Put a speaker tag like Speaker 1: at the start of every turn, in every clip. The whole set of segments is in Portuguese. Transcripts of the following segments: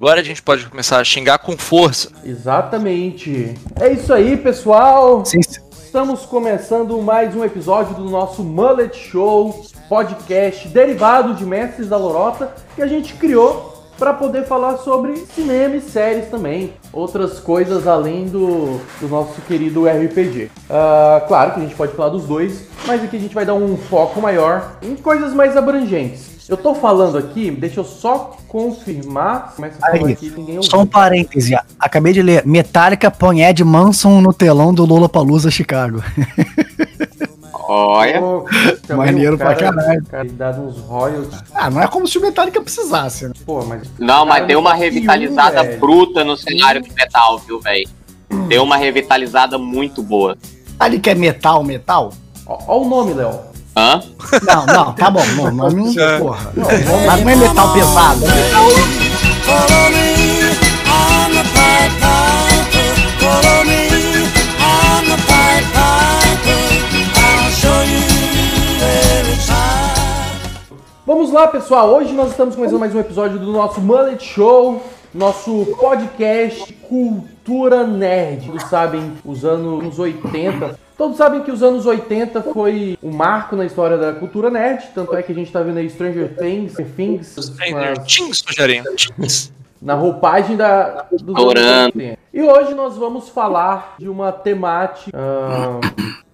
Speaker 1: Agora a gente pode começar a xingar com força.
Speaker 2: Exatamente. É isso aí, pessoal.
Speaker 3: Sim, sim.
Speaker 2: Estamos começando mais um episódio do nosso Mullet Show, podcast derivado de Mestres da Lorota, que a gente criou para poder falar sobre cinema e séries também, outras coisas além do, do nosso querido RPG. Ah, claro que a gente pode falar dos dois, mas aqui a gente vai dar um foco maior em coisas mais abrangentes. Eu tô falando aqui, deixa eu só confirmar. Começa a falar
Speaker 3: Aí,
Speaker 2: aqui, ninguém
Speaker 3: Só um
Speaker 2: ouviu.
Speaker 3: parêntese. Acabei de ler. Metallica põe Ed Manson no telão do Lollapalooza Chicago.
Speaker 4: Olha,
Speaker 2: Pô, também
Speaker 3: Maneiro
Speaker 2: o cara-
Speaker 3: pra caralho.
Speaker 2: o Cara, ele dá uns royalties.
Speaker 3: Ah, não é como se o Metallica precisasse, né?
Speaker 2: Pô, mas.
Speaker 4: não, mas
Speaker 2: cara,
Speaker 4: deu uma
Speaker 2: não tem
Speaker 4: revitalizada
Speaker 2: um, velho.
Speaker 4: bruta no cenário de metal, viu, velho? Deu uma revitalizada muito boa.
Speaker 3: Ali que é metal, metal?
Speaker 2: Ó, ó o nome, Léo.
Speaker 4: Hã?
Speaker 3: Não, não, tá bom. Não, não, não,
Speaker 1: Já.
Speaker 3: porra.
Speaker 2: Não, o nome-
Speaker 3: Mas não é metal pesado. é metal-
Speaker 5: Follow me, I'm the Pied Piper. Follow me, I'm the Pied Piper. I'll show you every time.
Speaker 2: Vamos lá, pessoal. Hoje nós estamos começando mais um episódio do nosso Mullet Show, nosso podcast Cultura Nerd. Todos sabem, os anos 80. Todos sabem que os anos 80 foi o marco na história da cultura nerd, tanto é que a gente tá vendo aí Stranger Things, Things com as-
Speaker 1: Tins, Rogerinho. Tins.
Speaker 2: na roupagem da dos anos
Speaker 4: Estourando.
Speaker 2: 80. E hoje nós vamos falar de uma temática. ah,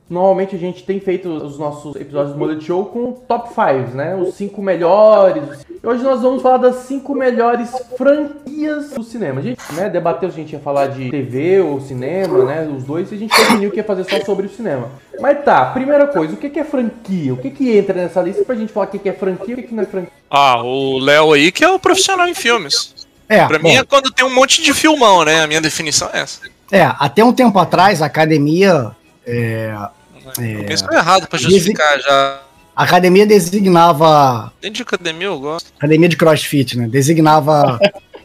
Speaker 2: normalmente a gente tem feito os nossos episódios do Mullet Show com top 5, né? Os cinco melhores. E hoje nós vamos falar das cinco melhores franquias do cinema. A gente né, debateu se a gente ia falar de TV ou cinema, né? Os dois, e a gente definiu que ia fazer só sobre o cinema. Mas tá, primeira coisa, o que que é franquia? O que que entra nessa lista pra gente falar o que que é franquia e o que que não é franquia?
Speaker 1: Ah, o Léo aí que é o profissional em filmes.
Speaker 3: É,
Speaker 1: Pra
Speaker 3: bom,
Speaker 1: mim é quando tem um monte de filmão, né? A minha definição é essa.
Speaker 3: é, até um tempo atrás, a academia. é,
Speaker 1: Eu penso errado pra justificar já.
Speaker 3: a academia designava
Speaker 1: Dentro de academia eu gosto.
Speaker 3: academia de CrossFit, né? Designava,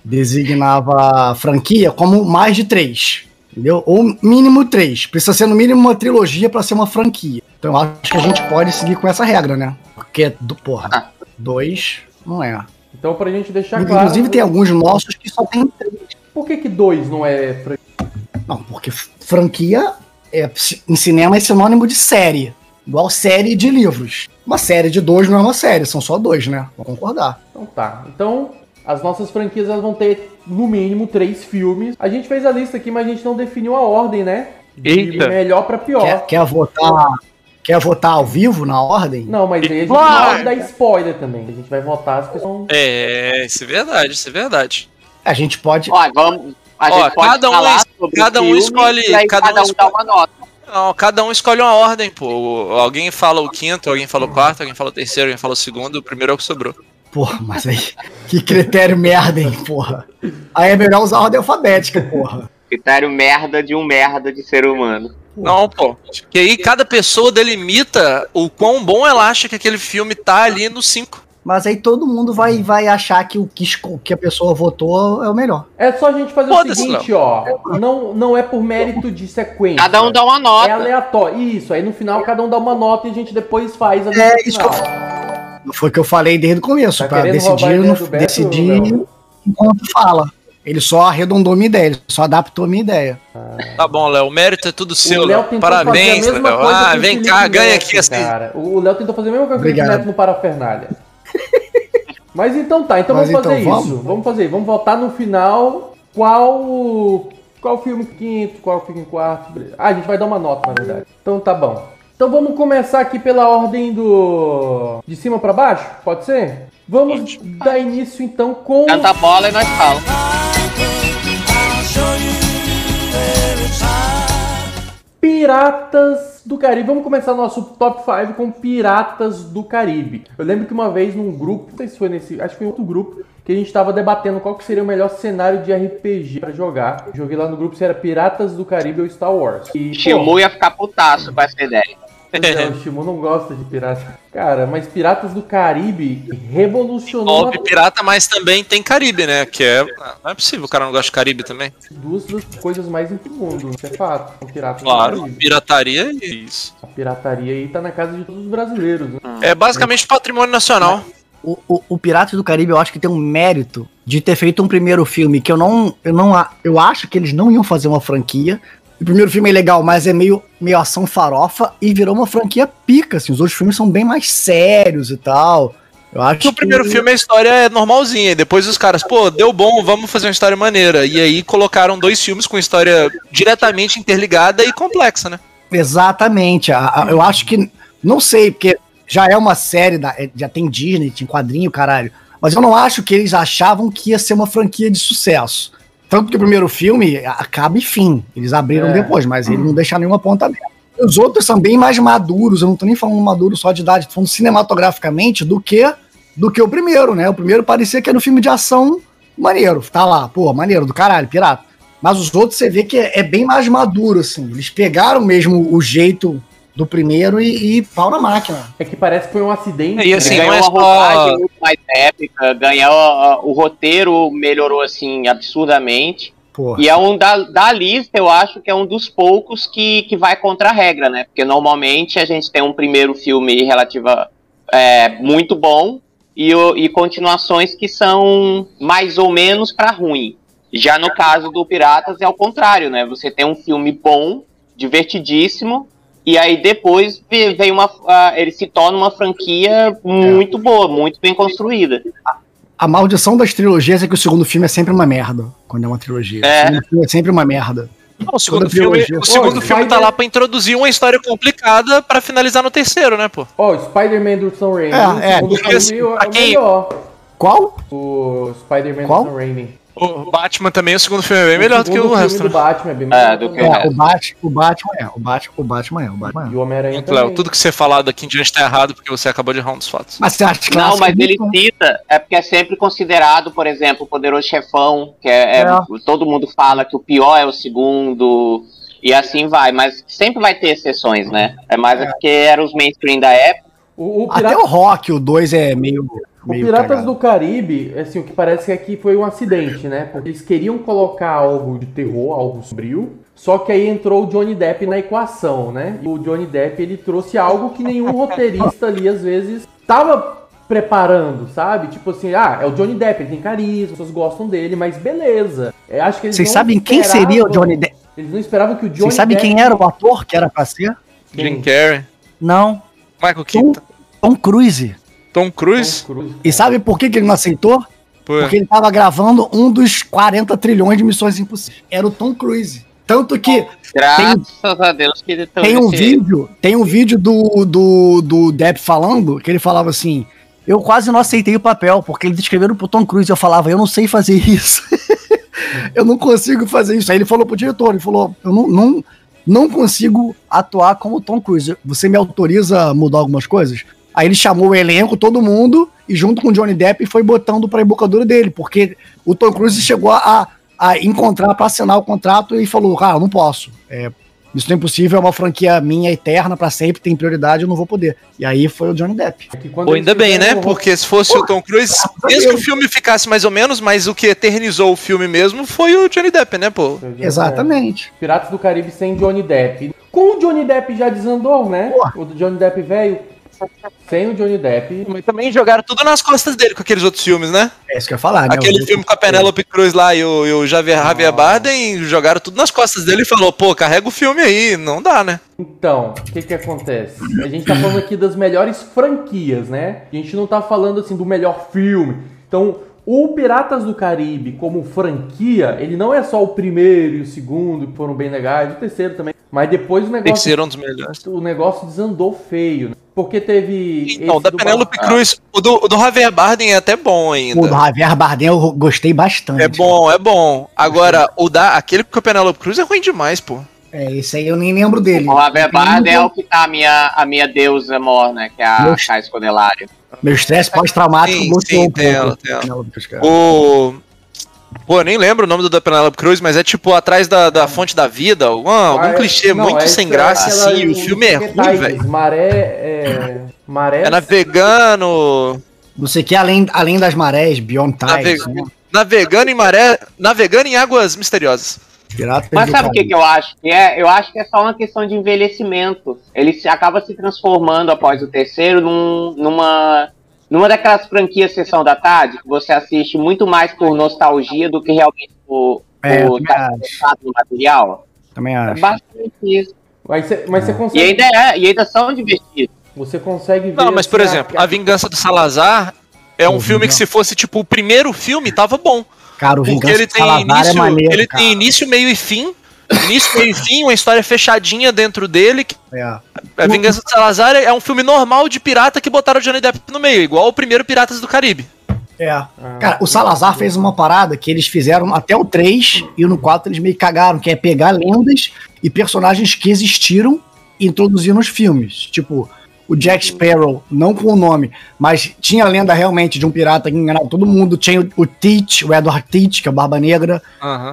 Speaker 3: designava a franquia como mais de três. Entendeu? Ou mínimo três. Precisa ser no mínimo uma trilogia para ser uma franquia. Então eu acho que a gente pode seguir com essa regra, né? Porque, do, porra, dois não é.
Speaker 2: Então, pra gente deixar claro.
Speaker 3: Inclusive, tem alguns nossos que só tem três.
Speaker 2: Por que que dois não é franquia?
Speaker 3: Não, porque franquia é, em cinema é sinônimo de série. Igual série de livros. Uma série de dois não é uma série, são só dois, né? Vou concordar.
Speaker 2: Então tá. Então, as nossas franquias elas vão ter no mínimo três filmes. A gente fez a lista aqui, mas a gente não definiu a ordem, né? De
Speaker 1: Eita.
Speaker 2: melhor pra pior.
Speaker 3: Quer, quer votar? Quer votar ao vivo na ordem?
Speaker 2: Não, mas aí a gente não
Speaker 1: Vai.
Speaker 2: pode dar spoiler também. A gente vai votar as pessoas.
Speaker 1: É, isso é verdade, isso é verdade.
Speaker 3: A gente pode.
Speaker 4: Ó, vamos. A
Speaker 1: Ó,
Speaker 4: gente pode
Speaker 1: cada um
Speaker 4: falar
Speaker 1: es-
Speaker 4: sobre
Speaker 1: cada
Speaker 4: o
Speaker 1: um
Speaker 4: filme,
Speaker 1: escolhe-
Speaker 4: e aí
Speaker 1: cada
Speaker 4: cada,
Speaker 1: um
Speaker 4: um dá
Speaker 1: escolhe.
Speaker 4: uma nota.
Speaker 1: Não, cada um escolhe uma ordem, pô. O- Alguém fala o quinto, alguém fala o quarto, alguém fala o terceiro, alguém fala o segundo, o primeiro é o que sobrou.
Speaker 3: Porra, mas aí. Que critério merda, hein, porra. Aí é melhor usar a ordem alfabética, porra.
Speaker 4: Critério merda de um merda de ser humano.
Speaker 1: Não, pô. Que aí cada pessoa delimita o quão bom ela acha que aquele filme tá ali no 5.
Speaker 3: Mas aí todo mundo vai, vai achar que o que, esco- que a pessoa votou é o melhor.
Speaker 2: É só a gente fazer o
Speaker 1: Foda-se,
Speaker 2: seguinte, ó. Não, não é por mérito de sequência.
Speaker 4: Cada um dá uma
Speaker 2: É
Speaker 4: nota.
Speaker 2: aleatório. Isso, aí no final cada um dá uma nota e a gente depois faz a
Speaker 3: É, isso que
Speaker 2: final.
Speaker 3: eu Foi o que eu falei desde o começo,
Speaker 2: Tá
Speaker 3: pra
Speaker 2: querendo roubar a
Speaker 3: decidir,
Speaker 2: ideia
Speaker 3: no,
Speaker 2: do Beto,
Speaker 3: decidir
Speaker 2: Léo?
Speaker 3: enquanto fala. Ele só arredondou minha ideia, ele só adaptou minha ideha.
Speaker 1: Tá bom, Léo, o mérito é tudo seu,
Speaker 2: Léo
Speaker 1: Léo.
Speaker 2: tentou
Speaker 1: Parabéns,
Speaker 2: fazer a
Speaker 1: Léo.
Speaker 2: mesma coisa
Speaker 1: Ah,
Speaker 2: que o
Speaker 1: vem
Speaker 2: Felipe
Speaker 1: cá,
Speaker 2: Neto,
Speaker 1: ganha aqui assim.
Speaker 2: Cara. O Léo tentou fazer a mesma coisa que o Felipe
Speaker 3: Obrigado.
Speaker 2: Neto no Parafernália. Mas então tá, então
Speaker 3: Mas
Speaker 2: vamos fazer
Speaker 3: então,
Speaker 2: isso.
Speaker 3: vamos?
Speaker 2: Vamos fazer, vamos votar no final qual qual filme quinto, qual fica em quarto. beleza. Ah, a gente vai dar uma nota, na verdade. Então tá bom. Então vamos começar aqui pela ordem do de cima pra baixo, pode ser? Vamos dar início então com
Speaker 1: Tá,
Speaker 4: Canta a bola e nós falamos.
Speaker 5: Piper, I'll show you every time.
Speaker 2: Piratas do Caribe. Vamos começar nosso top 5 com Piratas do Caribe. Eu lembro que uma vez num grupo, não sei se foi nesse, acho que foi em outro grupo, que a gente tava debatendo qual que seria o melhor cenário de RPG pra jogar. Joguei lá no grupo se era Piratas do Caribe ou Star Wars. E, pô,
Speaker 4: Shimu ia ficar putaço com essa ideia.
Speaker 2: pois é, o Shimu não gosta de pirata. Cara, mas Piratas do Caribe revolucionou
Speaker 1: Óbvio, pirata, mas também tem Caribe, né? Que é. Não é possível o cara não gosta de Caribe também.
Speaker 2: duas das coisas mais do mundo, isso é fato. são Piratas do
Speaker 1: Claro,
Speaker 2: Caribe.
Speaker 1: Então, pirataria é isso.
Speaker 2: A pirataria aí tá na casa de todos os brasileiros, né?
Speaker 1: É basicamente patrimônio nacional.
Speaker 3: o, o, o Piratas do Caribe eu acho que tem um mérito de ter feito um primeiro filme que eu não. Eu, não, a- eu acho que eles não iam fazer uma franquia. O primeiro filme é legal, mas é meio, meio ação farofa e virou uma franquia pica, assim. Os outros filmes são bem mais sérios e tal. Eu acho
Speaker 1: Porque o primeiro
Speaker 3: que-
Speaker 1: filme a história é normalzinha, e depois os caras, pô, deu bom, vamos fazer uma história maneira. E aí colocaram dois filmes com história diretamente interligada e complexa, né?
Speaker 3: Exatamente. A- a- Eu acho que. Não sei, porque já é uma série, da, é- já tem Disney, tem quadrinho, caralho. Mas eu não acho que eles achavam que ia ser uma franquia de sucesso. Tanto que o primeiro filme a- acaba e fim. Eles abriram
Speaker 2: É.
Speaker 3: depois, mas ele não deixa nenhuma ponta aberta. Os outros são bem mais maduros, eu não tô nem falando maduro só de idade, tô falando cinematograficamente do que do que o primeiro, né? O primeiro parecia que era um filme de ação maneiro. Tá lá, pô, maneiro do caralho, pirata. Mas os outros você vê que é, é bem mais maduro, assim. Eles pegaram mesmo o jeito do primeiro e, e pau na máquina.
Speaker 2: É que parece que foi um acidente.
Speaker 1: E assim,
Speaker 2: né?
Speaker 4: ganhou
Speaker 1: não é
Speaker 4: uma
Speaker 1: só-
Speaker 4: roupagem muito mais épica, ganhou ó, o roteiro melhorou assim absurdamente.
Speaker 3: Porra.
Speaker 4: E é um da, da lista, eu acho que é um dos poucos que, que vai contra a regra, né? Porque normalmente a gente tem um primeiro filme relativa é, muito bom e, o- e continuações que são mais ou menos pra ruim. Já no caso do Piratas é ao contrário, né? Você tem um filme bom, divertidíssimo, e aí depois ve- vem uma. ah, ele se torna uma franquia muito boa, muito bem construída.
Speaker 3: A maldição das trilogias é que o segundo filme é sempre uma merda. Quando é uma trilogia.
Speaker 4: É.
Speaker 3: O segundo filme é sempre uma merda.
Speaker 1: Não, o segundo
Speaker 3: Toda
Speaker 1: filme,
Speaker 3: trilogia.
Speaker 1: o segundo
Speaker 2: Pô, é-
Speaker 1: filme tá
Speaker 2: Spider-
Speaker 1: lá pra introduzir uma história complicada pra finalizar no terceiro, né, pô?
Speaker 2: Ó, o Spider-Man do Sam Raimi.
Speaker 3: É, é,
Speaker 2: o segundo
Speaker 1: porque assim,
Speaker 2: filme é
Speaker 1: pra
Speaker 2: o
Speaker 1: quem-
Speaker 2: melhor.
Speaker 3: Qual?
Speaker 2: O Spider-Man
Speaker 3: Qual?
Speaker 2: do Sam Raimi.
Speaker 1: O Batman também, o segundo filme é bem melhor do que
Speaker 2: segundo
Speaker 1: o
Speaker 2: filme
Speaker 1: resto,
Speaker 2: do
Speaker 1: né?
Speaker 2: Batman é bem
Speaker 4: É,
Speaker 2: melhor.
Speaker 4: do
Speaker 3: É,
Speaker 2: também.
Speaker 4: que-
Speaker 3: o, Bat, o Batman é. O, Bat, o Batman é. O Batman
Speaker 2: E
Speaker 3: é.
Speaker 2: o Homem-Aranha
Speaker 1: Muito, Léo,
Speaker 2: também.
Speaker 1: tudo que você falar daqui em diante tá errado, porque você acabou de errar um dos fatos.
Speaker 3: Mas você acha que
Speaker 4: Não, mas ele cita, é porque é sempre considerado, por exemplo, o Poderoso Chefão, que é, é-
Speaker 3: É.
Speaker 4: todo mundo fala que o pior é o segundo, e assim vai, mas sempre vai ter exceções, né? É mais é porque eram os mainstream da época.
Speaker 2: O, o
Speaker 3: Até
Speaker 2: Pirata-
Speaker 3: o Rock, o 2 é meio.
Speaker 2: o Piratas do Caribe, assim, o que parece é que foi um acidente, né? Porque eles queriam colocar algo de terror, algo sombrio. Só que aí entrou o Johnny Depp na equação, né? E o Johnny Depp, ele trouxe algo que nenhum roteirista ali, às vezes, tava preparando, sabe? Tipo assim, ah, é o Johnny Depp, ele tem carisma, as pessoas gostam dele, mas beleza. É, acho que eles
Speaker 3: Vocês
Speaker 2: não
Speaker 3: sabem quem
Speaker 2: esperavam-
Speaker 3: seria o Johnny Depp?
Speaker 2: Eles não esperavam que o Johnny
Speaker 3: Vocês sabem
Speaker 2: Depp...
Speaker 3: quem era o ator que era pra ser?
Speaker 1: Jim Carrey,
Speaker 3: Não.
Speaker 1: Michael Keaton,
Speaker 3: Tom Cruise.
Speaker 1: Tom
Speaker 3: é?
Speaker 1: Cruise,
Speaker 2: Tom Cruise.
Speaker 3: E sabe por que, que ele não aceitou?
Speaker 1: pô,
Speaker 3: Porque ele tava gravando um dos 40 trilhões de Missões Impossíveis. Era o Tom Cruise. Tanto que
Speaker 4: Graças a Deus que ele
Speaker 3: tem um vídeo, tem um vídeo do, do, do Depp falando que ele falava assim. Eu quase não aceitei o papel, porque eles escreveram pro Tom Cruise. Eu falava, eu não sei fazer isso. eu não consigo fazer isso. Aí ele falou pro diretor, ele falou, eu não, não, não consigo atuar como o Tom Cruise. Você me autoriza a mudar algumas coisas? Aí ele chamou o elenco, todo mundo, e junto com o Johnny Depp foi botando pra embocadura dele, porque o Tom Cruise chegou a, a encontrar pra assinar o contrato e falou, cara, eu não posso. É, isso não é impossível, é uma franquia minha eterna pra sempre, tem prioridade, eu não vou poder. E aí foi o Johnny Depp.
Speaker 2: É que quando
Speaker 1: Pô,
Speaker 2: eles
Speaker 1: ainda bem, né?
Speaker 2: fizeram o
Speaker 1: Porque se fosse o Tom Cruise, mesmo que o filme ficasse mais ou menos, mas o que eternizou o filme mesmo foi o Johnny Depp, né, pô?
Speaker 4: É.
Speaker 2: roteiro,
Speaker 3: Exatamente.
Speaker 2: Piratas do Caribe sem Johnny Depp. Com o Johnny Depp já desandou, né? O do Johnny Depp velho. Sem o Johnny Depp.
Speaker 1: Mas também jogaram tudo nas costas dele com aqueles outros filmes, né?
Speaker 3: É isso que eu ia falar, né?
Speaker 1: Aquele
Speaker 3: O-
Speaker 1: filme com a Penélope Cruz lá e o, e o Javier, Javier Bardem jogaram tudo nas costas dele e falou, pô, carrega o filme aí, não dá, né?
Speaker 2: Então, o que que acontece? A gente tá falando aqui das melhores franquias, né? A gente não tá falando assim do melhor filme. Então, o Piratas do Caribe como franquia, ele não é só o primeiro e o segundo que foram bem legais, o terceiro também. Mas depois o
Speaker 1: Tem que
Speaker 2: negócio,
Speaker 1: ser um dos melhores.
Speaker 2: o negócio desandou feio. né? Porque teve.
Speaker 1: Então,
Speaker 2: esse
Speaker 1: da
Speaker 2: do
Speaker 1: Penélope
Speaker 2: Bar-
Speaker 1: Cruz, o do, o do Javier Bardem é até bom ainda.
Speaker 3: O do Javier Bardem eu gostei bastante.
Speaker 1: É bom, é bom. Agora, o da aquele com a Penélope Cruz é ruim demais, pô.
Speaker 3: É, esse aí eu nem lembro dele. um
Speaker 4: O Javier Bardem é o que tá a minha, a minha deusa morna, que é a
Speaker 3: Deus.
Speaker 4: Chais Codelário.
Speaker 3: Meu estresse pós-traumático
Speaker 1: Sim,
Speaker 3: bloqueou
Speaker 1: sim,
Speaker 3: um
Speaker 1: tem ela,
Speaker 3: pouco.
Speaker 1: tem ela.
Speaker 3: Penélope Cruz, cara.
Speaker 1: O. Pô, eu nem lembro o nome do da Penelope Cruz, mas é tipo atrás da, da fonte da vida, algum, algum
Speaker 2: Ah, é-
Speaker 1: clichê
Speaker 2: não,
Speaker 1: muito
Speaker 2: é
Speaker 1: sem
Speaker 2: isso, é
Speaker 1: graça,
Speaker 2: aquela-
Speaker 1: assim. O filme é ruim,
Speaker 2: Titans,
Speaker 1: velho.
Speaker 2: Maré. É, maré.
Speaker 1: É navegando.
Speaker 3: Não sei o que, além, além das marés, Beyond
Speaker 1: Tá
Speaker 3: Tides, né?
Speaker 1: Navegando, navegando em maré. Navegando em águas misteriosas.
Speaker 3: Piratas
Speaker 4: Mas
Speaker 3: do
Speaker 4: sabe o que,
Speaker 3: Caribe.
Speaker 4: que eu acho que é? Eu acho que é só uma questão de envelhecimento. Ele se, acaba se transformando após o terceiro num, numa numa daquelas franquias Sessão da Tarde, que você assiste muito mais por nostalgia do que realmente por
Speaker 3: É, eu também
Speaker 4: por estar
Speaker 3: acho.
Speaker 4: interessado no material.
Speaker 3: Também
Speaker 4: É
Speaker 3: acho.
Speaker 4: basicamente isso.
Speaker 2: Mas você, mas você
Speaker 4: E
Speaker 2: consegue.
Speaker 4: ainda, é, e ainda são divertidos.
Speaker 2: Você consegue ver.
Speaker 1: Não, mas por
Speaker 2: assim,
Speaker 1: exemplo,
Speaker 2: a-
Speaker 1: A Vingança do Salazar é um
Speaker 3: Pô,
Speaker 1: filme que
Speaker 3: não.
Speaker 1: se fosse tipo o primeiro filme tava bom,
Speaker 3: Cara, o
Speaker 1: porque
Speaker 3: Vingança
Speaker 1: ele
Speaker 3: do
Speaker 1: tem
Speaker 3: Salazar
Speaker 1: início,
Speaker 3: é maneiro,
Speaker 1: ele
Speaker 3: cara.
Speaker 1: tem início, meio e fim. Início, meio e fim, uma história fechadinha dentro dele. que-
Speaker 3: É.
Speaker 1: A Vingança do Salazar é um filme normal de pirata que botaram o Johnny Depp no meio, igual o primeiro Piratas do Caribe.
Speaker 3: É.
Speaker 2: Ah,
Speaker 3: Cara, o Salazar fez uma parada que eles fizeram até o 3 e no 4 eles meio que cagaram, que é pegar lendas e personagens que existiram e introduzir nos filmes. Tipo, o Jack Sparrow, não com o nome, mas tinha a lenda realmente de um pirata que enganava todo mundo. Tinha o, o Teach, o Edward Teach, que é o Barba Negra.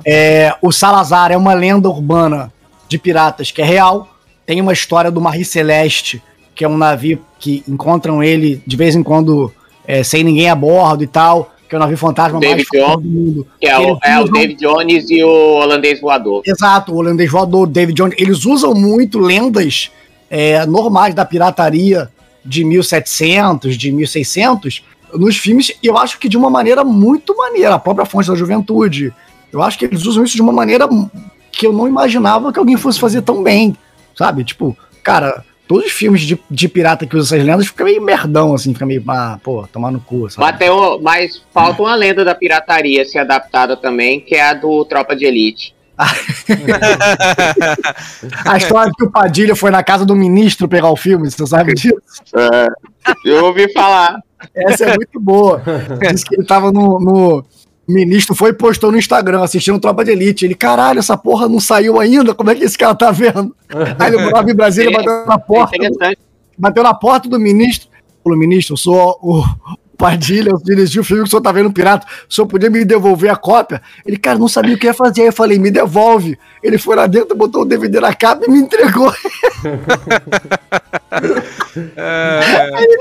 Speaker 3: É, o Salazar é uma lenda urbana de piratas que é real. Tem uma história do Marie Celeste, que é um navio que encontram ele de vez em quando é, sem ninguém a bordo e tal, que é o navio fantasma mais
Speaker 4: David
Speaker 3: famoso do mundo.
Speaker 4: Que é o,
Speaker 3: Eles
Speaker 4: é o
Speaker 3: usam-
Speaker 4: David Jones e o holandês voador.
Speaker 3: Exato, o holandês voador, David Jones. Eles usam muito lendas é, normais da pirataria de 1700, de 1600 nos filmes, e eu acho que de uma maneira muito maneira, a própria fonte da juventude. Eu acho que eles usam isso de uma maneira que eu não imaginava que alguém fosse fazer tão bem, sabe? Tipo, cara, todos os filmes de, de pirata que usam essas lendas fica meio merdão, assim, fica meio, ah, pô, tomar no cu, sabe?
Speaker 4: Mas, tem o- mas falta uma lenda da pirataria ser adaptada também, que é a do Tropa de Elite.
Speaker 3: A história que o Padilha foi na casa do ministro pegar o filme, você sabe disso?
Speaker 4: Eu ouvi falar.
Speaker 3: Essa é muito boa. Diz que ele tava no. no- o ministro foi e postou no Instagram, assistindo Tropa de Elite. Ele, caralho, essa porra não saiu ainda? Como é que esse cara tá vendo? Aí ele morava em Brasília,
Speaker 4: Ele-
Speaker 3: bateu na
Speaker 4: É
Speaker 3: porta,
Speaker 4: interessante.
Speaker 3: bateu na porta do ministro. Falou, ministro, eu sou o Padilha, eu dirigi o filme que o senhor tá vendo pirata. O senhor podia me devolver a cópia? Ele, cara, não sabia o que ia fazer. Aí eu falei, me devolve. Ele foi lá dentro, botou o DVD na capa e me entregou.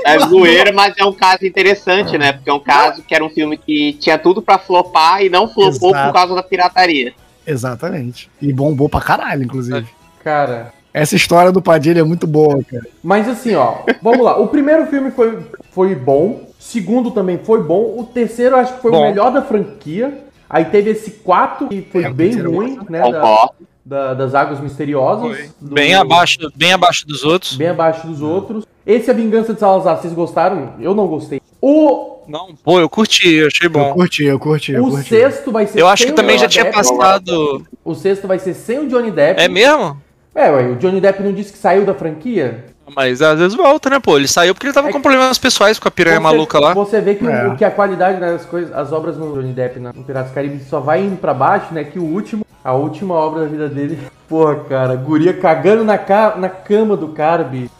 Speaker 4: É zoeira, mas é um caso interessante, né? Porque é um caso que era um filme que tinha tudo pra flopar e não flopou
Speaker 3: Exato.
Speaker 4: por causa da pirataria.
Speaker 3: Exatamente. E bombou pra caralho, inclusive.
Speaker 2: Cara.
Speaker 3: Essa história do Padilha é muito boa, cara.
Speaker 2: Mas assim, ó, vamos lá. O primeiro filme foi, foi bom. O segundo também foi bom. O terceiro acho que foi
Speaker 1: Bom.
Speaker 2: o melhor da franquia. Aí teve esse 4, que foi
Speaker 3: É, o
Speaker 2: bem
Speaker 3: terceiro
Speaker 2: ruim, né? Da,
Speaker 4: Concordo.
Speaker 2: da- das Águas Misteriosas. do-
Speaker 1: Bem abaixo, bem abaixo dos outros.
Speaker 2: Bem abaixo dos outros. Esse é a Vingança de Salazar, vocês gostaram? Eu não gostei. O,
Speaker 1: Não, pô, eu curti, eu achei
Speaker 3: Eu
Speaker 1: bom.
Speaker 3: curti, eu curti, eu
Speaker 2: o
Speaker 3: curti.
Speaker 2: sexto vai ser
Speaker 1: Eu acho
Speaker 2: sem
Speaker 1: que
Speaker 2: o
Speaker 1: também já
Speaker 2: Johnny
Speaker 1: tinha
Speaker 2: Depp.
Speaker 1: passado.
Speaker 2: O sexto vai ser sem o Johnny Depp.
Speaker 1: É mesmo?
Speaker 2: É, ué, o Johnny Depp não disse que saiu da franquia?
Speaker 1: Mas às vezes volta, né, pô? Ele saiu porque ele tava
Speaker 2: É
Speaker 1: com problemas pessoais com a piranha
Speaker 2: Você-
Speaker 1: maluca lá.
Speaker 2: Você vê que, o-
Speaker 3: É.
Speaker 2: o, que a qualidade das coisas, as obras no Johnny Depp, na- no Piratas do Caribe, só vai indo pra baixo, né? Que o último, a última obra da vida dele, porra, cara, guria cagando na, ca, na cama do cara, bicho.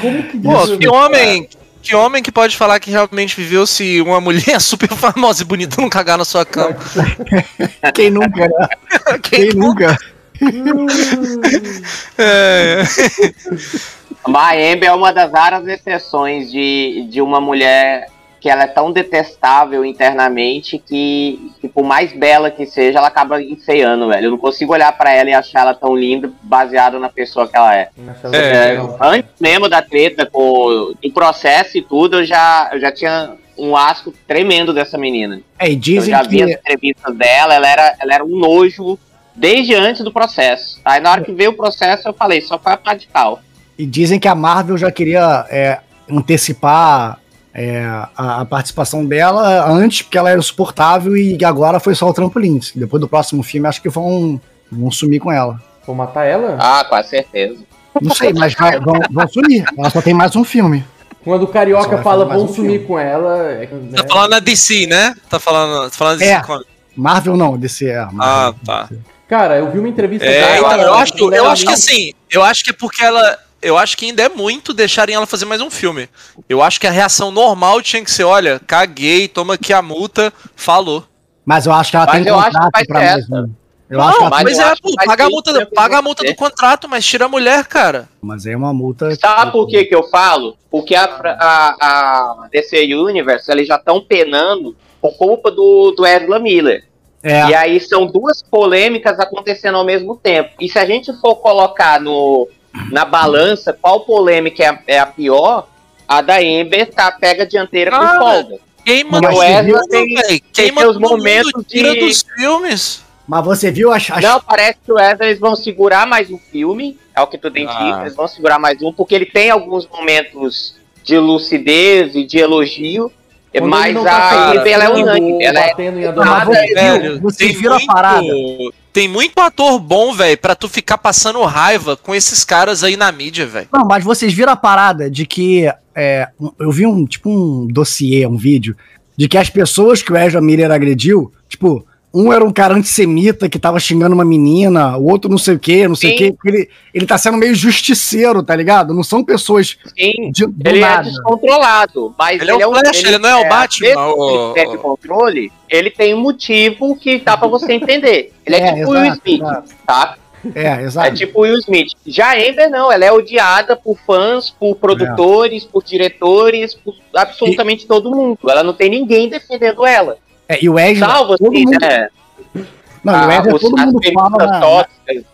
Speaker 2: Como que
Speaker 1: Pô,
Speaker 2: isso-
Speaker 1: que homem, que homem que pode falar que realmente viveu se uma mulher super famosa e bonita não cagar na sua cama?
Speaker 3: Quem nunca, né?
Speaker 1: Quem
Speaker 3: Quem nunca?
Speaker 1: É,
Speaker 4: Maembe é uma das raras exceções de, de uma mulher que ela é tão detestável internamente que, que por mais bela que seja, ela acaba enfeiando, velho. Eu não consigo olhar pra ela e achar ela tão linda baseado na pessoa que ela é.
Speaker 1: É,
Speaker 4: É, antes mesmo da treta, com, do processo e tudo, eu já, eu já tinha um asco tremendo dessa menina.
Speaker 3: É, e
Speaker 4: Eu
Speaker 3: dizem
Speaker 4: já vi as
Speaker 3: que.
Speaker 4: entrevistas dela, ela era, ela era um nojo desde antes do processo. Aí na hora que veio o processo, eu falei, só foi a parte de pau.
Speaker 3: E dizem que a Marvel já queria é, antecipar é, a, a participação dela antes, porque ela era insuportável e agora foi só o trampolim. Depois do próximo filme, acho que vão, vão sumir com ela.
Speaker 2: Vou matar ela?
Speaker 4: Ah, com certeza.
Speaker 3: Não sei, mas vai- vão, vão sumir. Ela só tem mais um filme.
Speaker 2: Quando o
Speaker 3: Só vai
Speaker 2: carioca
Speaker 3: fazer
Speaker 2: fala
Speaker 3: mais
Speaker 2: vão
Speaker 3: um
Speaker 2: sumir
Speaker 3: filme.
Speaker 2: com ela, é, que, né?
Speaker 1: Ah. tá falando na DC, né? Tá falando, tá falando
Speaker 3: É.
Speaker 1: DC com-
Speaker 3: Marvel não, DC é. a
Speaker 1: Ah,
Speaker 3: Marvel.
Speaker 1: tá.
Speaker 2: cara, eu vi uma entrevista
Speaker 1: É, então, eu
Speaker 2: ela- né?
Speaker 1: acho, eu
Speaker 2: ela-
Speaker 1: acho que assim, eu acho que é porque ela. Eu acho que ainda é muito deixarem ela fazer mais um filme. Eu acho que a reação normal tinha que ser: olha, caguei, toma aqui a multa, falou.
Speaker 3: Mas eu acho que ela
Speaker 4: Mas
Speaker 3: tem
Speaker 4: eu acho que
Speaker 3: contrato
Speaker 4: vai
Speaker 3: pra
Speaker 4: ser
Speaker 3: mais
Speaker 4: essa.
Speaker 3: um. Eu acho que
Speaker 1: não,
Speaker 3: ela tem,
Speaker 1: mas
Speaker 4: eu
Speaker 1: é,
Speaker 4: acho
Speaker 1: pô,
Speaker 4: que vai
Speaker 1: paga a
Speaker 4: ter que
Speaker 1: multa,
Speaker 4: ter
Speaker 1: paga a multa
Speaker 4: acontecer.
Speaker 1: do contrato, mas tira a mulher, cara.
Speaker 3: mas é uma multa.
Speaker 4: Sabe por que que eu falo? Porque a, fra- a, a DC Universe, eles já estão penando por culpa do, do Ezra Miller.
Speaker 3: É,
Speaker 4: E aí são duas polêmicas acontecendo ao mesmo tempo. E se a gente for colocar no, na balança qual polêmica é a, é a pior, A da Ember tá, pega a dianteira com
Speaker 1: Ah,
Speaker 4: folga.
Speaker 1: Quem
Speaker 3: Mas
Speaker 1: mandou
Speaker 4: o
Speaker 1: essa,
Speaker 4: Ezra tem-
Speaker 1: velho?
Speaker 4: tem
Speaker 1: Quem mandou
Speaker 4: seus momentos
Speaker 1: mundo tira
Speaker 4: de-
Speaker 1: dos filmes?
Speaker 3: Mas você viu as. as-
Speaker 4: Não, parece que o Ezra eles vão segurar mais um filme. É o que tu tem
Speaker 1: Ah.
Speaker 4: dito. Eles vão segurar mais um, porque ele tem alguns momentos de lucidez e de elogio.
Speaker 2: Quando ele
Speaker 4: mas
Speaker 2: não
Speaker 4: É a
Speaker 2: tá
Speaker 1: cara,
Speaker 4: Ember ela é
Speaker 3: um
Speaker 2: sangue,
Speaker 4: unânime. Ela é
Speaker 2: batendo em
Speaker 3: mas
Speaker 2: Adonai.
Speaker 3: você
Speaker 1: velho,
Speaker 3: viu, você
Speaker 1: tem
Speaker 3: viu a
Speaker 1: muito-
Speaker 3: parada.
Speaker 1: Tem muito ator bom, velho, pra tu ficar passando raiva com esses caras aí na mídia, velho.
Speaker 3: Não, mas vocês viram a parada de que. é, um- eu vi um, tipo, um dossiê, um vídeo, de que as pessoas que o Ezra Miller agrediu, tipo, um era um cara antissemita que tava xingando uma menina, o outro não sei o quê, não sei o
Speaker 4: Sim.
Speaker 3: quê. porque Ele, ele tá sendo meio justiceiro, tá ligado? Não são pessoas
Speaker 4: sim.
Speaker 3: de, do
Speaker 4: Ele é
Speaker 3: nada.
Speaker 4: descontrolado, mas
Speaker 1: Ele é o Flash, ele não é o Batman,
Speaker 4: Mesmo que
Speaker 1: o-
Speaker 4: ele perde o controle, ele tem um motivo que dá pra você entender. Ele é,
Speaker 3: É,
Speaker 4: tipo o Will
Speaker 3: exato,
Speaker 4: Smith,
Speaker 3: exato.
Speaker 4: tá?
Speaker 3: É,
Speaker 4: É
Speaker 3: exato.
Speaker 4: tipo o Will Smith. Já a Amber não, ela é odiada por fãs, por
Speaker 3: É.
Speaker 4: produtores, por diretores, por absolutamente todo mundo. Ela não tem ninguém defendendo ela.
Speaker 3: É, e o Ezra.
Speaker 4: Salvo
Speaker 3: todo
Speaker 4: assim,
Speaker 3: mundo-
Speaker 4: né?
Speaker 3: Não, e o
Speaker 4: Ah, tá
Speaker 3: Ezra
Speaker 4: os-
Speaker 3: todo
Speaker 4: as
Speaker 3: mundo fala. né?
Speaker 4: perguntas
Speaker 3: na-
Speaker 4: tóxicas.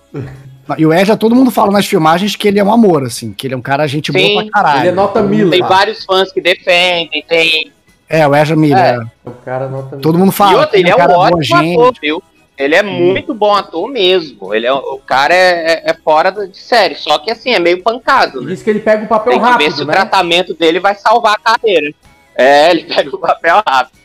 Speaker 3: na- e o Ezra todo mundo fala nas filmagens que ele é um amor, assim, que ele é um cara gente
Speaker 4: Sim.
Speaker 3: boa pra caralho.
Speaker 2: Ele é nota mil.
Speaker 4: Tem vários fãs que defendem, tem.
Speaker 3: É, o Ezra Miller.
Speaker 4: É.
Speaker 3: é.
Speaker 2: O cara nota mil.
Speaker 3: Todo mundo fala.
Speaker 4: e outra,
Speaker 3: que
Speaker 4: ele é um
Speaker 3: cara boa
Speaker 4: ótimo
Speaker 3: gente.
Speaker 4: ator, viu? Ele é muito bom ator mesmo. Ele é, o cara é, é- é fora do- de série. Só que assim, é meio pancado,
Speaker 2: E
Speaker 4: né?
Speaker 2: Diz que ele pega o papel
Speaker 4: Tem
Speaker 3: é
Speaker 4: que ver se
Speaker 2: rápido,
Speaker 4: o
Speaker 2: né?
Speaker 4: tratamento dele vai salvar a carreira. É, ele pega o papel rápido.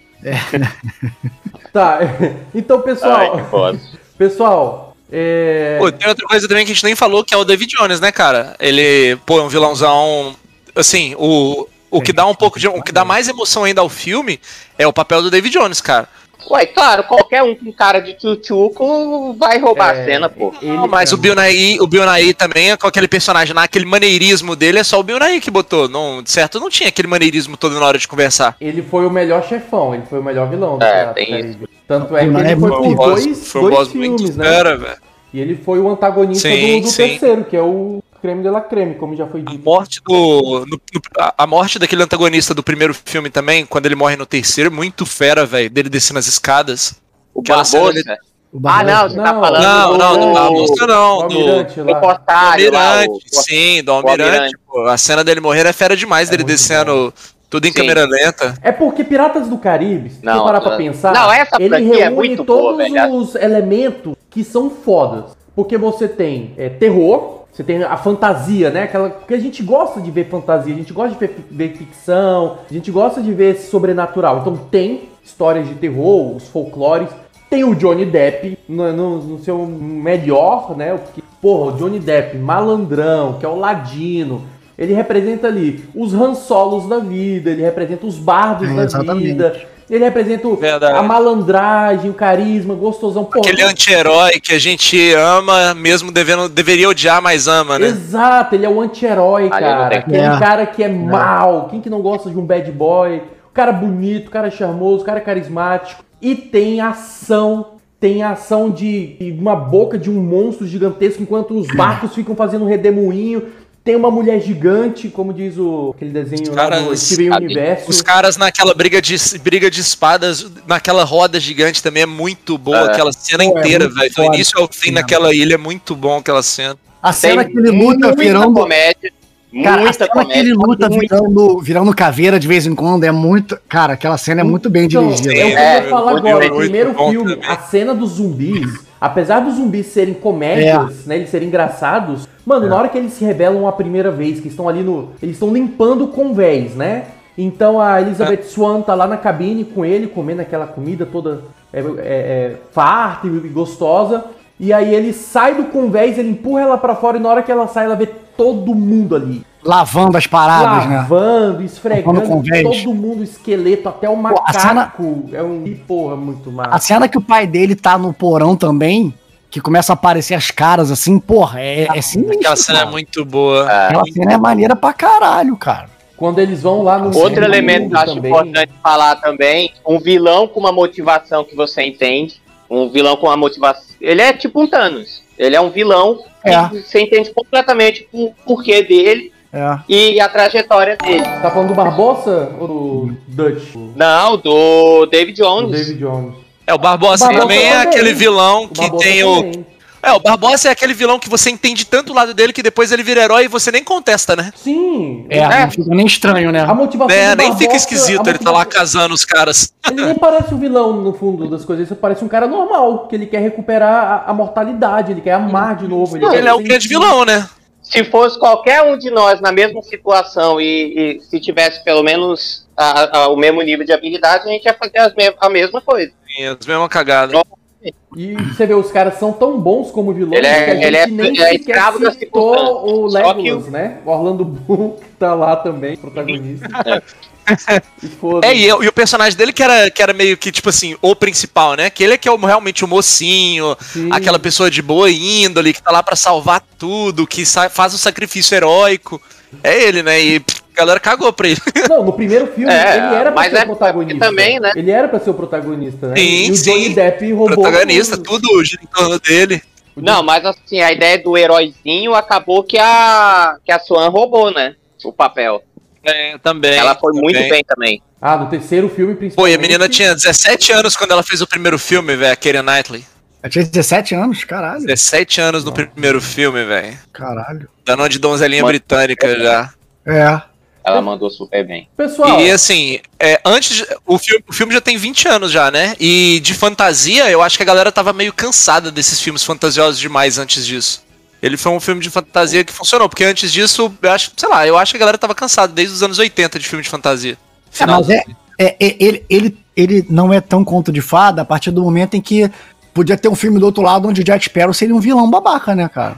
Speaker 2: Tá. Então, pessoal.
Speaker 4: Ai, que foda.
Speaker 2: Pessoal, é.
Speaker 1: Pô, tem outra coisa também que a gente nem falou, que é o David Jones, né, cara? Ele, pô, é um vilãozão. Assim, o, o que dá um pouco de. O que dá mais emoção ainda ao filme é o papel do David Jones, cara.
Speaker 4: Ué, claro, qualquer um com cara de tchutchuco vai roubar
Speaker 2: É.
Speaker 4: a cena, pô.
Speaker 2: Ele,
Speaker 1: Não, mas o Bill Nighy, o Bill Nighy também, com aquele personagem lá, aquele maneirismo dele, é só o Bill Nighy que botou. Não, de certo, não tinha aquele maneirismo todo na hora de conversar.
Speaker 2: ele foi o melhor chefão, ele foi o melhor vilão do
Speaker 4: É,
Speaker 2: Piratas
Speaker 4: tem
Speaker 2: do Caribe. Tanto é que
Speaker 3: Não,
Speaker 2: ele
Speaker 3: é
Speaker 2: foi por
Speaker 3: bom.
Speaker 2: dois,
Speaker 1: foi um
Speaker 2: dois
Speaker 1: boss muito
Speaker 2: filmes, né?
Speaker 1: fera, velho.
Speaker 2: E ele foi o antagonista
Speaker 1: Sim,
Speaker 2: do, do
Speaker 1: sim.
Speaker 2: terceiro, que é o Creme de la Creme, como já foi
Speaker 1: A
Speaker 2: dito.
Speaker 1: morte do. no- no- a a morte daquele antagonista do primeiro filme também, quando ele morre no terceiro, é muito fera, velho. Dele descendo as escadas.
Speaker 4: O
Speaker 1: Aquela cena
Speaker 4: Barbosa.
Speaker 1: ali-
Speaker 3: O
Speaker 4: Ah,
Speaker 3: Barbosa.
Speaker 4: não, você tá
Speaker 2: Não,
Speaker 4: falando
Speaker 1: Não,
Speaker 4: do,
Speaker 1: não, do
Speaker 4: do,
Speaker 1: Barbosa
Speaker 2: O
Speaker 1: não, do.
Speaker 2: Almirante
Speaker 4: do
Speaker 2: lá.
Speaker 4: Corsário Ah, lá,
Speaker 1: Almirante,
Speaker 4: o-
Speaker 1: sim, do Almirante.
Speaker 4: Almirante.
Speaker 1: pô. a cena dele morrer é fera demais, dele
Speaker 2: muito
Speaker 1: descendo tudo em
Speaker 4: Sim.
Speaker 1: câmera lenta.
Speaker 2: É porque Piratas do Caribe, se
Speaker 4: Não,
Speaker 2: você parar pra
Speaker 4: não.
Speaker 2: pensar,
Speaker 4: Não, essa
Speaker 2: ele
Speaker 4: franquia
Speaker 2: reúne
Speaker 4: é muito boa,
Speaker 2: todos
Speaker 4: velho.
Speaker 2: os elementos que são fodas. Porque você tem é, terror, você tem a fantasia, né? Aquela que a gente gosta de ver fantasia, a gente gosta de ver, fi- ver ficção, a gente gosta de ver sobrenatural. Então tem histórias de terror, os folclores. Tem o Johnny Depp no, no- no seu melhor, né? Porque, porra, o Johnny Depp, malandrão, que é o ladino. Ele representa ali os ransolos da vida, ele representa os bardos
Speaker 3: É,
Speaker 2: da
Speaker 3: exatamente.
Speaker 2: vida, ele representa o-
Speaker 1: Verdade.
Speaker 2: a malandragem, o carisma, gostosão. Porra,
Speaker 1: Aquele anti-herói que a gente ama, mesmo devendo, deveria odiar, mas ama, né?
Speaker 2: Exato, ele é o anti-herói,
Speaker 4: Ali não
Speaker 2: cara.
Speaker 4: tem
Speaker 2: Aquele
Speaker 3: como.
Speaker 2: cara que é mal. Quem que não gosta de um bad boy? O cara bonito, o cara charmoso, o cara carismático. E tem ação. Tem ação de de uma boca de um monstro gigantesco enquanto os barcos ficam fazendo um redemoinho. Tem uma mulher gigante, como diz o aquele desenho lá
Speaker 1: Cara,
Speaker 2: do
Speaker 1: os-
Speaker 2: Steven
Speaker 4: sabe,
Speaker 2: Universo.
Speaker 1: Os caras naquela briga de, briga de espadas, naquela roda gigante também é muito boa,
Speaker 4: É.
Speaker 1: aquela cena
Speaker 3: Pô, é
Speaker 1: inteira,
Speaker 3: muito
Speaker 1: velho. Do
Speaker 3: foda.
Speaker 1: início ao fim naquela ilha é muito bom aquela cena.
Speaker 3: A
Speaker 4: Tem
Speaker 3: cena que ele luta
Speaker 4: muita
Speaker 3: virando.
Speaker 4: comédia.
Speaker 3: Cara, a
Speaker 4: muita
Speaker 3: cena
Speaker 4: comédia.
Speaker 3: que ele luta
Speaker 4: muita.
Speaker 3: virando, virando caveira de vez em quando é muito. Cara, aquela cena é muito bem
Speaker 2: Então,
Speaker 3: dirigida. né?
Speaker 2: É o que
Speaker 4: É,
Speaker 2: eu ia falar
Speaker 1: muito
Speaker 2: agora. O
Speaker 1: bom,
Speaker 2: primeiro
Speaker 1: muito bom
Speaker 2: filme,
Speaker 1: também.
Speaker 2: a cena dos zumbis, apesar dos zumbis serem comédias, né? Eles serem engraçados, mano, na hora que eles se rebelam a primeira vez, que estão ali no. Eles estão limpando o convés, né? Então a
Speaker 1: É.
Speaker 2: Elizabeth Swan tá lá na cabine com ele, comendo aquela comida toda é, é, é, farta e gostosa. E aí ele sai do convés, ele empurra ela pra fora e na hora que ela sai, ela vê todo mundo ali
Speaker 3: Lavando as paradas, né?
Speaker 2: lavando, esfregando
Speaker 3: Lavando convés.
Speaker 2: todo mundo, esqueleto, até o
Speaker 3: a cena-
Speaker 2: macaco. É um. Ih, porra, muito
Speaker 3: A
Speaker 2: massa.
Speaker 3: cena que o pai dele tá no porão também, que começa a aparecer as caras assim, porra, é,
Speaker 4: Tá
Speaker 3: é sinistro,
Speaker 1: Aquela cena
Speaker 3: cara.
Speaker 1: é muito boa.
Speaker 3: Aquela cena é maneira pra caralho, cara.
Speaker 2: Quando eles vão lá no.
Speaker 4: Outro
Speaker 2: segundo
Speaker 4: elemento que
Speaker 2: mundo
Speaker 4: eu acho
Speaker 2: também,
Speaker 4: importante falar também, um vilão com uma motivação que você entende, um vilão com uma motivação, ele é tipo um Thanos, ele é um vilão que
Speaker 3: É.
Speaker 4: você entende completamente o porquê dele
Speaker 3: É.
Speaker 4: e a trajetória dele.
Speaker 2: Tá falando do Barbosa ou do Dutch?
Speaker 4: Não, do David
Speaker 2: Do
Speaker 4: Jones.
Speaker 2: David Jones.
Speaker 1: É, o Barbosa
Speaker 2: O Barbosa
Speaker 1: também é
Speaker 2: também.
Speaker 1: aquele vilão
Speaker 2: O
Speaker 1: que
Speaker 2: Barbosa
Speaker 1: tem o.
Speaker 2: também.
Speaker 1: É, o Barbosa é aquele vilão que você entende tanto o lado dele que depois ele vira herói e você nem contesta, né?
Speaker 2: Sim.
Speaker 3: É, não fica nem estranho, né?
Speaker 4: Tá
Speaker 2: A motivação
Speaker 1: É,
Speaker 2: do
Speaker 1: nem
Speaker 2: Barbosa-
Speaker 1: fica esquisito
Speaker 2: a
Speaker 1: ele tá lá
Speaker 2: motivação-
Speaker 1: casando os caras.
Speaker 2: Ele nem parece um vilão no fundo das coisas, ele parece um cara normal, que ele quer recuperar a, a mortalidade, ele quer amar de novo. quer
Speaker 1: Ele é o
Speaker 2: ser-
Speaker 1: grande vilão, né?
Speaker 4: Se fosse qualquer um de nós na mesma situação e, e se tivesse pelo menos a- a- o mesmo nível de habilidade, a gente ia fazer as me- a mesma coisa.
Speaker 1: Sim, As mesma cagada.
Speaker 2: E você vê, os caras são tão bons como vilões
Speaker 4: Ele é-
Speaker 2: que a gente
Speaker 4: ele é-
Speaker 2: nem
Speaker 4: é
Speaker 2: sequer
Speaker 4: escravo da circunstância.
Speaker 2: citou o
Speaker 4: Só
Speaker 2: Legolas, né? O Orlando Bloom que tá lá também, protagonista. E foda-se.
Speaker 1: É, e, eu- e o personagem dele que era, que era meio que, tipo assim, o principal, né? Que ele é que é o- realmente o mocinho,
Speaker 2: Sim.
Speaker 1: aquela pessoa de boa índole, que tá lá pra salvar tudo, que sa- faz o sacrifício heróico. É ele, né? E pff, a galera cagou pra ele.
Speaker 2: Não, no primeiro filme
Speaker 4: É,
Speaker 2: ele era pra
Speaker 4: mas
Speaker 2: ser
Speaker 4: é
Speaker 2: o protagonista.
Speaker 4: porque também, né?
Speaker 2: Ele era pra ser o protagonista, né?
Speaker 1: Sim,
Speaker 2: e o
Speaker 1: sim.
Speaker 2: Johnny Depp roubou.
Speaker 1: Protagonista,
Speaker 2: o-
Speaker 1: tudo gira em torno dele.
Speaker 2: o
Speaker 4: Não, mas assim, a ideia do heróizinho acabou que a, que a Swan roubou, né? O papel.
Speaker 1: É, também.
Speaker 4: Ela foi muito bem também.
Speaker 2: Ah, no terceiro filme
Speaker 1: Pô,
Speaker 2: principalmente.
Speaker 1: e a menina tinha 17 anos quando ela fez o primeiro filme, velho, a Keira Knightley.
Speaker 3: Eu É, tinha 17 anos? Caralho.
Speaker 1: 17 anos no primeiro filme, velho.
Speaker 3: Caralho.
Speaker 1: Da nome de donzelinha
Speaker 4: Mas-
Speaker 1: britânica já.
Speaker 3: É.
Speaker 4: Ela mandou super bem.
Speaker 2: Pessoal,
Speaker 1: E assim, é, antes. de- O filme, o filme já tem 20 anos já, né? E de fantasia, eu acho que a galera tava meio cansada desses filmes fantasiosos demais antes disso. Ele foi um filme de fantasia que funcionou, porque antes disso, eu acho, sei lá, eu acho que a galera tava cansada desde os anos 80 de filme de fantasia.
Speaker 3: É,
Speaker 1: Final.
Speaker 3: mas é, é- é- ele, ele, ele não é tão conto de fada a partir do momento em que podia ter um filme do outro lado onde o Jack Sparrow seria um vilão babaca, né, cara?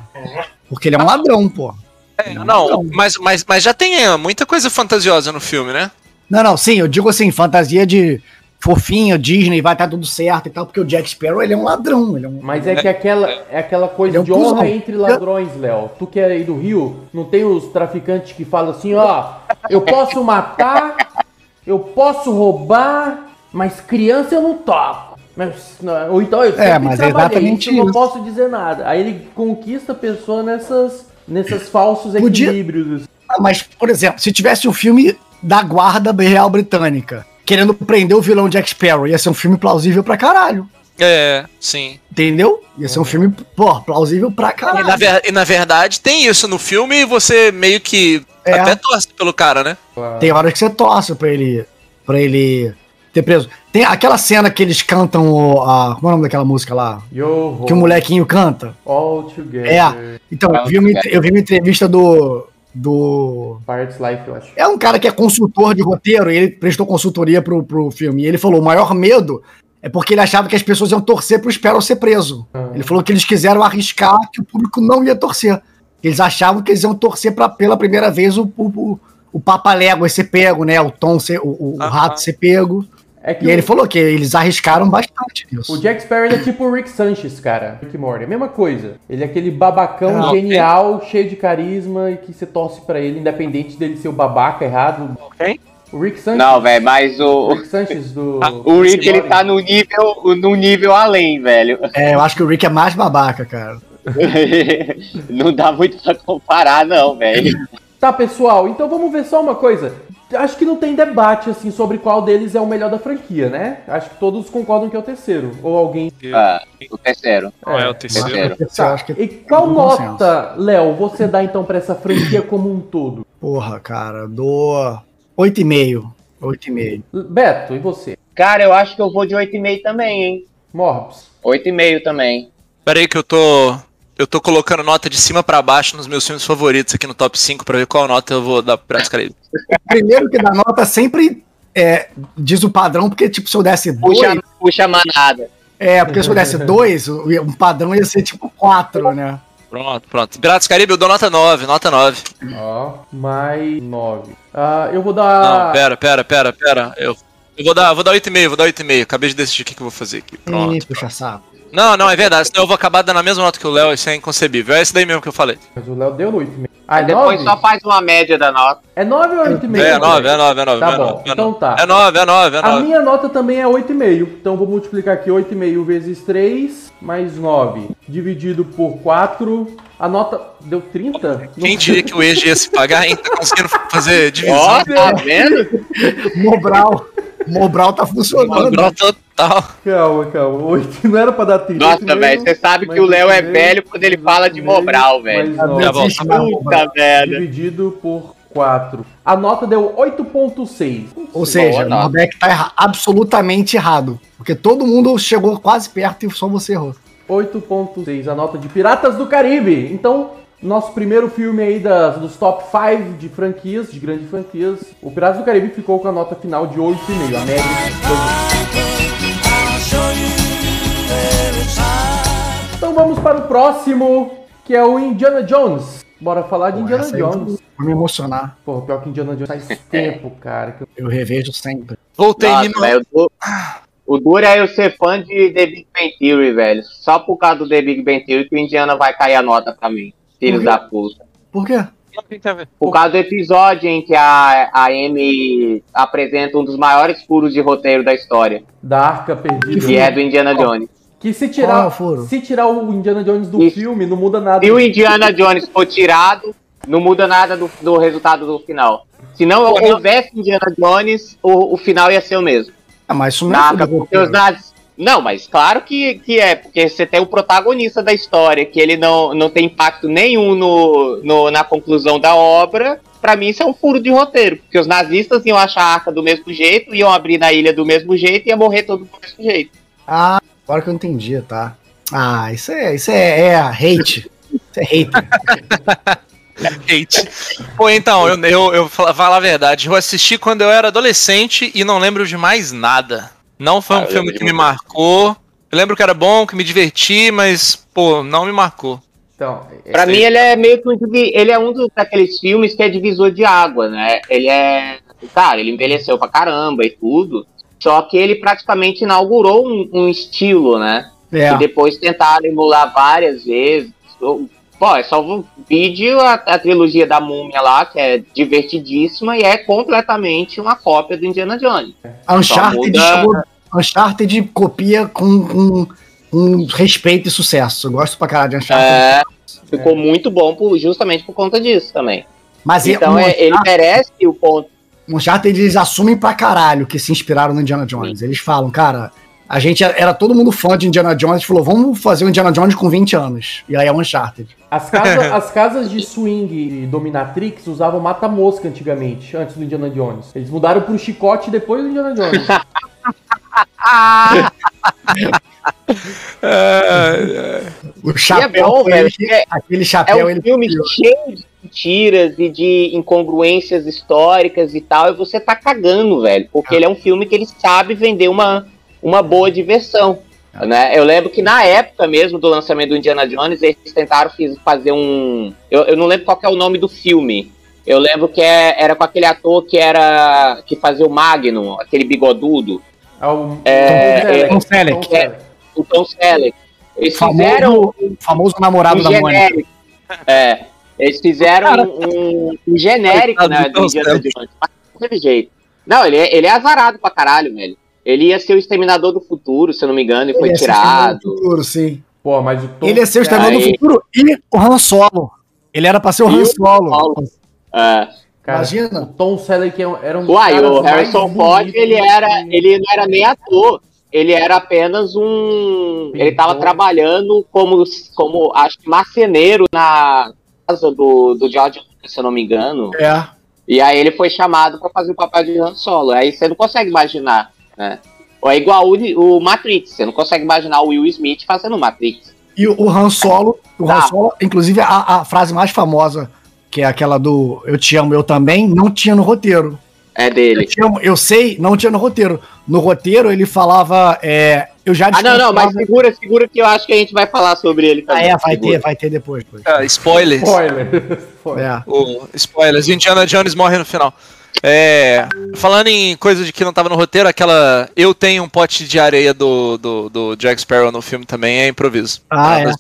Speaker 3: Porque ele é um ladrão, pô.
Speaker 1: É, não, mas, mas, mas já tem é, muita coisa fantasiosa no filme, né?
Speaker 3: Não, não, sim, eu digo assim, fantasia de fofinho, Disney, vai estar tudo certo e tal, porque o Jack Sparrow, ele é um ladrão, ele é um...
Speaker 2: Mas é que aquela, é aquela
Speaker 3: Ele é
Speaker 2: coisa
Speaker 3: um
Speaker 2: de
Speaker 3: cuzão.
Speaker 2: honra entre ladrões, Léo. Tu que é aí do Rio, não tem os traficantes que falam assim, ó, eu posso matar, eu posso roubar, mas criança eu não toco. Mas, não, ou então eu sempre
Speaker 3: É, mas é
Speaker 2: trabalhei,
Speaker 3: exatamente
Speaker 2: isso eu não
Speaker 3: isso.
Speaker 2: posso dizer nada. Aí ele conquista a pessoa nessas, nesses falsos
Speaker 3: Podia-
Speaker 2: equilíbrios.
Speaker 3: Ah, Mas, por exemplo, se tivesse um filme da guarda real britânica, querendo prender o vilão Jack Sparrow, ia ser um filme plausível pra caralho,
Speaker 1: É, sim.
Speaker 3: entendeu? Ia ser um filme, pô, plausível pra
Speaker 1: E na,
Speaker 3: caralho.
Speaker 1: ver- e na verdade tem isso no filme e você meio que
Speaker 3: É.
Speaker 1: até torce pelo cara, né?
Speaker 3: Tem horas que você torce pra ele, pra ele ter preso. Tem aquela cena que eles cantam o- a, como é o nome daquela música lá?
Speaker 2: Yo,
Speaker 3: Que o molequinho canta.
Speaker 2: all together.
Speaker 3: É. Então, eu vi uma, entre- eu vi uma entrevista do, do.
Speaker 2: Pirates Life, eu acho.
Speaker 3: É um cara que é consultor de roteiro, e ele prestou consultoria pro, pro filme. E ele falou: o maior medo é porque ele achava que as pessoas iam torcer pro Sparrow ser preso. Ele falou que eles quiseram arriscar que o público não ia torcer. Eles achavam que eles iam torcer pra, pela primeira vez o, o, o, o Papa Légua ser pego, né? O Tom ser, o, o- o
Speaker 1: Aham.
Speaker 3: rato ser pego.
Speaker 2: É que
Speaker 3: E ele
Speaker 2: o-
Speaker 3: falou que eles arriscaram bastante
Speaker 2: O
Speaker 3: nisso.
Speaker 2: Jack Sparrow ele é tipo o Rick Sanchez, cara. Rick e Morty, a mesma coisa. Ele é aquele babacão
Speaker 3: Ah,
Speaker 2: genial, cheio de carisma e que você torce pra ele, independente dele ser o babaca errado.
Speaker 1: Quem?
Speaker 2: O Rick Sanchez.
Speaker 4: Não, velho, mas
Speaker 2: O
Speaker 4: o,
Speaker 2: Rick Sanchez do.
Speaker 4: o Rick, ele
Speaker 2: Morty.
Speaker 4: tá no nível, no nível além, velho.
Speaker 3: É, eu acho que o Rick é mais babaca, cara.
Speaker 4: não dá muito pra comparar, não, velho.
Speaker 2: Tá, pessoal, então vamos ver só uma coisa. Acho que não tem debate, assim, sobre qual deles é o melhor da franquia, né? Acho que todos concordam que é o terceiro. Ou alguém.
Speaker 4: Ah, o terceiro.
Speaker 1: Não é o terceiro.
Speaker 4: terceiro.
Speaker 3: Esse Eu
Speaker 2: Tá.
Speaker 3: acho que,
Speaker 2: E qual
Speaker 3: bom
Speaker 2: nota, Léo, você dá então pra essa franquia como um todo?
Speaker 3: porra, cara, eu dou 8,5. 8,5.
Speaker 2: Beto, e você?
Speaker 4: Cara, eu acho que eu vou de 8,5 também, hein?
Speaker 2: Morbs.
Speaker 4: 8,5 também.
Speaker 1: Pera aí que eu tô. Eu tô colocando nota de cima pra baixo nos meus filmes favoritos aqui no top 5 pra ver qual nota eu vou dar pra esse cara aí.
Speaker 3: Primeiro que dá nota sempre é, diz o padrão, porque tipo, se eu desse
Speaker 4: Puxa,
Speaker 3: 2,
Speaker 4: puxa a manada.
Speaker 3: é, porque se eu desse 2, um padrão ia ser tipo 4, né?
Speaker 1: Pronto, pronto. Piratas do Caribe, eu dou nota 9, nota 9.
Speaker 2: Ó, mais 9. Ah, eu vou dar.
Speaker 1: Não, pera, pera, pera, pera. Eu, eu vou dar, vou dar 8,5, vou dar 8,5. Acabei de decidir o que, que eu vou fazer aqui. Pronto.
Speaker 3: Ih, puxa saco.
Speaker 1: Não, não, é verdade. Senão eu vou acabar dando a mesma nota que o Léo, isso é inconcebível. É esse daí mesmo que eu falei.
Speaker 2: Mas o Léo deu 8,5. Ah, é 9?
Speaker 4: Depois só faz uma média da nota.
Speaker 2: É 9 ou 8,5?
Speaker 1: É 9, é 9, é 9.
Speaker 2: Tá
Speaker 1: é
Speaker 2: bom,
Speaker 1: 9, é
Speaker 2: então
Speaker 1: 9.
Speaker 2: tá.
Speaker 1: É 9, é 9, é
Speaker 2: A
Speaker 1: 9.
Speaker 2: minha nota também é 8,5. Então vou multiplicar aqui 8,5 vezes 3, mais 9. Dividido por 4. A nota deu 30?
Speaker 1: Quem diria que o tá
Speaker 4: é
Speaker 1: EG ia se pagar, hein? Tá conseguindo fazer divisão.
Speaker 4: Ó, tá vendo?
Speaker 3: Mobral. Mobral tá funcionando.
Speaker 1: Mobral total.
Speaker 2: Calma, calma. Oito não era pra dar 30.
Speaker 4: Nossa, velho, você sabe que o Léo é velho quando ele fala de Mobral, velho.
Speaker 1: Tá bom,
Speaker 3: Existe mais Mobral.
Speaker 4: Puta merda.
Speaker 2: Dividido por 4. A nota deu 8.6.
Speaker 3: Ou seja, o
Speaker 4: nota.
Speaker 3: Norbeck tá erra- absolutamente errado. Porque todo mundo chegou quase perto e só você errou.
Speaker 2: 8.6, a nota de Piratas do Caribe. Então, nosso primeiro filme aí das, dos top 5 de franquias, de grandes franquias. O Piratas do Caribe ficou com a nota final de 8,5. A média de 8,5.
Speaker 5: I'll show you where it's high.
Speaker 2: Então vamos para o próximo, que é o Indiana Jones. Bora falar de
Speaker 3: Pô,
Speaker 2: Indiana
Speaker 3: essa
Speaker 4: é
Speaker 3: aí
Speaker 2: Jones.
Speaker 3: Vou me emocionar.
Speaker 2: Pô, pior que Indiana Jones faz tempo, cara. que eu-
Speaker 3: Eu revejo sempre.
Speaker 1: Voltei
Speaker 4: Nossa,
Speaker 1: em
Speaker 2: né?
Speaker 1: mim.
Speaker 4: velho, o, du- o duro é eu ser fã de The Big Bang Theory, velho. Só por causa do The Big Bang Theory que o Indiana vai cair a nota pra mim. Filhos
Speaker 3: Por quê?
Speaker 4: da puta.
Speaker 3: Por quê?
Speaker 4: Por causa do episódio em que a, a Amy apresenta um dos maiores furos de roteiro da história,
Speaker 2: Da Arca Perdida.
Speaker 4: que é do Indiana Jones.
Speaker 2: Que se
Speaker 3: Qual é
Speaker 2: tirar,
Speaker 3: o furo?
Speaker 2: se tirar o Indiana Jones do
Speaker 4: Isso.
Speaker 2: filme, não muda nada.
Speaker 4: Se o Indiana Jones for tirado, não muda nada do, do resultado do final. Se não houvesse Indiana Jones, o, o final ia ser o mesmo.
Speaker 3: Ah, mas isso não é
Speaker 4: Na
Speaker 3: tudo
Speaker 4: porque
Speaker 3: roteiro.
Speaker 4: os nazis. Não, mas claro que, que é, porque você tem o protagonista da história, que ele não, não tem impacto nenhum no, no- na conclusão da obra. Pra mim, isso é um furo de roteiro, porque os nazistas iam achar a arca do mesmo jeito, iam abrir na ilha do mesmo jeito e ia morrer todo do mesmo jeito.
Speaker 3: Ah, agora que eu entendi, tá. Ah, isso é, isso é, é hate. Isso é hate.
Speaker 1: Hate. Pô, então, eu, eu, eu fal- falar a verdade. Eu assisti quando eu era adolescente e não lembro de mais nada. Não foi um
Speaker 6: Ah, eu
Speaker 1: filme
Speaker 6: lembro
Speaker 1: que
Speaker 6: de
Speaker 1: me
Speaker 6: muita
Speaker 1: marcou. Eu lembro que era bom, que me diverti, mas, pô, não me marcou.
Speaker 2: Então, é-
Speaker 4: Pra mim, ele é meio que um, divi- ele é um dos, daqueles filmes que é divisor de água, né? Ele é. Cara, ele envelheceu pra caramba e tudo. Só que ele praticamente inaugurou um- um estilo, né?
Speaker 3: É.
Speaker 4: E depois tentaram emular várias vezes. Eu- Pô, é só um vídeo a, a trilogia da múmia lá, que é divertidíssima e é completamente uma cópia do Indiana Jones.
Speaker 3: Uncharted,
Speaker 4: Só muda-
Speaker 3: chegou- Uncharted copia com, com, com respeito e sucesso. Eu gosto pra caralho de Uncharted.
Speaker 4: É, ficou muito bom por- justamente por conta disso também.
Speaker 3: Mas
Speaker 4: então
Speaker 3: é,
Speaker 4: é- ele merece o ponto.
Speaker 3: Uncharted, eles assumem pra caralho que se inspiraram no Indiana Jones. Eles falam, cara, a gente é, era, era todo mundo fã de Indiana Jones, falou, vamos fazer o Indiana Jones com 20 anos. E aí é o Uncharted.
Speaker 2: As, casa- as casas de swing e dominatrix usavam mata-mosca antigamente, antes do Indiana Jones. Eles mudaram pro chicote depois do Indiana Jones.
Speaker 3: O
Speaker 4: E é bom,
Speaker 3: chapéu,
Speaker 4: velho.
Speaker 3: ele-
Speaker 4: porque
Speaker 3: aquele
Speaker 4: É
Speaker 3: chapéu,
Speaker 4: um
Speaker 3: ele
Speaker 4: filme cheio de mentiras e de incongruências históricas e tal, e você tá cagando, velho. Porque ele é um filme que ele sabe vender uma, uma boa diversão. Né? Eu lembro que na época mesmo do lançamento do Indiana Jones, eles tentaram fiz- fazer um. Eu, eu não lembro qual que é o nome do filme. Eu lembro que é- era com aquele ator que era. que fazia o Magnum, aquele bigodudo,
Speaker 2: Ah, o-
Speaker 4: É,
Speaker 2: Tom
Speaker 3: é,
Speaker 2: Selleck. Tom Selleck.
Speaker 4: o Tom Selleck. Eles
Speaker 3: Famoso-
Speaker 4: fizeram
Speaker 3: famoso namorado da Mônica.
Speaker 4: Um genérico. É. Eles fizeram um, um- um genérico, né?
Speaker 1: Coitado
Speaker 4: Do
Speaker 1: do
Speaker 4: Indiana Jones. Mas não teve jeito. Não, ele é, ele é azarado pra caralho, velho. Ele ia ser o Exterminador do Futuro, se eu não me engano, e foi
Speaker 3: Ele é seu Exterminador do
Speaker 4: tirado. Então,
Speaker 3: futuro, sim.
Speaker 2: Pô, mas o Tom
Speaker 3: Ele é seu
Speaker 2: Selleck-
Speaker 3: Exterminador do
Speaker 4: Aí.
Speaker 3: futuro e o Han Solo. Ele era pra ser o
Speaker 4: E
Speaker 3: Han
Speaker 4: o
Speaker 3: Solo.
Speaker 4: Solo. É.
Speaker 2: cara,
Speaker 3: Imagina.
Speaker 2: O Tom Selleck é um- era um dos
Speaker 4: Uai,
Speaker 2: caras
Speaker 4: o
Speaker 2: mais
Speaker 4: Harrison
Speaker 2: bonitos
Speaker 4: Ford, ele, era,
Speaker 2: que-
Speaker 4: ele não era nem ator. Ele era apenas um. Ele tava
Speaker 2: Pintor.
Speaker 4: trabalhando como, como acho que marceneiro na casa do, do George Lucas, se eu não me engano.
Speaker 3: É.
Speaker 4: E aí ele foi chamado pra fazer o papel de Han Solo. Aí você não consegue imaginar, né? Ou é igual o, o Matrix, você não consegue imaginar o Will Smith fazendo Matrix.
Speaker 3: E o Han Solo, o
Speaker 4: Tá.
Speaker 3: Han Solo, inclusive a, a frase mais famosa, que é aquela do Eu te amo, eu também, não tinha no roteiro.
Speaker 4: É
Speaker 3: Eu
Speaker 4: dele.
Speaker 3: te amo, eu sei, não tinha no roteiro. No roteiro ele falava, é, eu já
Speaker 4: Ah, não, não, mas
Speaker 3: desconfiava-
Speaker 4: segura, segura que eu acho que a gente vai falar sobre ele
Speaker 3: Ah,
Speaker 4: também.
Speaker 3: é, vai
Speaker 4: Segura. É.
Speaker 3: ter, vai ter depois. depois.
Speaker 1: Ah, spoilers.
Speaker 2: Spoiler. Spoiler.
Speaker 3: É.
Speaker 1: O- spoilers. Indiana Jones morre no final. É, falando em coisa de que não tava no roteiro, aquela Eu Tenho um Pote de Areia do, do, do Jack Sparrow no filme também é improviso.
Speaker 3: Ah, é.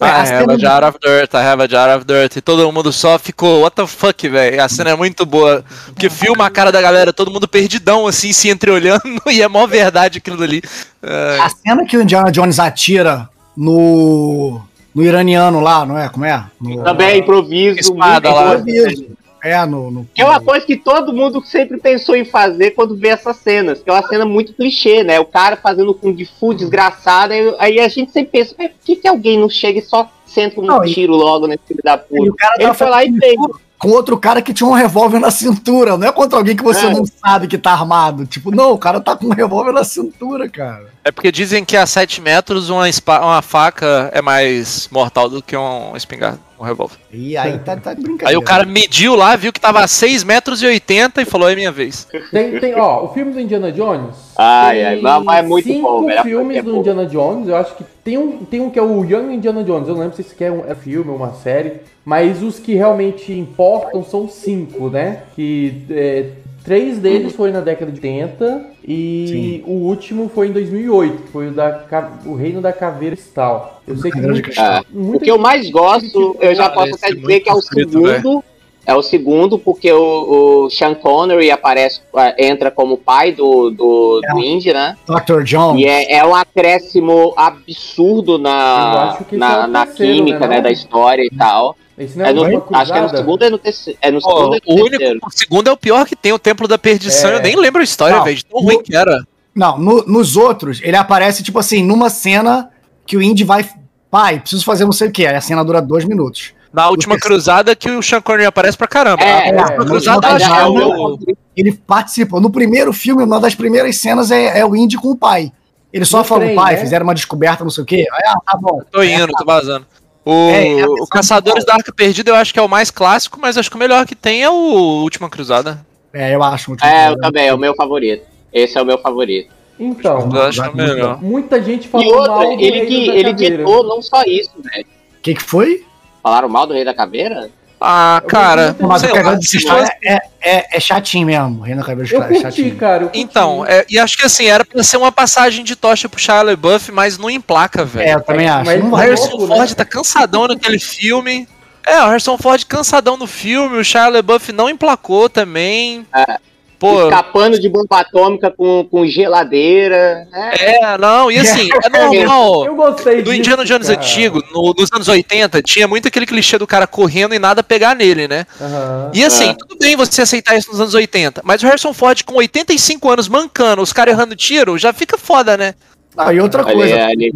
Speaker 3: É, a
Speaker 1: I have
Speaker 3: cena
Speaker 1: a
Speaker 3: do-
Speaker 1: jar of dirt, I have a jar of dirt. E todo mundo só ficou, what the fuck, velho. A cena é muito boa. Porque filma a cara da galera, todo mundo perdidão, assim, se entreolhando, e é mó verdade aquilo ali.
Speaker 4: É.
Speaker 3: A cena que o Indiana Jones atira no, no iraniano lá, não é? Como é? No,
Speaker 4: Também é improviso.
Speaker 1: Espada
Speaker 4: muito
Speaker 1: lá.
Speaker 4: improviso.
Speaker 3: pé, no. no-
Speaker 4: Que é uma coisa que todo mundo sempre pensou em fazer quando vê essas cenas, que é uma cena muito clichê, né? O cara fazendo kung fu desgraçado, aí, aí a gente sempre pensa, mas por que, que alguém não chega e só senta um
Speaker 3: Não, e-
Speaker 4: tiro logo nesse filho da
Speaker 3: E
Speaker 4: puta?
Speaker 3: o cara
Speaker 4: Ele
Speaker 3: tava
Speaker 4: foi lá e
Speaker 3: fazendo
Speaker 4: fez.
Speaker 3: isso tá Com outro cara que tinha um revólver na cintura. Não é contra alguém que você
Speaker 4: É.
Speaker 3: não sabe que tá armado. Tipo, não, o cara tá com um revólver na cintura, cara.
Speaker 1: É porque dizem que a 7 metros uma, espa- uma faca é mais mortal do que um espingarda, um revólver.
Speaker 3: E aí tá, tá de brincadeira.
Speaker 1: Aí o cara mediu lá, viu que tava a 6 metros e 80 e falou, é minha vez.
Speaker 2: Tem, tem, ó, o filme do Indiana Jones.
Speaker 4: Ai,
Speaker 2: tem
Speaker 4: ai, mas- mas é muito
Speaker 2: cinco
Speaker 4: bom, velho.
Speaker 2: filmes
Speaker 4: É
Speaker 2: do
Speaker 4: bom.
Speaker 2: Indiana Jones. Eu acho que tem um, tem um que é o Young Indiana Jones. Eu não lembro se isso aqui é um é filme ou uma série. Mas os que realmente importam são cinco, né? Que é, três deles foram na década de 80 e o último foi em 2008, que foi o da ca- o Reino da Caveira Cristal. Eu sei que
Speaker 3: Grande
Speaker 2: muito,
Speaker 3: questão.
Speaker 4: O
Speaker 2: muito
Speaker 4: que É. eu mais gosto, eu já
Speaker 1: Cara,
Speaker 4: posso
Speaker 1: esse
Speaker 4: até
Speaker 1: é
Speaker 4: dizer
Speaker 1: muito
Speaker 4: que é o
Speaker 1: escrito,
Speaker 4: segundo. É o segundo, porque o, o Sean Connery aparece, ah, entra como pai do, do, do
Speaker 2: É.
Speaker 4: Indy, né?
Speaker 3: Dr. John.
Speaker 4: E é, é um acréscimo absurdo
Speaker 2: Eu
Speaker 4: na,
Speaker 2: acho que esse é
Speaker 4: na,
Speaker 2: o
Speaker 4: na
Speaker 2: terceiro,
Speaker 4: química,
Speaker 2: né,
Speaker 4: né,
Speaker 2: não?
Speaker 4: da história e tal.
Speaker 2: Esse não é,
Speaker 4: É no,
Speaker 2: uma
Speaker 4: acho que é no
Speaker 2: cruzada?
Speaker 4: segundo e no terceiro. É no
Speaker 1: Pô,
Speaker 4: segundo e
Speaker 1: o
Speaker 4: no
Speaker 1: único,
Speaker 4: terceiro.
Speaker 1: o segundo é o pior que tem, o Templo da Perdição.
Speaker 2: É.
Speaker 1: Eu nem lembro a história,
Speaker 3: Não,
Speaker 1: velho, de tão ruim que era.
Speaker 3: Não, no- nos outros, ele aparece, tipo assim, numa cena que o Indy vai. Pai, preciso fazer não sei o que. Aí a cena dura dois minutos.
Speaker 1: Na última
Speaker 3: terceiro.
Speaker 1: cruzada que o Sean Connery aparece pra caramba.
Speaker 4: É,
Speaker 1: a
Speaker 3: é,
Speaker 1: última
Speaker 3: no
Speaker 1: cruzada eu
Speaker 3: último
Speaker 1: acho que é
Speaker 3: cruzada,
Speaker 1: o-
Speaker 3: Ele participa. No primeiro filme, uma das primeiras cenas é, é o Indy com o pai. Ele só
Speaker 2: No
Speaker 3: fala,
Speaker 2: trem,
Speaker 3: pai,
Speaker 2: né?
Speaker 3: fizeram uma descoberta, não sei o quê. Aí, ah, tá bom.
Speaker 1: Tô indo, tô vazando. O,
Speaker 3: É, é a
Speaker 1: o
Speaker 3: versão
Speaker 1: Caçadores da Arca Perdida eu acho que é o mais clássico, mas acho que o melhor que tem é o Última Cruzada.
Speaker 3: É, eu acho. um tipo
Speaker 4: É, eu
Speaker 3: de-
Speaker 4: também, é o meu favorito. Esse é o meu favorito.
Speaker 2: Então,
Speaker 1: Eu acho que é o
Speaker 3: Cruzada,
Speaker 1: melhor.
Speaker 2: muita gente falou
Speaker 4: E outra,
Speaker 2: mal do
Speaker 4: ele,
Speaker 2: Reino
Speaker 4: que,
Speaker 2: da
Speaker 4: ele
Speaker 2: Caveira.
Speaker 4: ditou não só isso, né? velho.
Speaker 3: O que, que foi?
Speaker 4: Falaram mal do Rei da Caveira?
Speaker 1: Ah, cara,
Speaker 3: Mas
Speaker 1: sei
Speaker 3: o que
Speaker 1: lá,
Speaker 3: agora
Speaker 1: se
Speaker 3: disse,
Speaker 1: fosse-
Speaker 3: é, é, é chatinho mesmo. Reino da Cabeça
Speaker 2: assim.
Speaker 3: de
Speaker 2: Eu
Speaker 3: Cara, é
Speaker 2: curti,
Speaker 3: chatinho.
Speaker 2: cara. eu curti.
Speaker 1: Então, é, e acho que assim, era pra ser uma passagem de tocha pro Shia LaBeouf, mas não emplaca, velho.
Speaker 3: É, eu também acho.
Speaker 2: Mas-
Speaker 3: não
Speaker 1: O
Speaker 3: vai.
Speaker 2: mas-
Speaker 1: Harrison
Speaker 2: louco, né?
Speaker 1: Ford tá cansadão naquele filme. É, o Harrison Ford cansadão no filme, o Shia LaBeouf não emplacou também.
Speaker 2: É.
Speaker 1: Pô,
Speaker 4: Escapando de bomba atômica com, com geladeira. né?
Speaker 1: é, não, e assim, é normal.
Speaker 2: Eu gostei
Speaker 1: Do
Speaker 2: disso,
Speaker 1: Indiana Jones
Speaker 2: cara.
Speaker 1: antigo, no- nos anos 80, tinha muito aquele clichê do cara correndo e nada pegar nele, né?
Speaker 2: Aham.
Speaker 1: E assim,
Speaker 4: É.
Speaker 1: tudo bem você aceitar isso nos anos 80, mas o Harrison Ford com 85 anos mancando, os caras errando tiro, já fica foda, né?
Speaker 3: Não, e outra
Speaker 4: Ele,
Speaker 3: coisa,
Speaker 4: é- ele,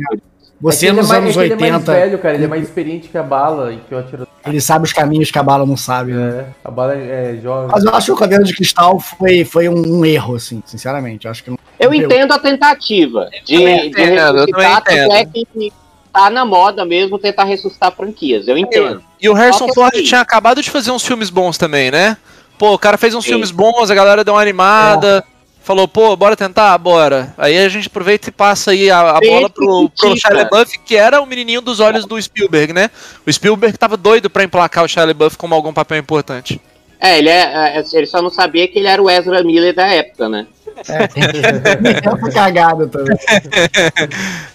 Speaker 3: você
Speaker 2: É que ele é
Speaker 3: nos
Speaker 2: mais-
Speaker 3: anos
Speaker 2: é que Ele é mais
Speaker 3: 80,
Speaker 2: velho, cara. Ele é mais experiente que a bala e que o atirador.
Speaker 3: ele sabe os caminhos que a bala não sabe, né?
Speaker 2: É, a bala é jovem.
Speaker 3: Mas eu acho que o Caveira de Cristal foi, foi um, um erro, assim, sinceramente. Eu acho que não.
Speaker 4: Eu
Speaker 3: Entendeu?
Speaker 4: entendo a tentativa de,
Speaker 1: também
Speaker 4: de
Speaker 1: entendo, eu
Speaker 4: ressuscitar,
Speaker 1: também
Speaker 4: tanto é que tá na moda mesmo tentar ressuscitar franquias, eu entendo.
Speaker 1: E o
Speaker 4: Só
Speaker 1: Harrison
Speaker 4: que
Speaker 1: Ford
Speaker 4: assim-
Speaker 1: tinha acabado de fazer uns filmes bons também, né? Pô, o cara fez uns
Speaker 4: Sim. É.
Speaker 1: filmes bons, a galera deu uma animada, falou, pô, bora tentar? Bora. Aí a gente aproveita e passa aí a, a
Speaker 4: Sim,
Speaker 1: bola pro, pro
Speaker 4: critica.
Speaker 1: Shia LaBeouf, que era o menininho dos olhos do Spielberg, né? O Spielberg tava doido pra emplacar o Shia LaBeouf como algum papel importante.
Speaker 4: É, ele, é, é, ele só não sabia que ele era o Ezra Miller da época, né?
Speaker 3: É, tem essa cagada também.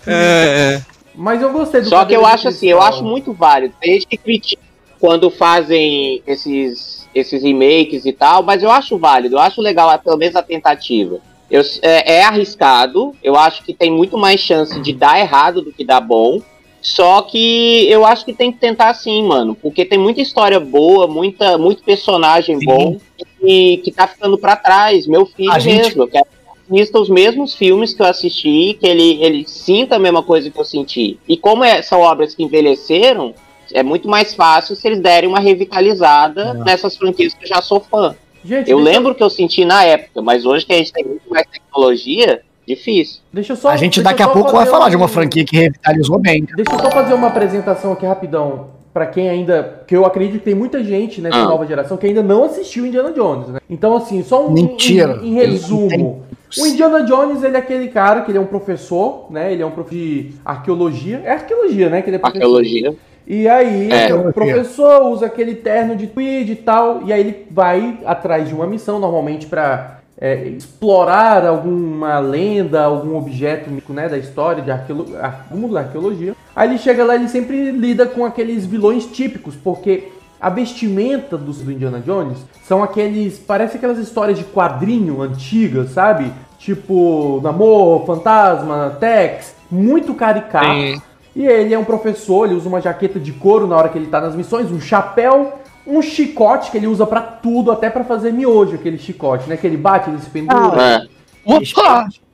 Speaker 1: É, é.
Speaker 2: Mas eu gostei do
Speaker 4: Só que
Speaker 2: Caveira
Speaker 4: eu
Speaker 2: de
Speaker 4: acho assim, eu
Speaker 2: Cristal.
Speaker 4: acho muito válido. Tem gente que critica quando fazem esses, esses remakes e tal, mas eu acho válido, eu acho legal ah, pelo menos a tentativa. Eu s- é, é arriscado, eu acho que tem muito mais chance de dar errado do que dar bom. Só que eu acho que tem que tentar sim, mano. Porque tem muita história boa, muita, muito personagem
Speaker 3: Sim.
Speaker 4: bom e que tá ficando pra trás. Meu filho
Speaker 3: A
Speaker 4: mesmo.
Speaker 3: gente-
Speaker 4: Eu quero que assista os mesmos filmes que eu assisti, que ele, ele sinta a mesma coisa que eu senti. E como é- são obras que envelheceram, é muito mais fácil se eles derem uma revitalizada
Speaker 3: Ah.
Speaker 4: nessas franquias que eu já sou fã.
Speaker 2: Gente,
Speaker 4: Eu
Speaker 2: deixa-
Speaker 4: lembro o que eu senti na época, mas hoje que a gente tem muito mais tecnologia, difícil.
Speaker 2: Deixa eu só.
Speaker 3: A gente
Speaker 2: deixa
Speaker 3: daqui
Speaker 2: eu
Speaker 3: a
Speaker 2: só
Speaker 3: pouco vai
Speaker 2: fazer
Speaker 3: falar de
Speaker 2: um-
Speaker 3: uma franquia que revitalizou bem.
Speaker 2: Deixa eu só fazer uma apresentação aqui rapidão. Pra quem ainda. Que eu acredito que tem muita gente nessa
Speaker 4: Ah.
Speaker 2: nova geração que ainda não assistiu Indiana Jones, né? Então, assim, só um.
Speaker 3: Mentira.
Speaker 2: Em, em resumo. O
Speaker 3: Tem-
Speaker 2: Indiana Jones, ele é aquele cara que ele é um professor, né? Ele é um professor de arqueologia. É arqueologia, né? Que ele é professor.
Speaker 4: Arqueologia.
Speaker 2: E aí,
Speaker 4: É.
Speaker 2: o professor usa aquele terno de tweed e tal, e aí ele vai atrás de uma missão, normalmente pra é, explorar alguma lenda, algum objeto mítico, né, da história, de arqueolo ar- do mundo da arqueologia. Aí ele chega lá, ele sempre lida com aqueles vilões típicos, porque a vestimenta dos, do Indiana Jones são aqueles, parece aquelas histórias de quadrinho antigas, sabe? Tipo, Namor, Fantasma, Tex, muito caricato. E ele é um professor, ele usa uma jaqueta de couro na hora que ele tá nas missões, um chapéu, um chicote que ele usa pra tudo, até pra fazer miojo, aquele chicote, né? Que ele bate, ele se pendura.
Speaker 4: É.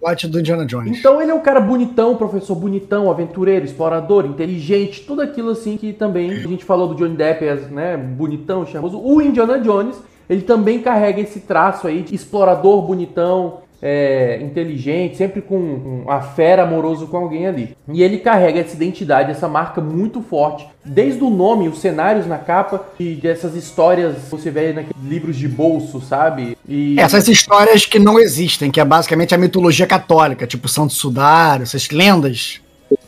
Speaker 3: Bate do Indiana Jones.
Speaker 2: Então ele é um cara bonitão, professor bonitão, aventureiro, explorador, inteligente, tudo aquilo assim que também a gente falou do Johnny Depp, as, né, bonitão, charmoso. O Indiana Jones, ele também carrega esse traço aí de explorador bonitão, é, inteligente, sempre com um afero amoroso com alguém ali. E ele carrega essa identidade, essa marca muito forte, desde o nome, os cenários na capa e dessas histórias que você vê naqueles livros de bolso, sabe? E
Speaker 3: Essas histórias que não existem, que é basicamente a mitologia católica, tipo Santo Sudário, essas lendas.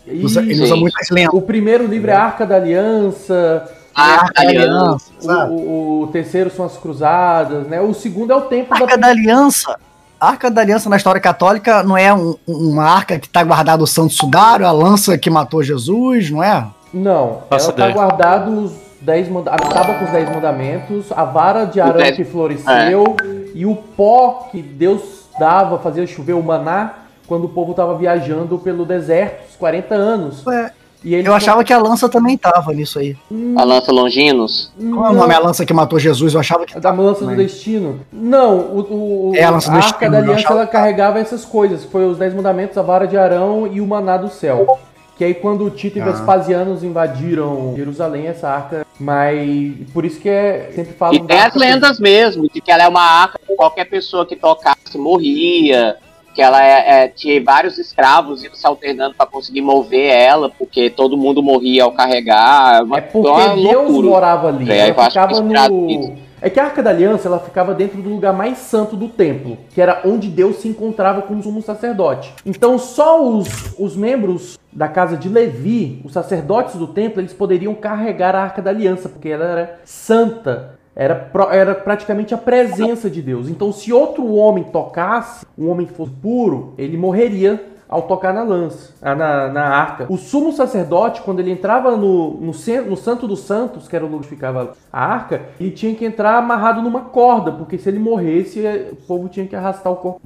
Speaker 3: Ele usa, ele
Speaker 2: Isso.
Speaker 3: usa muitas lendas.
Speaker 2: O primeiro livro é Arca da Aliança.
Speaker 4: Ah,
Speaker 3: Arca da Aliança,
Speaker 2: O-
Speaker 3: sabe?
Speaker 2: O, o terceiro são as cruzadas, né? O segundo é o tempo
Speaker 3: Arca
Speaker 2: da.
Speaker 3: da Aliança. A Arca da Aliança na história católica não é um- uma arca que tá guardada o Santo Sudário, a lança que matou Jesus, não é?
Speaker 2: Não,
Speaker 1: Faço
Speaker 2: ela tá
Speaker 1: ideia.
Speaker 2: guardado os dez manda... a tábua com os dez mandamentos, a vara de Arão
Speaker 4: dez-
Speaker 2: que floresceu e o pó que Deus dava, fazia chover o maná quando o povo tava viajando pelo deserto, os 40 anos.
Speaker 3: Ué,
Speaker 2: E ele
Speaker 3: Eu achava que a lança também tava nisso aí.
Speaker 4: A lança Longinos.
Speaker 3: Qual é o nome? A lança que matou Jesus, eu achava que.
Speaker 2: É Da lança do
Speaker 3: Mas-
Speaker 2: destino? Não, o, o-
Speaker 3: É, a lança
Speaker 2: a
Speaker 3: do
Speaker 2: arca
Speaker 3: destino,
Speaker 2: da
Speaker 3: eu
Speaker 2: aliança
Speaker 3: achava
Speaker 2: ela carregava essas coisas. Foi os Dez Mandamentos, a vara de Arão e o maná do céu. Que aí quando Tito e
Speaker 3: Ah.
Speaker 2: Vespasianos invadiram Jerusalém, essa arca. Mas por isso que é sempre falam
Speaker 4: E tem
Speaker 2: da
Speaker 4: as
Speaker 2: arca-
Speaker 4: lendas mesmo, de que ela é uma arca que qualquer pessoa que tocasse morria, que ela é, é, tinha vários escravos indo se alternando pra conseguir mover ela, porque todo mundo morria ao carregar. É uma,
Speaker 2: É porque
Speaker 4: uma
Speaker 2: Deus
Speaker 4: loucura.
Speaker 2: morava ali.
Speaker 4: É, eu
Speaker 2: ela
Speaker 4: acho
Speaker 2: ficava
Speaker 4: inspirado
Speaker 2: no.
Speaker 4: nisso.
Speaker 2: É que a Arca da Aliança ela ficava dentro do lugar mais santo do templo, que era onde Deus se encontrava com o sumo sacerdote. Então só os, os membros da casa de Levi, os sacerdotes do templo, eles poderiam carregar a Arca da Aliança, porque ela era santa. Era, pro- era praticamente a presença de Deus. Então, se outro homem tocasse, um homem que fosse puro, ele morreria ao tocar na lança, ah, na, na arca. O sumo sacerdote, quando ele entrava no, no, cen- no Santo dos Santos, que era o lugar onde ficava a arca, ele tinha que entrar amarrado numa corda, porque se ele morresse, eh, o povo tinha que arrastar o corpo.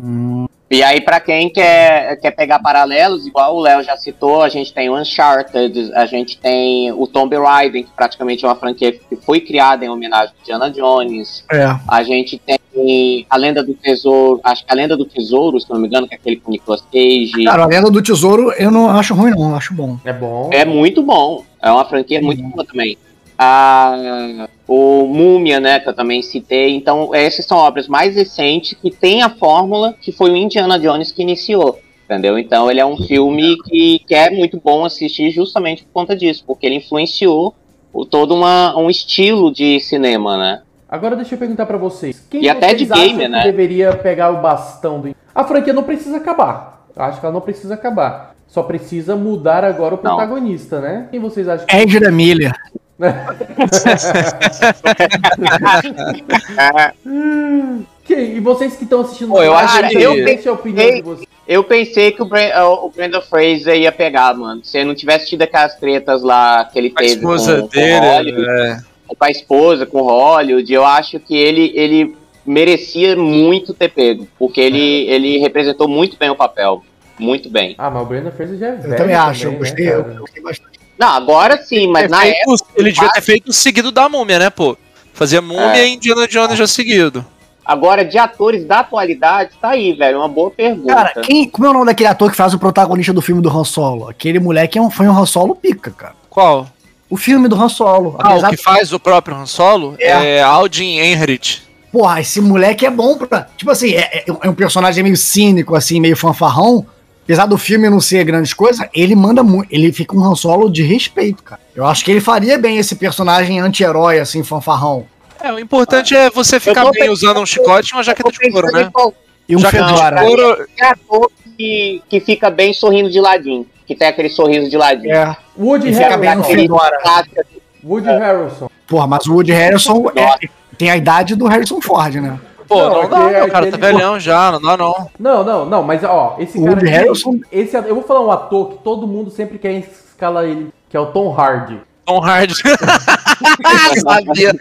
Speaker 4: E aí, pra quem quer, quer pegar paralelos, igual o Léo já citou, a gente tem o Uncharted, a gente tem o Tomb Raider, que praticamente é uma franquia que foi criada em homenagem a Indiana Jones.
Speaker 3: É.
Speaker 4: A gente tem a Lenda do Tesouro, acho que a Lenda do Tesouro, se não me engano, que é aquele com Nicolas Cage.
Speaker 3: Cara, a lenda do tesouro eu não acho ruim, não, eu acho bom.
Speaker 2: É bom.
Speaker 4: É muito bom. É uma franquia muito boa também. A, o Múmia, né, que eu também citei. Então, essas são obras mais recentes que tem a fórmula que foi o Indiana Jones que iniciou. Entendeu? Então ele é um filme que, que é muito bom assistir justamente por conta disso, porque ele influenciou o, todo uma, um estilo de cinema, né?
Speaker 2: Agora deixa eu perguntar pra vocês. Quem
Speaker 4: E até
Speaker 2: vocês
Speaker 4: de game,
Speaker 2: acham que
Speaker 4: né?
Speaker 2: deveria pegar o bastão do... A franquia não precisa acabar. Eu acho que ela não precisa acabar. Só precisa mudar agora o protagonista, né? Quem vocês acham que...
Speaker 3: Ezra Miller.
Speaker 2: Quem- E vocês que estão assistindo...
Speaker 4: É. Pô, eu acho
Speaker 2: Cara,
Speaker 4: que-
Speaker 2: eu deixo a opinião de vocês.
Speaker 4: Eu pensei que o, Bren- o Brandon Fraser ia pegar, mano. Se ele não tivesse tido aquelas tretas lá que ele
Speaker 1: A
Speaker 4: teve
Speaker 1: esposa
Speaker 4: com,
Speaker 1: dele.
Speaker 4: um com Hollywood,
Speaker 1: é.
Speaker 4: com a esposa, com o Hollywood, eu acho que ele, ele merecia muito ter pego, porque ele, ele representou muito bem o papel. Muito bem.
Speaker 2: Ah, mas o Brandon Fraser já é
Speaker 3: Eu
Speaker 2: velho
Speaker 3: também acho, eu
Speaker 2: né,
Speaker 3: gostei,
Speaker 2: cara?
Speaker 3: eu, gostei bastante.
Speaker 4: Não, agora sim, mas na é, época.
Speaker 1: Ele, devia ter feito o seguido da múmia, né, pô? Fazia múmia
Speaker 4: É.
Speaker 1: e Indiana Jones já seguido.
Speaker 4: Agora, de atores da atualidade, tá aí, velho. Uma boa pergunta.
Speaker 3: Cara, quem, como é o nome daquele ator que faz o protagonista do filme do Han Solo? Aquele moleque é um, foi um Han Solo pica, cara.
Speaker 1: Qual?
Speaker 3: O filme do Han Solo.
Speaker 1: Ah,
Speaker 3: apesar
Speaker 1: o que faz o próprio Han Solo é, Aldin Enrich.
Speaker 3: Porra, esse moleque é bom pra. Tipo assim, é, é- é um personagem meio cínico, assim, meio fanfarrão. Apesar do filme não ser grandes coisas, ele manda muito. Ele fica um Han Solo de respeito, cara. Eu acho que ele faria bem esse personagem anti-herói, assim, fanfarrão.
Speaker 1: É, o importante é você ficar
Speaker 4: tô
Speaker 1: bem
Speaker 4: pensando-
Speaker 1: usando um chicote e uma
Speaker 4: Eu tô
Speaker 1: jaqueta
Speaker 3: é
Speaker 1: de couro,
Speaker 4: pensando
Speaker 1: né?
Speaker 4: em qual-
Speaker 3: E um
Speaker 1: Jaqueta
Speaker 3: fedora.
Speaker 1: de couro.
Speaker 4: que ator que, que fica bem sorrindo de ladinho. Que tem aquele sorriso de ladinho.
Speaker 3: É,
Speaker 2: Woody
Speaker 3: e fica bem no
Speaker 2: Harrelson.
Speaker 3: fedora.
Speaker 4: Clássico, assim,
Speaker 2: Woody Harrelson.
Speaker 3: Porra, mas o Woody Harrison é- tem a idade do Harrison Ford, né?
Speaker 1: Pô,
Speaker 2: Não,
Speaker 1: não,
Speaker 2: é
Speaker 1: dá,
Speaker 2: que- é
Speaker 1: não, cara.
Speaker 2: que
Speaker 1: Tá
Speaker 2: ele-
Speaker 1: velhão já, não dá, não.
Speaker 2: Não, não, não, mas ó, esse
Speaker 3: O
Speaker 2: cara.
Speaker 3: Woody
Speaker 2: aqui,
Speaker 3: Harrelson?
Speaker 2: Esse, eu vou falar um ator que todo mundo sempre quer escalar ele, que é o Tom Hardy.
Speaker 1: Tom Hardy. um Sabia.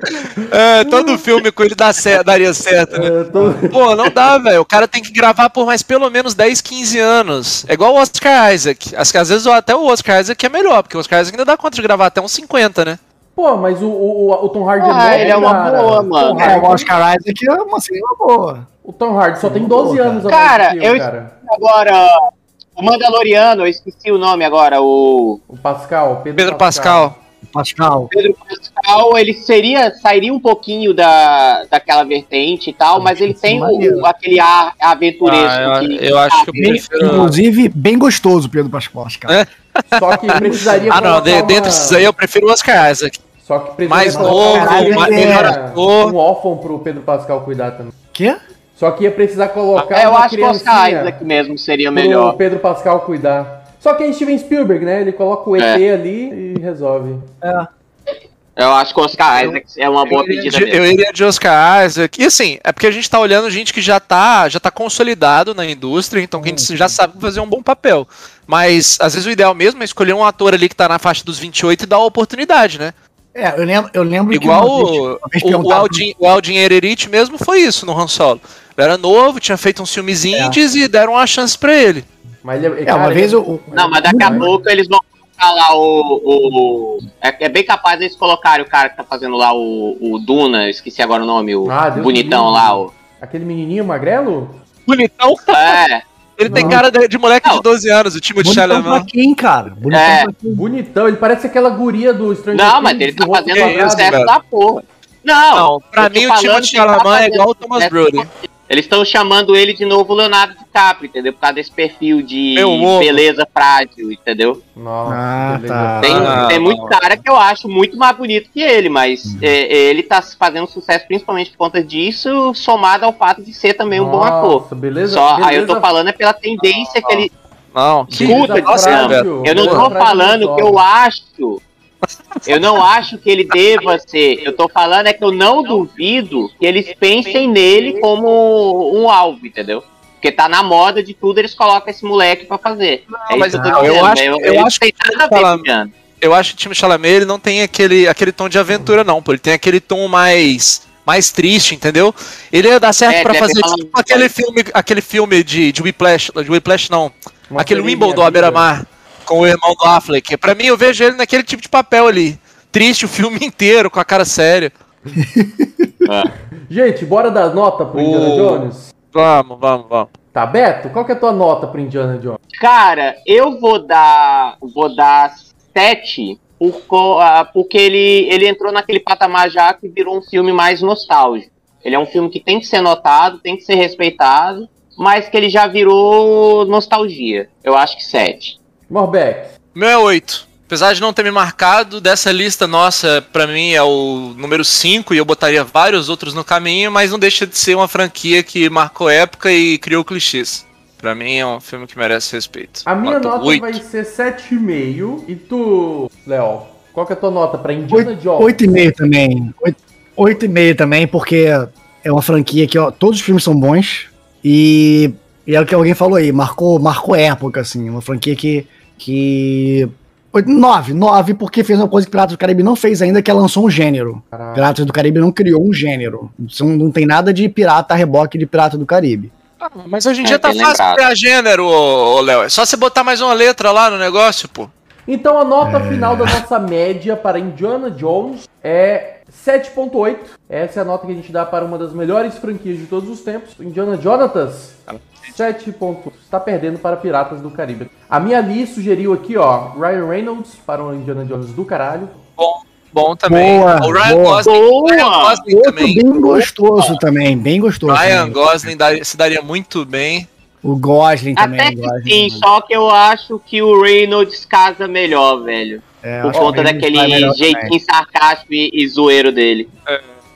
Speaker 1: É, todo filme com ele dá cer- daria certo, né?
Speaker 2: É, todo-
Speaker 1: Pô, não dá, velho. O cara tem que gravar por mais pelo menos 10, 15 anos. É igual o Oscar Isaac. Acho que às vezes até o Oscar Isaac é melhor, porque o Oscar Isaac ainda dá conta de gravar até uns 50, né?
Speaker 2: Pô, mas o, o, o Tom Hardy
Speaker 4: Ah,
Speaker 2: é novo,
Speaker 4: ele é uma
Speaker 2: cara.
Speaker 4: boa,
Speaker 2: O Tom
Speaker 4: mano.
Speaker 2: Hardy-
Speaker 3: É, o Oscar Isaac é uma cinema boa.
Speaker 2: O Tom Hardy só tem 12
Speaker 3: Pô,
Speaker 2: anos a
Speaker 4: cara.
Speaker 2: mais que
Speaker 4: Cara, eu-
Speaker 2: cara.
Speaker 4: Agora, o Mandaloriano, eu esqueci o nome agora, o
Speaker 2: O Pascal, Pedro,
Speaker 1: Pedro Pascal.
Speaker 3: Pascal.
Speaker 4: Pedro Pascal, ele seria, sairia um pouquinho da, daquela vertente e tal, mas ele tem o- o- aquele ar aventuresco.
Speaker 1: Ah, eu,
Speaker 4: que-
Speaker 1: eu acho que eu
Speaker 4: Bem-
Speaker 1: prefiro.
Speaker 3: Inclusive, bem gostoso, Pedro Pascal. cara.
Speaker 1: É?
Speaker 2: Só que precisaria
Speaker 1: Ah, não,
Speaker 2: colocar
Speaker 1: de-
Speaker 2: uma-
Speaker 1: dentro desses aí eu prefiro o Oscar Isaac.
Speaker 2: Só que precisa
Speaker 1: Mais
Speaker 2: colocar
Speaker 3: novo,
Speaker 2: uma-
Speaker 3: mais- melhor é.
Speaker 1: ator.
Speaker 2: um órfão pro Pedro Pascal cuidar também.
Speaker 3: Quê?
Speaker 2: Só que ia precisar colocar
Speaker 4: É, eu
Speaker 2: é uma
Speaker 4: acho que o Oscar
Speaker 2: criancinha
Speaker 4: Isaac mesmo seria
Speaker 2: pro
Speaker 4: melhor.
Speaker 2: Pedro Pascal cuidar. Só que é Steven Spielberg, né? Ele coloca o ET
Speaker 4: É.
Speaker 2: ali e resolve.
Speaker 4: Eu acho que o Oscar Isaac é uma boa
Speaker 1: Eu iria
Speaker 4: pedida
Speaker 1: de-
Speaker 4: mesmo.
Speaker 1: Eu iria de Oscar Isaac. E assim, é porque a gente tá olhando gente que já tá, já tá consolidado na indústria, então que a gente já sabe fazer um bom papel. Mas às vezes o ideal mesmo é escolher um ator ali que tá na faixa dos 28 e dar a oportunidade, né?
Speaker 3: É, eu lembro, eu lembro
Speaker 1: Igual
Speaker 3: uma vez-
Speaker 1: o,
Speaker 3: uma vez
Speaker 1: o, o,
Speaker 3: perguntaram-
Speaker 1: Aldin, o Aldin Ererich mesmo foi isso no Han Solo. Ele era novo, tinha feito uns filmes indies e deram uma chance pra ele.
Speaker 2: Mas ele
Speaker 3: É, uma
Speaker 2: cara,
Speaker 3: vez
Speaker 2: ele-
Speaker 3: o. o-
Speaker 4: Não, mas daqui
Speaker 2: Uhum.
Speaker 4: a pouco eles vão colocar lá o. o- é, é bem capaz eles colocarem o cara que tá fazendo lá o, o Duna, eu esqueci agora o nome, o
Speaker 2: Ah, Deus me
Speaker 4: bonitão
Speaker 2: livre.
Speaker 4: lá, o.
Speaker 2: né? Aquele menininho magrelo?
Speaker 1: Bonitão,
Speaker 4: É,
Speaker 1: ele tem
Speaker 2: Não.
Speaker 1: cara de, de moleque
Speaker 4: Não.
Speaker 1: de 12 anos, o Timothée
Speaker 3: Bonitão
Speaker 1: Chalamet.
Speaker 3: pra quem, cara? Bonitão tá
Speaker 4: É.
Speaker 3: pra quem?
Speaker 2: Bonitão, ele parece aquela guria do Stranger
Speaker 4: não,
Speaker 2: Things,
Speaker 4: mas ele tá
Speaker 2: do rosto
Speaker 4: fazendo
Speaker 1: é
Speaker 4: um
Speaker 1: isso,
Speaker 2: quadrado.
Speaker 4: sucesso
Speaker 1: velho?
Speaker 4: da porra. Não,
Speaker 1: Não, pra
Speaker 4: eu tô
Speaker 1: mim o
Speaker 4: falando
Speaker 1: Timothée
Speaker 4: que ele tá
Speaker 1: Chalamet é
Speaker 4: fazendo
Speaker 1: igual o Thomas
Speaker 4: sucesso
Speaker 1: Brody.
Speaker 4: da porra. Eles estão chamando ele de novo Leonardo DiCaprio, entendeu? Por causa desse perfil de
Speaker 1: Meu ovo.
Speaker 4: beleza frágil, entendeu?
Speaker 2: Nossa,
Speaker 3: Ah,
Speaker 2: beleza.
Speaker 3: tá.
Speaker 4: Tem, um
Speaker 1: Ah.
Speaker 4: tem muito cara que eu acho muito mais bonito que ele, mas é, ele tá fazendo sucesso principalmente por conta disso, somado ao fato de ser também um bom
Speaker 2: Nossa,
Speaker 4: ator.
Speaker 2: Beleza,
Speaker 4: Só,
Speaker 2: beleza,
Speaker 4: aí eu tô falando é pela tendência que ele.
Speaker 1: Não, que
Speaker 4: Escuta,
Speaker 2: beleza
Speaker 1: nossa, velho.
Speaker 4: Fran,
Speaker 2: frágil,
Speaker 4: Eu não
Speaker 2: beleza
Speaker 4: tô
Speaker 2: frágil
Speaker 4: falando
Speaker 2: dos
Speaker 4: que eu
Speaker 2: olhos.
Speaker 4: acho. Eu não acho que ele deva ser. Eu tô falando é que eu não duvido que eles pensem nele como um alvo, entendeu? Porque tá na moda de tudo, eles colocam esse moleque pra fazer. é
Speaker 1: mas
Speaker 4: isso que eu
Speaker 1: não,
Speaker 4: tô
Speaker 1: eu
Speaker 4: dizendo.
Speaker 1: acho-
Speaker 4: eu,
Speaker 1: eu acho
Speaker 4: que tem nada a ver
Speaker 1: falar-
Speaker 4: com o Jean.
Speaker 1: eu acho que o time Chalamet ele não tem aquele, aquele tom de aventura, não, pô. Ele tem aquele tom mais mais triste, entendeu? Ele ia dar certo
Speaker 4: É,
Speaker 1: pra
Speaker 4: deve
Speaker 1: fazer
Speaker 4: falar-
Speaker 1: tipo aquele filme, aquele filme de, de Whiplash, de Whiplash não,
Speaker 2: Uma
Speaker 1: aquele
Speaker 2: feliz
Speaker 1: Wimbledon
Speaker 2: minha
Speaker 1: à
Speaker 2: vida.
Speaker 1: beira-mar com o irmão do Affleck. Pra mim eu vejo ele naquele tipo de papel ali, triste o filme inteiro, com a cara séria.
Speaker 2: Gente, bora dar nota pro
Speaker 1: O-
Speaker 2: Indiana Jones?
Speaker 1: Vamos, vamos, vamos.
Speaker 2: Tá, Beto? Qual que é a tua nota pro Indiana Jones?
Speaker 4: Cara, eu vou dar. Vou dar 7 por, co- ah, porque ele, ele entrou naquele patamar já que virou um filme mais nostálgico. Ele é um filme que tem que ser notado, tem que ser respeitado, mas que ele já virou nostalgia. Eu acho que 7.
Speaker 2: Morbeck.
Speaker 1: Meu é 8. Apesar de não ter me marcado, dessa lista nossa, pra mim é o número 5 e eu botaria vários outros no caminho, mas não deixa de ser uma franquia que marcou época e criou clichês. Pra mim é um filme que merece respeito.
Speaker 2: A minha nota
Speaker 1: oito.
Speaker 2: vai ser 7,5. E tu, Léo? Qual que é a tua nota pra Indiana Jones?
Speaker 3: 8,5 também. Oito- oito e meio também, porque é uma franquia que ó, todos os filmes são bons. E, e é o que alguém falou aí, marcou, marcou época, assim. Uma franquia que. que... 9, 9, porque fez uma coisa que Piratas do Caribe não fez ainda, que é lançou um gênero.
Speaker 2: Caraca.
Speaker 3: Piratas do Caribe não criou um gênero. Isso não- não tem nada de pirata a reboque de Pirata do Caribe.
Speaker 1: Ah, mas hoje em
Speaker 4: É,
Speaker 1: dia tá
Speaker 4: bem
Speaker 1: fácil
Speaker 4: lembrado.
Speaker 1: criar gênero, ô ô, Léo. É só você botar mais uma letra lá no negócio, pô.
Speaker 2: Então a nota final da nossa média para Indiana Jones é 7.8. Essa é a nota que a gente dá para uma das melhores franquias de todos os tempos. Indiana Jonatas, 7.8. Está perdendo para Piratas do Caribe. A minha Li sugeriu aqui, ó, Ryan Reynolds para o Indiana Jones do caralho.
Speaker 1: Bom também.
Speaker 3: Boa,
Speaker 1: o Ryan
Speaker 3: boa.
Speaker 1: Gosling, Ryan
Speaker 4: Boa!
Speaker 1: Gosling
Speaker 3: Outro
Speaker 1: também.
Speaker 3: bem gostoso também, bem gostoso.
Speaker 1: Ryan
Speaker 3: também.
Speaker 1: Gosling dar- se daria muito bem.
Speaker 3: O Gosling também.
Speaker 4: Até
Speaker 3: o
Speaker 4: que
Speaker 3: Gosling,
Speaker 4: sim, só que eu acho que o Reynolds casa melhor, velho.
Speaker 3: é,
Speaker 4: Por
Speaker 3: acho que
Speaker 4: conta
Speaker 3: o Reynolds vai
Speaker 4: daquele
Speaker 3: melhor também.
Speaker 4: jeitinho sarcástico e, e zoeiro dele.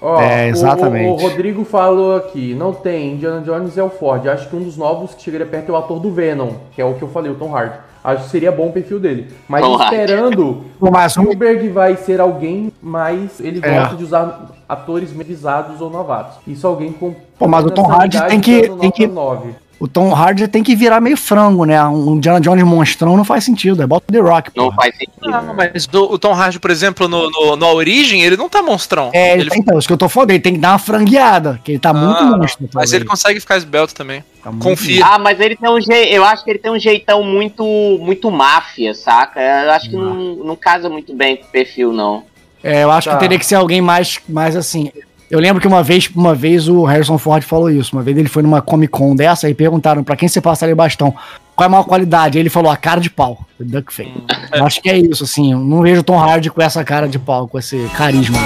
Speaker 2: Ó,
Speaker 3: É,
Speaker 2: o-
Speaker 3: exatamente.
Speaker 2: O, o Rodrigo falou aqui, não tem, Indiana Jones é o Ford. Acho que um dos novos que chegaria perto é o ator do Venom, que é o que eu falei, o Tom Hardy. Acho que seria bom o perfil dele. Mas
Speaker 4: Tom Hardy.
Speaker 2: esperando
Speaker 3: Por mais um
Speaker 2: Spielberg vai ser alguém, mas ele
Speaker 3: É.
Speaker 2: gosta de usar atores visados ou novatos. Isso alguém com.
Speaker 3: Pô, mas o Tom
Speaker 2: nessa
Speaker 3: Hardy
Speaker 2: idade
Speaker 3: tem que-
Speaker 2: dando
Speaker 3: tem
Speaker 2: nota
Speaker 3: que-
Speaker 2: nove.
Speaker 3: O Tom Hardy tem que virar meio frango, né? Um Indiana Jones monstrão não faz sentido. É bota o The Rock,
Speaker 4: Não
Speaker 3: porra.
Speaker 4: faz sentido.
Speaker 1: Não, Ah, mas do- o Tom Hardy, por exemplo, no, no, no A Origem, ele não tá monstrão.
Speaker 3: É, ele
Speaker 1: Ele
Speaker 3: tá- então, isso que eu tô falando, ele tem que dar uma frangueada, que ele tá muito
Speaker 1: Ah,
Speaker 3: monstro.
Speaker 1: Mas
Speaker 3: talvez.
Speaker 1: ele consegue ficar esbelto também.
Speaker 3: Tá muito
Speaker 1: confia.
Speaker 4: Ah, mas ele tem um jeito. Eu acho que ele tem um jeitão muito, muito máfia, saca? Eu acho que não, não casa muito bem com o perfil, não.
Speaker 3: É, eu acho
Speaker 2: Tá.
Speaker 3: que teria que ser alguém mais, mais assim. Eu lembro que uma vez, uma vez o Harrison Ford falou isso. Uma vez ele foi numa Comic Con dessa e perguntaram pra quem você passaria o bastão. Qual é a maior qualidade? Ele falou a cara de pau. do Duckface.
Speaker 1: Hum.
Speaker 3: Eu Acho que é isso, assim. Eu não vejo o Tom Hardy com essa cara de pau, com esse carisma.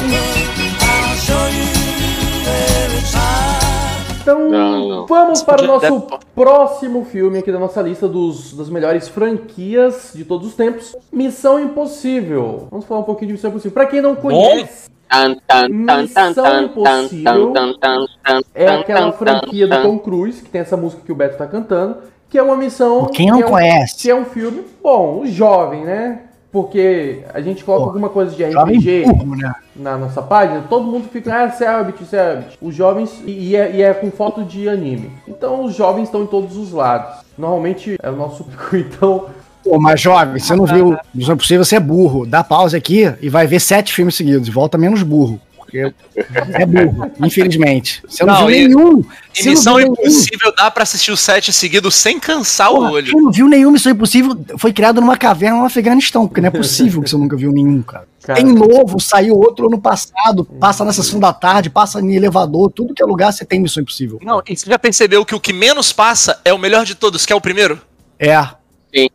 Speaker 5: I'll show you every time.
Speaker 2: Então,
Speaker 4: Não, não.
Speaker 2: vamos para o
Speaker 1: podia
Speaker 2: nosso próximo filme aqui da nossa lista dos, das melhores franquias de todos os tempos: Missão Impossível. Vamos falar um pouquinho de Missão Impossível. Pra quem não conhece,
Speaker 4: Tan, tan, tan, tan, tan, tan, tan, tan, tan, tan,
Speaker 2: é aquela
Speaker 4: tan, tan,
Speaker 2: franquia do
Speaker 4: tan.
Speaker 2: Tom Cruise, que tem essa música que o Beto tá cantando, que é uma missão.
Speaker 3: Quem não
Speaker 2: que é um-
Speaker 3: conhece?
Speaker 2: que é um filme bom, jovem, né? Porque a gente coloca
Speaker 3: Pô,
Speaker 2: alguma coisa de
Speaker 3: Jovem
Speaker 2: RPG.
Speaker 3: burro, né?
Speaker 2: na nossa página, todo mundo fica, ah, Selbit, Selbit. Os jovens, e, e é, e é com foto de anime. Então os jovens estão em todos os lados. Normalmente é o nosso público, então.
Speaker 3: Pô, mas jovem, você não viu Missão Impossível, você é burro. Dá pausa aqui e vai ver sete filmes seguidos. Volta menos burro. Porque é burro, infelizmente. Você não,
Speaker 1: Não,
Speaker 3: viu
Speaker 1: e-
Speaker 3: nenhum.
Speaker 1: E
Speaker 3: Você não
Speaker 1: Missão
Speaker 3: viu nenhum.
Speaker 1: Impossível dá pra assistir os sete seguidos sem cansar
Speaker 3: Porra,
Speaker 1: o olho.
Speaker 3: Você não viu nenhum Missão Impossível? Foi criado numa caverna no Afeganistão, porque não é possível que você nunca viu nenhum, cara.
Speaker 2: Cara,
Speaker 3: Tem novo, saiu outro ano passado, passa na sessão da tarde, passa em elevador, tudo que é lugar você tem Missão Impossível.
Speaker 1: Não, e você já percebeu que o que menos passa é o melhor de todos, que é o primeiro?
Speaker 3: É.
Speaker 4: Sim.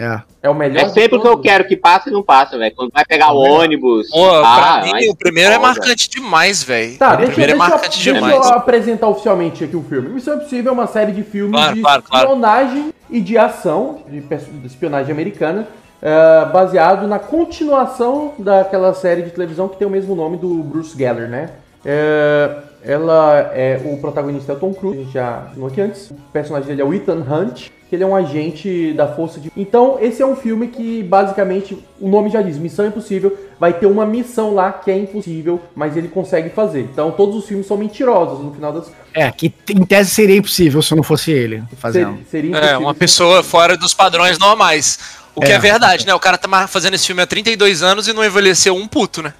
Speaker 3: É.
Speaker 2: é o melhor.
Speaker 4: É sempre
Speaker 2: de
Speaker 4: o que eu
Speaker 2: todos.
Speaker 4: quero que passe e não passa, velho. Quando vai pegar o ônibus.
Speaker 1: Pô, pra
Speaker 4: ah,
Speaker 1: mim,
Speaker 4: vai
Speaker 1: o primeiro é
Speaker 4: foda.
Speaker 1: marcante demais, velho.
Speaker 2: Tá,
Speaker 1: o
Speaker 2: deixa,
Speaker 1: primeiro
Speaker 2: deixa,
Speaker 1: é marcante
Speaker 2: deixa
Speaker 1: demais.
Speaker 2: eu apresentar oficialmente aqui o filme. Missão Impossível é uma série de filmes
Speaker 1: Claro,
Speaker 2: de
Speaker 1: claro, claro.
Speaker 2: espionagem e de ação, de perso- de espionagem americana, eh, baseado na continuação daquela série de televisão que tem o mesmo nome do Bruce Geller, né? Eh, ela é o protagonista é o Tom Cruise, a gente já falou aqui antes. O personagem dele é o Ethan Hunt, que ele é um agente da força de. Então, esse é um filme que basicamente o nome já diz, Missão Impossível, vai ter uma missão lá que é impossível, mas ele consegue fazer. Então, todos os filmes são mentirosos no final das
Speaker 3: É, que em tese seria impossível se não fosse ele fazendo.
Speaker 2: Seria, seria
Speaker 1: É,
Speaker 2: impossível.
Speaker 1: uma pessoa fora dos padrões normais. O que
Speaker 3: É.
Speaker 1: é verdade, né? O cara tá ma- fazendo esse filme há 32 anos e não envelheceu um puto, né?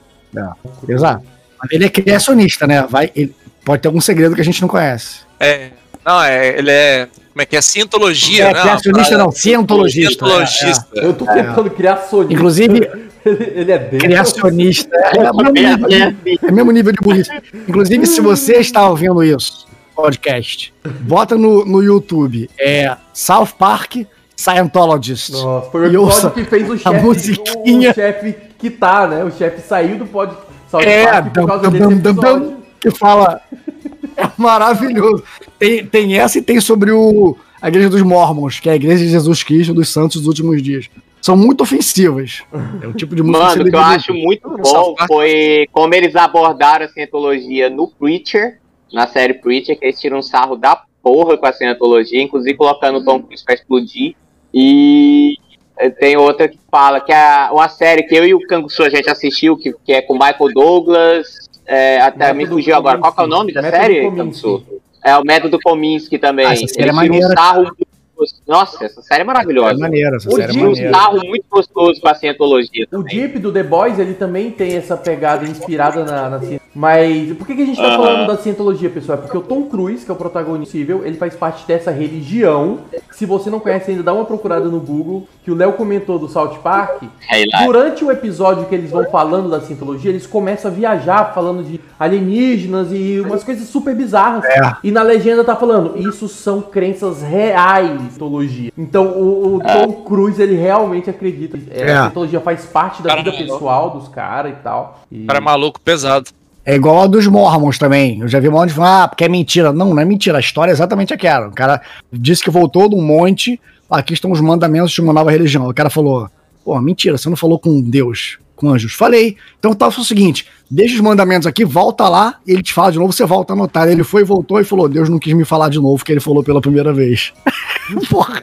Speaker 3: Exato. Mas Ele é criacionista, né? Vai, ele pode ter algum segredo que a gente não conhece.
Speaker 1: É. Não, é, ele é. Como é que é? Cientologia,
Speaker 3: É,
Speaker 1: né?
Speaker 3: criacionista é,
Speaker 1: Uma
Speaker 3: não, cientologista.
Speaker 1: Cientologista.
Speaker 2: Eu tô tentando criar sonista.
Speaker 3: Inclusive,
Speaker 2: ele, ele é dele.
Speaker 3: criacionista. É, o mesmo nível, de- é o mesmo nível de burrice. Inclusive, se você está ouvindo isso, podcast, bota no, no YouTube. É South Park Scientologist.
Speaker 2: Nossa, foi o
Speaker 3: E
Speaker 2: episódio
Speaker 3: ouça
Speaker 2: que fez o chefe
Speaker 3: musiquinha.
Speaker 2: o chefe quitar, né? O chefe saiu do podcast
Speaker 3: É,
Speaker 2: por causa
Speaker 3: dum,
Speaker 2: desse
Speaker 3: dum, dum,
Speaker 2: episódio.
Speaker 3: dum, que fala. É maravilhoso. Tem, tem essa e tem sobre o, a Igreja dos Mormons, que é a Igreja de Jesus Cristo dos Santos dos Últimos Dias. São muito ofensivas. É o tipo de música
Speaker 4: Mano, o que eu
Speaker 3: deveria
Speaker 4: acho
Speaker 3: ouvir.
Speaker 4: muito bom
Speaker 1: Safado.
Speaker 4: foi como eles abordaram a cientologia no Preacher, na série Preacher, que eles tiram um sarro da porra com a cientologia, inclusive colocando o
Speaker 3: Hum.
Speaker 4: Tom Cruise pra explodir. E eh, tem outra que fala que é uma série que eu e o Canguçu a gente assistiu, que, que é com Michael Douglas. é, até me
Speaker 2: Método
Speaker 4: fugiu agora. Qual que é o
Speaker 2: Kominsky.
Speaker 4: nome da
Speaker 2: Método
Speaker 4: série,
Speaker 2: Kominsky.
Speaker 4: Canguçu? É o método Kominsky também.
Speaker 3: Ah, essa série é
Speaker 4: Eles tiram
Speaker 3: maneira.
Speaker 4: um sarro. Nossa, essa série é
Speaker 3: É
Speaker 4: maravilhosa.
Speaker 3: maneiro, essa
Speaker 2: O
Speaker 3: série é
Speaker 2: Jim
Speaker 4: Tira um
Speaker 3: maneira.
Speaker 4: sarro muito gostoso com a cientologia.
Speaker 2: O
Speaker 4: também.
Speaker 2: Jeep do The Boys, ele também tem essa pegada inspirada na, na ciência. Mas por que, que a gente tá
Speaker 4: Aham.
Speaker 2: falando da cientologia, pessoal? É porque o Tom Cruise, que é o protagonista, ele faz parte dessa religião. Se você não conhece ainda, dá uma procurada no Google, que o Léo comentou do South Park.
Speaker 4: É hilário.
Speaker 2: Durante o episódio que eles vão falando da cientologia, eles começam a viajar falando de alienígenas e umas coisas super bizarras.
Speaker 3: É.
Speaker 2: E na legenda tá falando, isso são crenças reais, cientologia. Então o, o Tom Cruise, ele realmente acredita. É,
Speaker 3: É.
Speaker 2: A cientologia faz parte da vida
Speaker 1: Caralho.
Speaker 2: pessoal dos caras e tal. E-
Speaker 1: O é. cara é maluco pesado.
Speaker 3: É igual a dos Mormons também. Eu já vi um monte de falar, ah, porque é mentira. Não, não é mentira. A história é exatamente aquela. O cara disse que voltou de um monte, aqui estão os mandamentos de uma nova religião. O cara falou, pô, mentira, você não falou com Deus, com anjos. Falei. Então tá, foi o seguinte, deixa os mandamentos aqui, volta lá, ele te fala de novo, você volta a anotar. Ele foi, voltou e falou, Deus não quis me falar de novo, que ele falou pela primeira vez. Porra.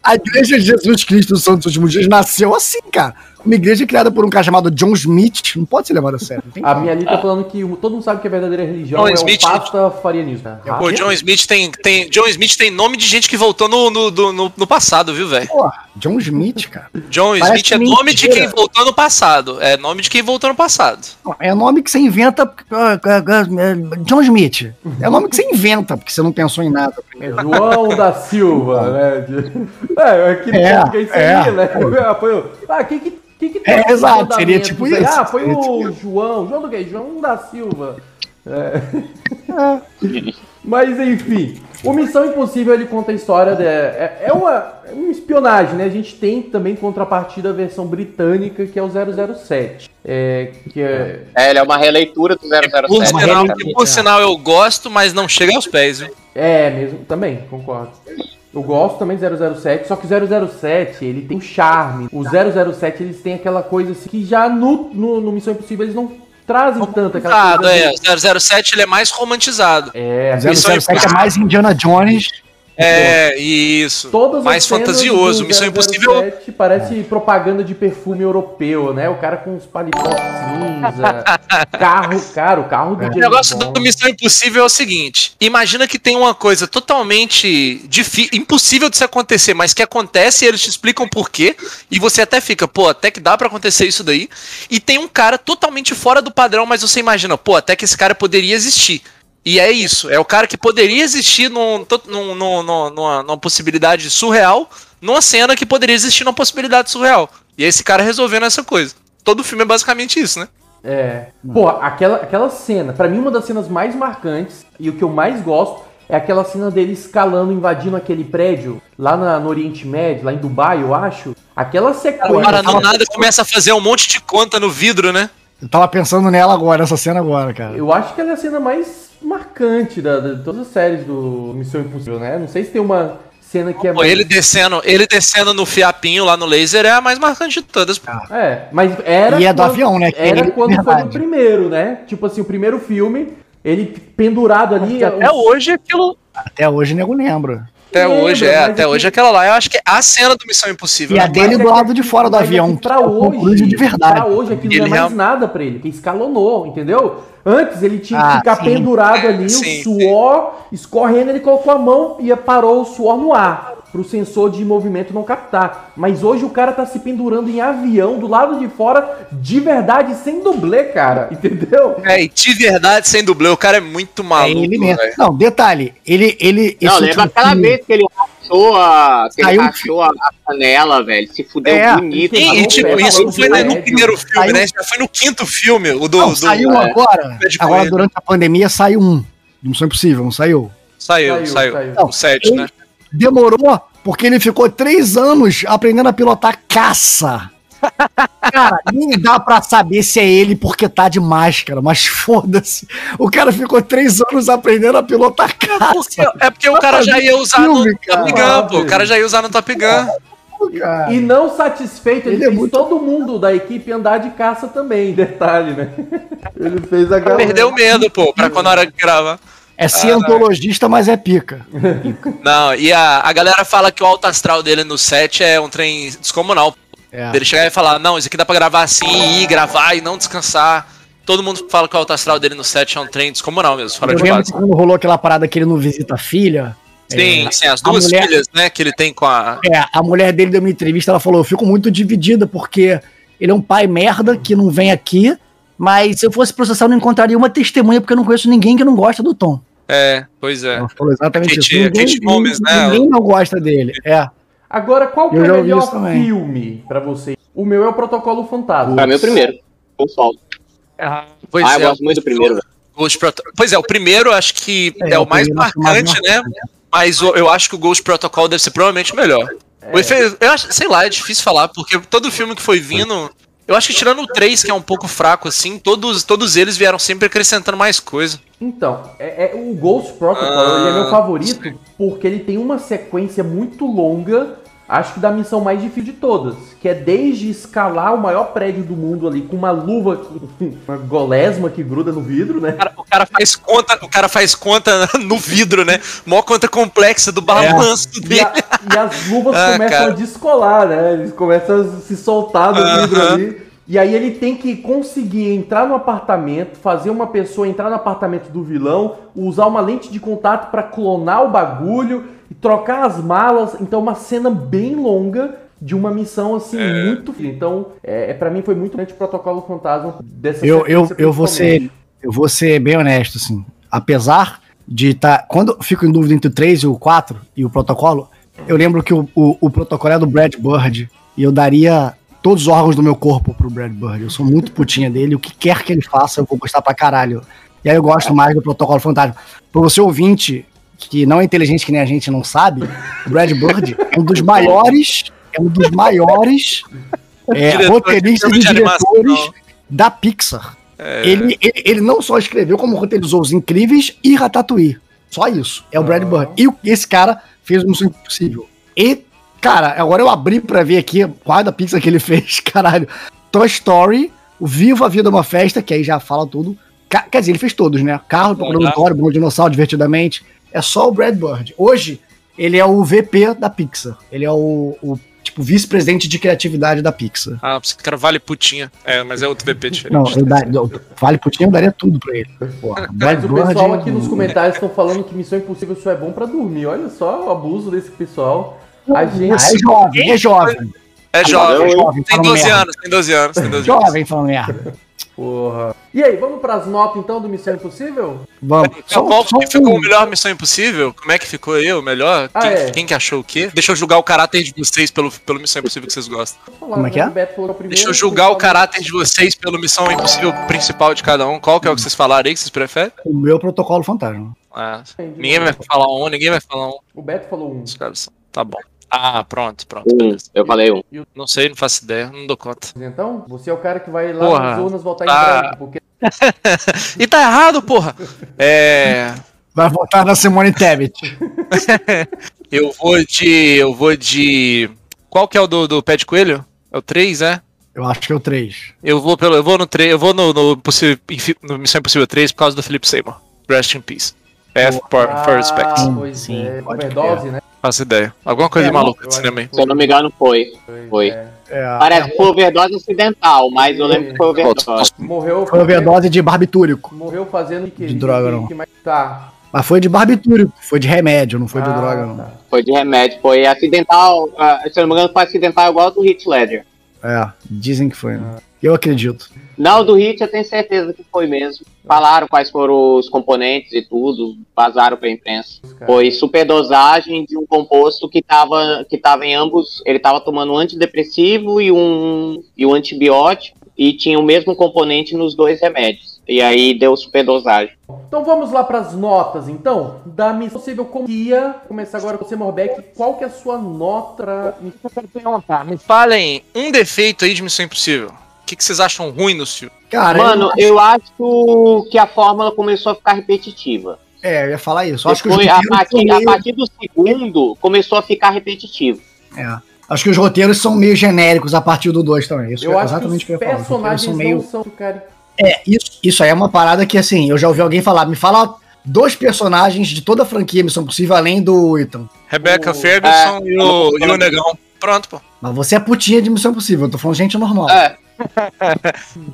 Speaker 3: A igreja de Jesus Cristo dos Santos dos Últimos Dias nasceu assim, cara. Uma igreja criada por um cara chamado John Smith, não pode ser levada a sério. Não tem
Speaker 2: A minha ali tá falando que o- todo mundo sabe que a verdadeira religião
Speaker 1: John
Speaker 2: é
Speaker 1: é. Smith.
Speaker 2: o pastafarianismo. Ah,
Speaker 1: Pô, John Smith tem, tem, John Smith tem nome de gente que voltou no, no, do- no, no passado, viu, velho?
Speaker 3: Porra, John Smith, cara.
Speaker 1: John
Speaker 3: Parece
Speaker 1: Smith é nome de
Speaker 3: mentira.
Speaker 1: quem voltou no passado. É nome de quem voltou no passado.
Speaker 3: É nome que você inventa. John Smith. É nome que você inventa, porque você não pensou em nada.
Speaker 2: É João da Silva, né? De- É, aqui no
Speaker 3: É,
Speaker 2: português seria,
Speaker 3: é.
Speaker 2: né? Ah, foi o- Ah, quem que que, que
Speaker 3: É,
Speaker 2: esses
Speaker 3: exato, seria
Speaker 2: mandamentos
Speaker 3: tipo
Speaker 2: aí?
Speaker 3: isso,
Speaker 2: Ah, foi
Speaker 3: seria
Speaker 2: o João, João do quê? João da Silva. É. Mas enfim, o Missão Impossível ele conta a história de, é, é uma, é uma espionagem, né? A gente tem também contrapartida a versão britânica que é o 007, é, que é,
Speaker 4: É, ele é uma releitura do 007.
Speaker 1: Por, sinal,
Speaker 4: cara.
Speaker 1: que por sinal eu gosto, mas não chega aos pés, viu?
Speaker 2: É, mesmo, também, concordo. Eu gosto também de 007, só que o 007, ele tem um charme. O 007, eles têm aquela coisa assim, que já no, no, no Missão Impossível eles não trazem tanto aquela
Speaker 1: Romantizado,
Speaker 2: coisa.
Speaker 1: é.
Speaker 2: de-
Speaker 1: O 007 ele é mais romantizado.
Speaker 2: é.
Speaker 3: 007 é mais Indiana Jones.
Speaker 1: É, isso.
Speaker 2: Todas
Speaker 1: mais
Speaker 2: as cenas
Speaker 1: fantasioso.
Speaker 2: do
Speaker 1: Missão
Speaker 2: 007
Speaker 1: Impossível é um
Speaker 2: Parece propaganda de perfume europeu, né? O cara com os paletó cinza, carro, cara, o carro do
Speaker 3: É.
Speaker 1: O
Speaker 2: James
Speaker 1: negócio do
Speaker 2: Bond.
Speaker 1: Missão Impossível é o seguinte: imagina que tem uma coisa totalmente difí- impossível de se acontecer, mas que acontece e eles te explicam por quê, e você até fica, pô, até que dá pra acontecer isso daí. E tem um cara totalmente fora do padrão, mas você imagina, pô, até que esse cara poderia existir. E é isso, é o cara que poderia existir num, to- num- num- num- numa, numa possibilidade surreal, numa cena que poderia existir numa possibilidade surreal. E é esse cara resolvendo essa coisa. Todo filme é basicamente isso, né?
Speaker 2: É. Porra, aquela, aquela cena, pra mim, uma das cenas mais marcantes e o que eu mais gosto é aquela cena dele escalando, invadindo aquele prédio lá na- no Oriente Médio, lá em Dubai, eu acho. Aquela
Speaker 3: Tá
Speaker 2: sequência. assim,
Speaker 1: Cara,
Speaker 3: então.
Speaker 1: não nada começa a fazer um monte de conta no vidro, né?
Speaker 3: Eu tava pensando nela agora, essa cena agora, cara.
Speaker 2: Eu acho que ela é a cena mais marcante da, da- de todas as séries do Missão Impossível, né? Não sei se tem uma cena que é
Speaker 1: Pô, ele descendo, ele descendo no fiapinho lá no laser é a mais marcante de todas. pô.
Speaker 3: Ah.
Speaker 2: É, mas era.
Speaker 3: E é do
Speaker 2: quando-
Speaker 3: avião, né? Que
Speaker 2: Era
Speaker 3: é
Speaker 2: quando foi
Speaker 3: verdade.
Speaker 2: o primeiro, né? Tipo assim, o primeiro filme, ele pendurado ali.
Speaker 1: Até
Speaker 2: os-
Speaker 1: É hoje aquilo.
Speaker 3: Até hoje nego lembra.
Speaker 1: Até
Speaker 2: Lembra,
Speaker 1: hoje, é,
Speaker 2: mas
Speaker 1: até
Speaker 2: é que-
Speaker 1: hoje aquela lá. Eu acho que é a cena do Missão Impossível.
Speaker 3: E a
Speaker 1: né?
Speaker 3: dele do
Speaker 2: Mas é
Speaker 3: lado de fora do
Speaker 2: Mas é que
Speaker 3: avião.
Speaker 2: Pra
Speaker 3: O Tom Cruise
Speaker 2: hoje,
Speaker 3: de verdade.
Speaker 2: pra hoje aquilo
Speaker 1: Ele
Speaker 2: não é mais
Speaker 1: real-
Speaker 2: nada pra ele, que escalonou, entendeu? Antes ele tinha que
Speaker 3: Ah,
Speaker 2: ficar
Speaker 3: sim.
Speaker 2: pendurado ali,
Speaker 1: Sim,
Speaker 2: o suor escorrendo, ele colocou a mão e parou o suor no ar, pro sensor de movimento não captar. Mas hoje o cara tá se pendurando em avião do lado de fora, de verdade, sem dublê, cara, entendeu?
Speaker 1: É, e de verdade, sem dublê, o cara é muito
Speaker 3: É
Speaker 1: maluco.
Speaker 3: ele mesmo.
Speaker 1: velho.
Speaker 3: Não, detalhe. Ele. ele esse
Speaker 4: Não, lembra
Speaker 3: último
Speaker 4: aquela
Speaker 3: filme-
Speaker 4: vez que ele rachou a, que ele
Speaker 3: Saiu-
Speaker 4: rachou a, a canela, velho. Se fudeu
Speaker 3: É.
Speaker 4: bonito.
Speaker 1: E,
Speaker 2: Sim,
Speaker 4: mano.
Speaker 1: e, tipo,
Speaker 2: Falou,
Speaker 1: isso
Speaker 2: velho,
Speaker 1: não foi nem
Speaker 2: falou,
Speaker 1: no
Speaker 2: velho.
Speaker 1: primeiro filme,
Speaker 3: Saiu-
Speaker 1: né? Isso já foi no quinto filme, o do.
Speaker 3: Não,
Speaker 1: do-
Speaker 3: saiu
Speaker 1: é,
Speaker 3: agora.
Speaker 1: Pé de
Speaker 3: Agora,
Speaker 1: Coelho.
Speaker 3: durante a pandemia, saiu um. Não sou impossível, não saiu.
Speaker 1: Saiu, saiu.
Speaker 2: saiu.
Speaker 1: O 7, né?
Speaker 3: Demorou, porque ele ficou três anos aprendendo a pilotar caça. Cara, nem dá pra saber se é ele porque tá de máscara, mas foda-se. O cara ficou três anos aprendendo a pilotar
Speaker 1: Porque-
Speaker 3: caça.
Speaker 1: é porque o cara já ia usar no
Speaker 3: Filme, cara.
Speaker 1: Top Gun, pô. O cara já ia usar no Top Gun.
Speaker 3: Cara.
Speaker 2: E não satisfeito, ele,
Speaker 3: Ele é
Speaker 2: fez
Speaker 3: muito-
Speaker 2: todo mundo da equipe andar de caça também, detalhe, né? Ele fez a galera.
Speaker 1: Perdeu o medo, pô, pra quando a hora que gravar.
Speaker 3: É cientologista, mas é pica.
Speaker 1: Não, e a, a galera fala que o alto astral dele no set é um trem descomunal.
Speaker 3: É.
Speaker 1: Ele chegar e falar, não, isso aqui dá pra gravar assim, e ir, gravar e não descansar. Todo mundo fala que o alto astral dele no set é um trem descomunal mesmo, fora
Speaker 3: Eu
Speaker 1: de
Speaker 3: lembro
Speaker 1: base.
Speaker 3: que quando rolou aquela parada que ele não visita a filha, É,
Speaker 1: Sim, sim, as
Speaker 3: a
Speaker 1: duas
Speaker 3: mulher-
Speaker 1: filhas, né, que ele tem com a...
Speaker 3: É, a mulher dele deu uma entrevista, ela falou: Eu fico muito dividida porque ele é um pai merda que não vem aqui, mas se eu fosse processar, eu não encontraria uma testemunha porque eu não conheço ninguém que não gosta do Tom.
Speaker 1: É, pois é.
Speaker 3: Ela falou exatamente
Speaker 1: Kate-
Speaker 3: isso. Ninguém,
Speaker 1: Kate Holmes, né?
Speaker 3: ninguém não gosta dele. É.
Speaker 2: Agora, qual que é
Speaker 3: Eu já
Speaker 2: o
Speaker 3: ouvi
Speaker 2: melhor
Speaker 3: isso também.
Speaker 2: filme pra você? O meu é o Protocolo Fantasma.
Speaker 4: Pra mim, é o primeiro. O sol.
Speaker 1: Pois
Speaker 4: Ah, eu
Speaker 1: é,
Speaker 4: gosto muito do primeiro. velho.
Speaker 1: Ghost Protocol. Pois é, o primeiro eu acho que é,
Speaker 3: É,
Speaker 1: o
Speaker 3: o
Speaker 1: mais
Speaker 3: primeiro acho que é o mais
Speaker 1: marcante, né? Mas o- eu acho que o Ghost Protocol deve ser provavelmente o melhor. O efe- eu acho, sei lá, é difícil falar, porque todo filme que foi vindo. Eu acho que tirando o 3, que é um pouco fraco, assim, todos, todos eles vieram sempre acrescentando mais coisa.
Speaker 2: Então, é, é- o Ghost Protocol
Speaker 1: Ah,
Speaker 2: ele é meu favorito porque ele tem uma sequência muito longa, acho que da missão mais difícil de todas, que é desde escalar o maior prédio do mundo ali com uma luva, que- uma golesma que gruda no vidro, né?
Speaker 1: O cara, o cara faz conta, o cara faz conta no vidro, né? Mó conta complexa do balanço
Speaker 3: É.
Speaker 2: E,
Speaker 1: dele.
Speaker 2: a- e as luvas
Speaker 1: Ah,
Speaker 2: começam
Speaker 1: cara.
Speaker 2: a descolar, né? Eles começam a se soltar do
Speaker 1: Aham.
Speaker 2: vidro ali. E aí ele tem que conseguir entrar no apartamento, fazer uma pessoa entrar no apartamento do vilão, usar uma lente de contato pra clonar o bagulho, e trocar as malas. Então uma cena bem longa de uma missão assim muito. Então é para mim foi muito grande o protocolo fantasma dessa.
Speaker 3: Eu, eu,
Speaker 2: sequência,
Speaker 3: eu, vou ser,
Speaker 2: principalmente.
Speaker 3: eu vou ser bem honesto, assim. Apesar de estar. quando eu fico em dúvida entre o 3 e o 4 e o protocolo, eu lembro que o, o, o protocolo é do Brad Bird. E eu daria todos os órgãos do meu corpo pro Brad Bird. Eu sou muito putinha dele. O que quer que ele faça, eu vou gostar pra caralho. E aí eu gosto mais do Protocolo Fantasma. Pra você ouvinte, que não é inteligente que nem a gente e não sabe, o Brad Bird é um dos maiores, é um dos maiores é,
Speaker 1: Diretor de
Speaker 3: roteiristas
Speaker 1: filme
Speaker 3: e
Speaker 1: de animação. É.
Speaker 3: diretores da Pixar. Ele, ele, ele não só escreveu, como roteirizou Os Incríveis e Ratatouille. Só isso. É o Brad
Speaker 2: Ah.
Speaker 3: Bird. E o- esse cara fez um Missão Impossível. E, cara, agora eu abri pra ver aqui qual é da Pixar que ele fez, caralho. Toy Story, o Viva a Vida é uma Festa, que aí já fala tudo. Ca- Quer dizer, ele fez todos, né? Carro, Procurando
Speaker 1: tá.
Speaker 3: Dory, Bom Dinossauro, Divertidamente. É só o Brad Bird. Hoje, ele é o VP da Pixar. Ele é o, o tipo, vice-presidente de criatividade da Pixar.
Speaker 1: Ah, esse cara vale putinha. É, mas é outro VP diferente.
Speaker 3: Não, eu, dar, eu vale pro time, eu daria tudo pra ele. Porra,
Speaker 2: Mas
Speaker 3: Brad
Speaker 2: o
Speaker 3: Bird-
Speaker 2: pessoal aqui nos comentários estão falando que Missão Impossível só é bom pra dormir. Olha só o abuso desse pessoal. A gente.
Speaker 3: Ah, é jovem, é jovem.
Speaker 1: É jovem.
Speaker 3: jovem,
Speaker 1: Tem
Speaker 3: falando
Speaker 1: 12
Speaker 3: merda.
Speaker 1: anos, tem 12 anos, tem 12 anos.
Speaker 3: Jovem falando merda.
Speaker 2: Porra. E aí, vamos pras notas então do Missão Impossível?
Speaker 3: Vamos. Só,
Speaker 1: Qual
Speaker 3: só
Speaker 1: que ficou o
Speaker 3: um-
Speaker 1: melhor Missão Impossível? Como é que ficou eu, o melhor?
Speaker 2: Ah,
Speaker 1: quem,
Speaker 2: é.
Speaker 1: quem que achou o quê? Deixa eu julgar o caráter de vocês pelo, pelo Missão Impossível que vocês gostam.
Speaker 2: Vou falar,
Speaker 3: Como é que é?
Speaker 2: o Beto falou primeiro,
Speaker 1: Deixa eu julgar o
Speaker 2: vocês falaram-
Speaker 1: caráter de vocês pelo Missão Impossível principal de cada um. Qual que é o que vocês falaram aí que vocês preferem?
Speaker 3: o meu protocolo fantasma.
Speaker 1: Ah,
Speaker 2: Entendi.
Speaker 1: ninguém vai falar um, ninguém vai falar um.
Speaker 2: O Beto falou um.
Speaker 1: Os caras são. Tá bom. Ah, pronto, pronto.
Speaker 3: Hum.
Speaker 4: Um,
Speaker 1: beleza.
Speaker 4: eu falei um.
Speaker 1: Não sei, não faço ideia, não dou conta.
Speaker 2: Então, você é o cara que vai lá
Speaker 1: Porra.
Speaker 2: nas urnas votar
Speaker 1: Ah.
Speaker 2: em branco, porque
Speaker 1: E tá errado, porra! É.
Speaker 3: Vai votar na Simone Tebet.
Speaker 1: Eu vou de. Eu vou de. Qual que é o do, do pé de coelho? É o 3, é?
Speaker 3: Eu acho que é o 3.
Speaker 1: Eu vou pelo. Eu vou no 3. Eu vou no, no, possível, infi- no Missão Impossível 3 por causa do Felipe Seymour. Rest in peace. É, for, for respect.
Speaker 2: Ah, pois
Speaker 3: Sim,
Speaker 2: é.
Speaker 3: pode
Speaker 2: Overdose, né?
Speaker 1: Faço ideia. Alguma coisa
Speaker 3: É,
Speaker 1: maluca
Speaker 2: eu
Speaker 1: de cinema aí.
Speaker 2: acho
Speaker 4: Se eu não me engano, foi. Foi.
Speaker 2: é.
Speaker 3: É,
Speaker 1: Ah,
Speaker 4: Parece que foi overdose acidental, mas eu lembro que foi
Speaker 2: é
Speaker 4: overdose.
Speaker 2: Morreu.
Speaker 3: Foi overdose de barbitúrico.
Speaker 2: Morreu fazendo o que queria.
Speaker 3: droga,
Speaker 2: o
Speaker 3: não.
Speaker 2: Que mais... Tá.
Speaker 3: Mas foi de barbitúrico. Foi de remédio, não foi de
Speaker 2: Ah,
Speaker 3: droga, não.
Speaker 2: tá.
Speaker 4: Foi de remédio, foi acidental. ah, se eu não me engano, foi acidental igual ao do Hit Ledger.
Speaker 3: É, dizem que foi. né? Eu acredito.
Speaker 4: Não, do Hit eu tenho certeza que foi mesmo. Falaram quais foram os componentes e tudo, vazaram pra imprensa.
Speaker 2: Os caras.
Speaker 4: Foi superdosagem de um composto que tava, que tava em ambos. Ele tava tomando um antidepressivo e um, e um antibiótico, e tinha o mesmo componente nos dois remédios. E aí deu superdosagem.
Speaker 2: Então vamos lá pras notas, então. Da Missão Possível como guia. Começar agora com você, Morbeck. Qual que é a sua nota? pra-
Speaker 1: Tá, Me falem um defeito aí de Missão Impossível. O que, que vocês acham ruim no filme?
Speaker 3: Cara,
Speaker 4: Mano,
Speaker 3: eu,
Speaker 4: eu acho que a fórmula começou a ficar repetitiva.
Speaker 3: é, eu ia falar isso. Eu Acho que os
Speaker 4: Depois, a,
Speaker 3: roteiros são
Speaker 4: partir, a
Speaker 3: meio,
Speaker 4: partir do segundo começou a ficar repetitivo.
Speaker 3: é, acho que os roteiros são meio genéricos a partir do 2 também. Isso
Speaker 2: Eu
Speaker 3: é
Speaker 2: acho
Speaker 3: exatamente o
Speaker 2: que
Speaker 3: que eu
Speaker 2: os
Speaker 3: ia falar.
Speaker 2: personagens
Speaker 3: Os roteiros são meio
Speaker 2: não são, cara.
Speaker 3: É, isso, isso aí é uma parada que, assim, eu já ouvi alguém falar. Me fala dois personagens de toda a franquia Missão Possível, além do Ethan.
Speaker 1: Rebecca
Speaker 2: O-
Speaker 1: Ferguson
Speaker 4: é,
Speaker 1: e, o, e o Negão. Pronto, pô.
Speaker 3: Mas você é putinha de Missão Possível, eu tô falando gente normal.
Speaker 4: É.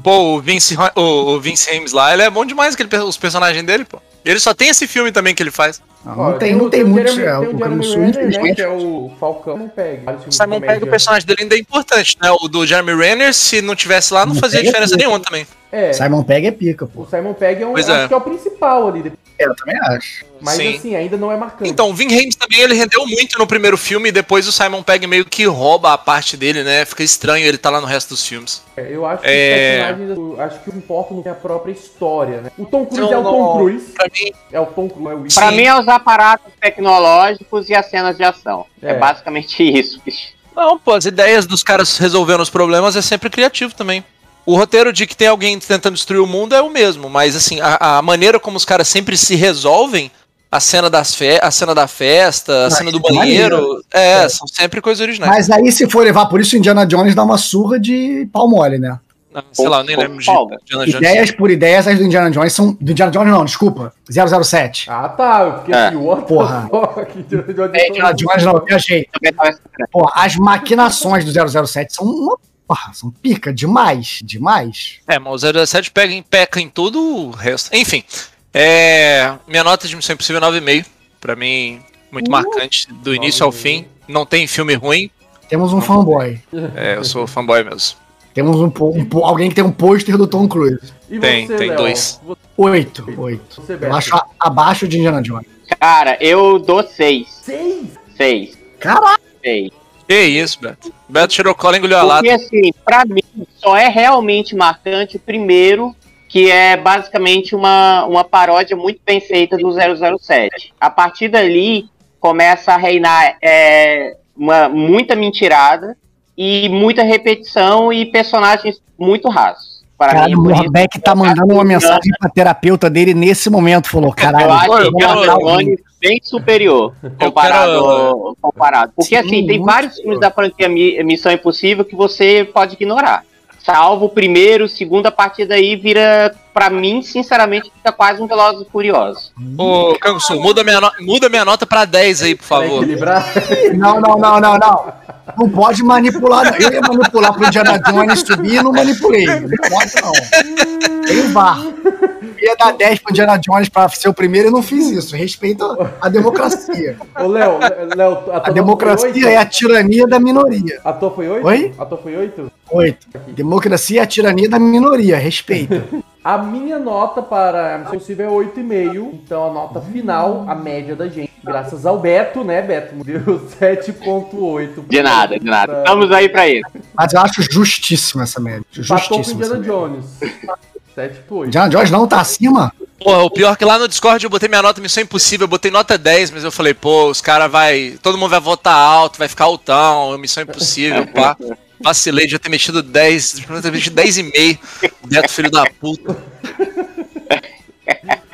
Speaker 1: Pô, o Vince, Ho- o, o Vince Ames lá, ele é bom demais aquele, pe- os personagens dele, pô. Ele só tem esse filme também que ele faz.
Speaker 3: Não,
Speaker 2: Ó,
Speaker 3: Ah, não tem, não tem,
Speaker 2: o
Speaker 3: muito.
Speaker 2: Jeremy-
Speaker 3: é,
Speaker 2: tem
Speaker 3: o
Speaker 2: o Jeremy
Speaker 3: Camus Sul,
Speaker 2: Renner, né,
Speaker 3: infelizmente,
Speaker 2: que é o Falcão. Não pega. Olha esse filme de
Speaker 1: Simon Pegg,
Speaker 2: comédia.
Speaker 1: o personagem dele ainda é importante, né? O do Jeremy Renner, se não tivesse lá, não
Speaker 3: Não
Speaker 1: fazia
Speaker 3: pega
Speaker 1: diferença
Speaker 3: tudo.
Speaker 1: nenhuma também.
Speaker 2: É.
Speaker 3: Simon Pegg é pica, pô.
Speaker 2: O Simon Pegg é um,
Speaker 1: Pois
Speaker 2: acho
Speaker 1: é.
Speaker 2: que é o principal ali.
Speaker 3: É, eu também acho.
Speaker 2: Mas
Speaker 1: Sim.
Speaker 2: assim, ainda não é marcante.
Speaker 1: Então, o Vin Hames também, ele rendeu muito no primeiro filme, e depois o Simon Pegg meio que rouba a parte dele, né? Fica estranho ele tá lá no resto dos filmes.
Speaker 2: É, Eu acho que
Speaker 1: É.
Speaker 2: os personagens, eu acho que o que importa não é a própria história, né? O Tom Cruise
Speaker 1: Não,
Speaker 2: é o Tom
Speaker 1: não.
Speaker 2: Cruise.
Speaker 1: Pra mim,
Speaker 2: É o Tom Cruise, é o
Speaker 4: Pra
Speaker 1: Sim.
Speaker 4: mim é os aparatos tecnológicos e as cenas de ação. É,
Speaker 2: É.
Speaker 4: basicamente isso, bicho.
Speaker 1: Não, pô, as ideias dos caras resolvendo os problemas é sempre criativo também. O roteiro de que tem alguém tentando destruir o mundo é o mesmo, mas assim, a, a maneira como os caras sempre se resolvem, a cena, das fe a cena da festa, a
Speaker 3: Mas
Speaker 1: cena do
Speaker 3: é maneiro.
Speaker 1: banheiro, é, são sempre coisas
Speaker 4: né?
Speaker 1: originais.
Speaker 3: Mas aí, se for levar por isso, Indiana Jones dá uma surra de pau mole, né?
Speaker 1: Ah, Sei lá, eu nem
Speaker 4: Pô,
Speaker 1: lembro de
Speaker 4: Paulo,
Speaker 1: Indiana Jones.
Speaker 3: Ideias por ideias, as do Indiana Jones são. Do Indiana Jones, não, desculpa. 007.
Speaker 2: Ah tá, eu fiquei
Speaker 4: É.
Speaker 2: assim, what
Speaker 3: Porra.
Speaker 1: É,
Speaker 2: é
Speaker 3: É, Indiana Jones, não, viajei.
Speaker 4: Também tava esperando.
Speaker 3: Pô, as maquinações do 007 são uma. Porra, são pica demais, demais.
Speaker 1: É, mas o 07 pega em, peca em todo o resto. Enfim, é, minha nota de Missão Impossível é 9,5. Pra mim, muito marcante, do início ao fim. Não tem filme ruim,
Speaker 3: Temos um fanboy.
Speaker 1: é, eu sou fanboy mesmo.
Speaker 3: Temos um, po- um po- alguém que tem um pôster do Tom Cruise.
Speaker 2: E
Speaker 1: Tem, tem
Speaker 2: Léo?
Speaker 1: dois.
Speaker 2: Você-
Speaker 3: Oito. Oito.
Speaker 2: Você,
Speaker 3: Eu
Speaker 2: Beto?
Speaker 3: acho a- abaixo de Indiana Jones.
Speaker 4: Cara, eu dou seis.
Speaker 2: Seis?
Speaker 4: Seis.
Speaker 3: Caralho!
Speaker 4: Seis.
Speaker 1: Que isso, Beto. Beto tirou cola e engoliu a
Speaker 4: Porque
Speaker 1: lata.
Speaker 4: assim, pra mim, só é realmente marcante o primeiro, que é basicamente uma, uma paródia muito bem feita do 007. A partir dali, começa a reinar é, uma, muita mentirada e muita repetição e personagens muito rasos. Para
Speaker 3: Caralho, o
Speaker 4: por isso,
Speaker 3: Morbeck tá mandando uma mensagem pra terapeuta dele nesse momento. Falou,
Speaker 4: eu
Speaker 3: caralho,
Speaker 4: acho
Speaker 1: eu
Speaker 4: que
Speaker 1: quero-
Speaker 4: o Stallone bem superior comparado. comparado. Porque
Speaker 3: Sim,
Speaker 4: assim, tem
Speaker 3: muito
Speaker 4: vários filmes da franquia Mi- Missão Impossível que você pode ignorar. Salvo o primeiro, o segundo, a partir daí vira, pra mim, sinceramente, fica quase um Velozes e Furiosos.
Speaker 1: Ô, Canguçu, muda minha, no- muda minha nota pra 10 aí, por
Speaker 2: Pra
Speaker 1: favor.
Speaker 2: equilibrar.
Speaker 3: Não, não, não, não, não. Não pode manipular. não. Eu ia manipular pro Indiana Jones subir e não manipulei. Não pode, não. Tem o bar. Eu ia dar 10 pro Indiana Jones pra ser o primeiro e não fiz isso. Respeito a democracia.
Speaker 2: Ô, Léo, Léo, a
Speaker 3: A
Speaker 2: tua
Speaker 3: democracia
Speaker 2: foi
Speaker 3: é
Speaker 2: oito?
Speaker 3: a tirania da minoria.
Speaker 2: A tua foi 8?
Speaker 3: Oi?
Speaker 2: A tua foi 8?
Speaker 3: Oito. Democracia é a tirania da minoria. Respeito.
Speaker 2: A minha nota para Missão Impossível é 8,5. Então a nota final, a média da gente. Graças ao Beto, né, Beto? Deu 7,8.
Speaker 4: De nada, de nada.
Speaker 2: Pra-
Speaker 4: Estamos aí pra isso.
Speaker 3: Mas eu acho justíssima essa média.
Speaker 2: Batou com
Speaker 3: Justíssima. essa
Speaker 2: Indiana
Speaker 3: média.
Speaker 2: Jones. 7,8.
Speaker 3: Indiana Jones não tá acima?
Speaker 1: Porra, o pior é que lá no Discord eu botei minha nota Missão Impossível, eu botei nota 10, mas eu falei, pô, os caras vai. Todo mundo vai votar alto, vai ficar altão, Missão Impossível, pá. Vacilei, já ter metido 10, devia ter metido 10,5. Beto, filho da puta.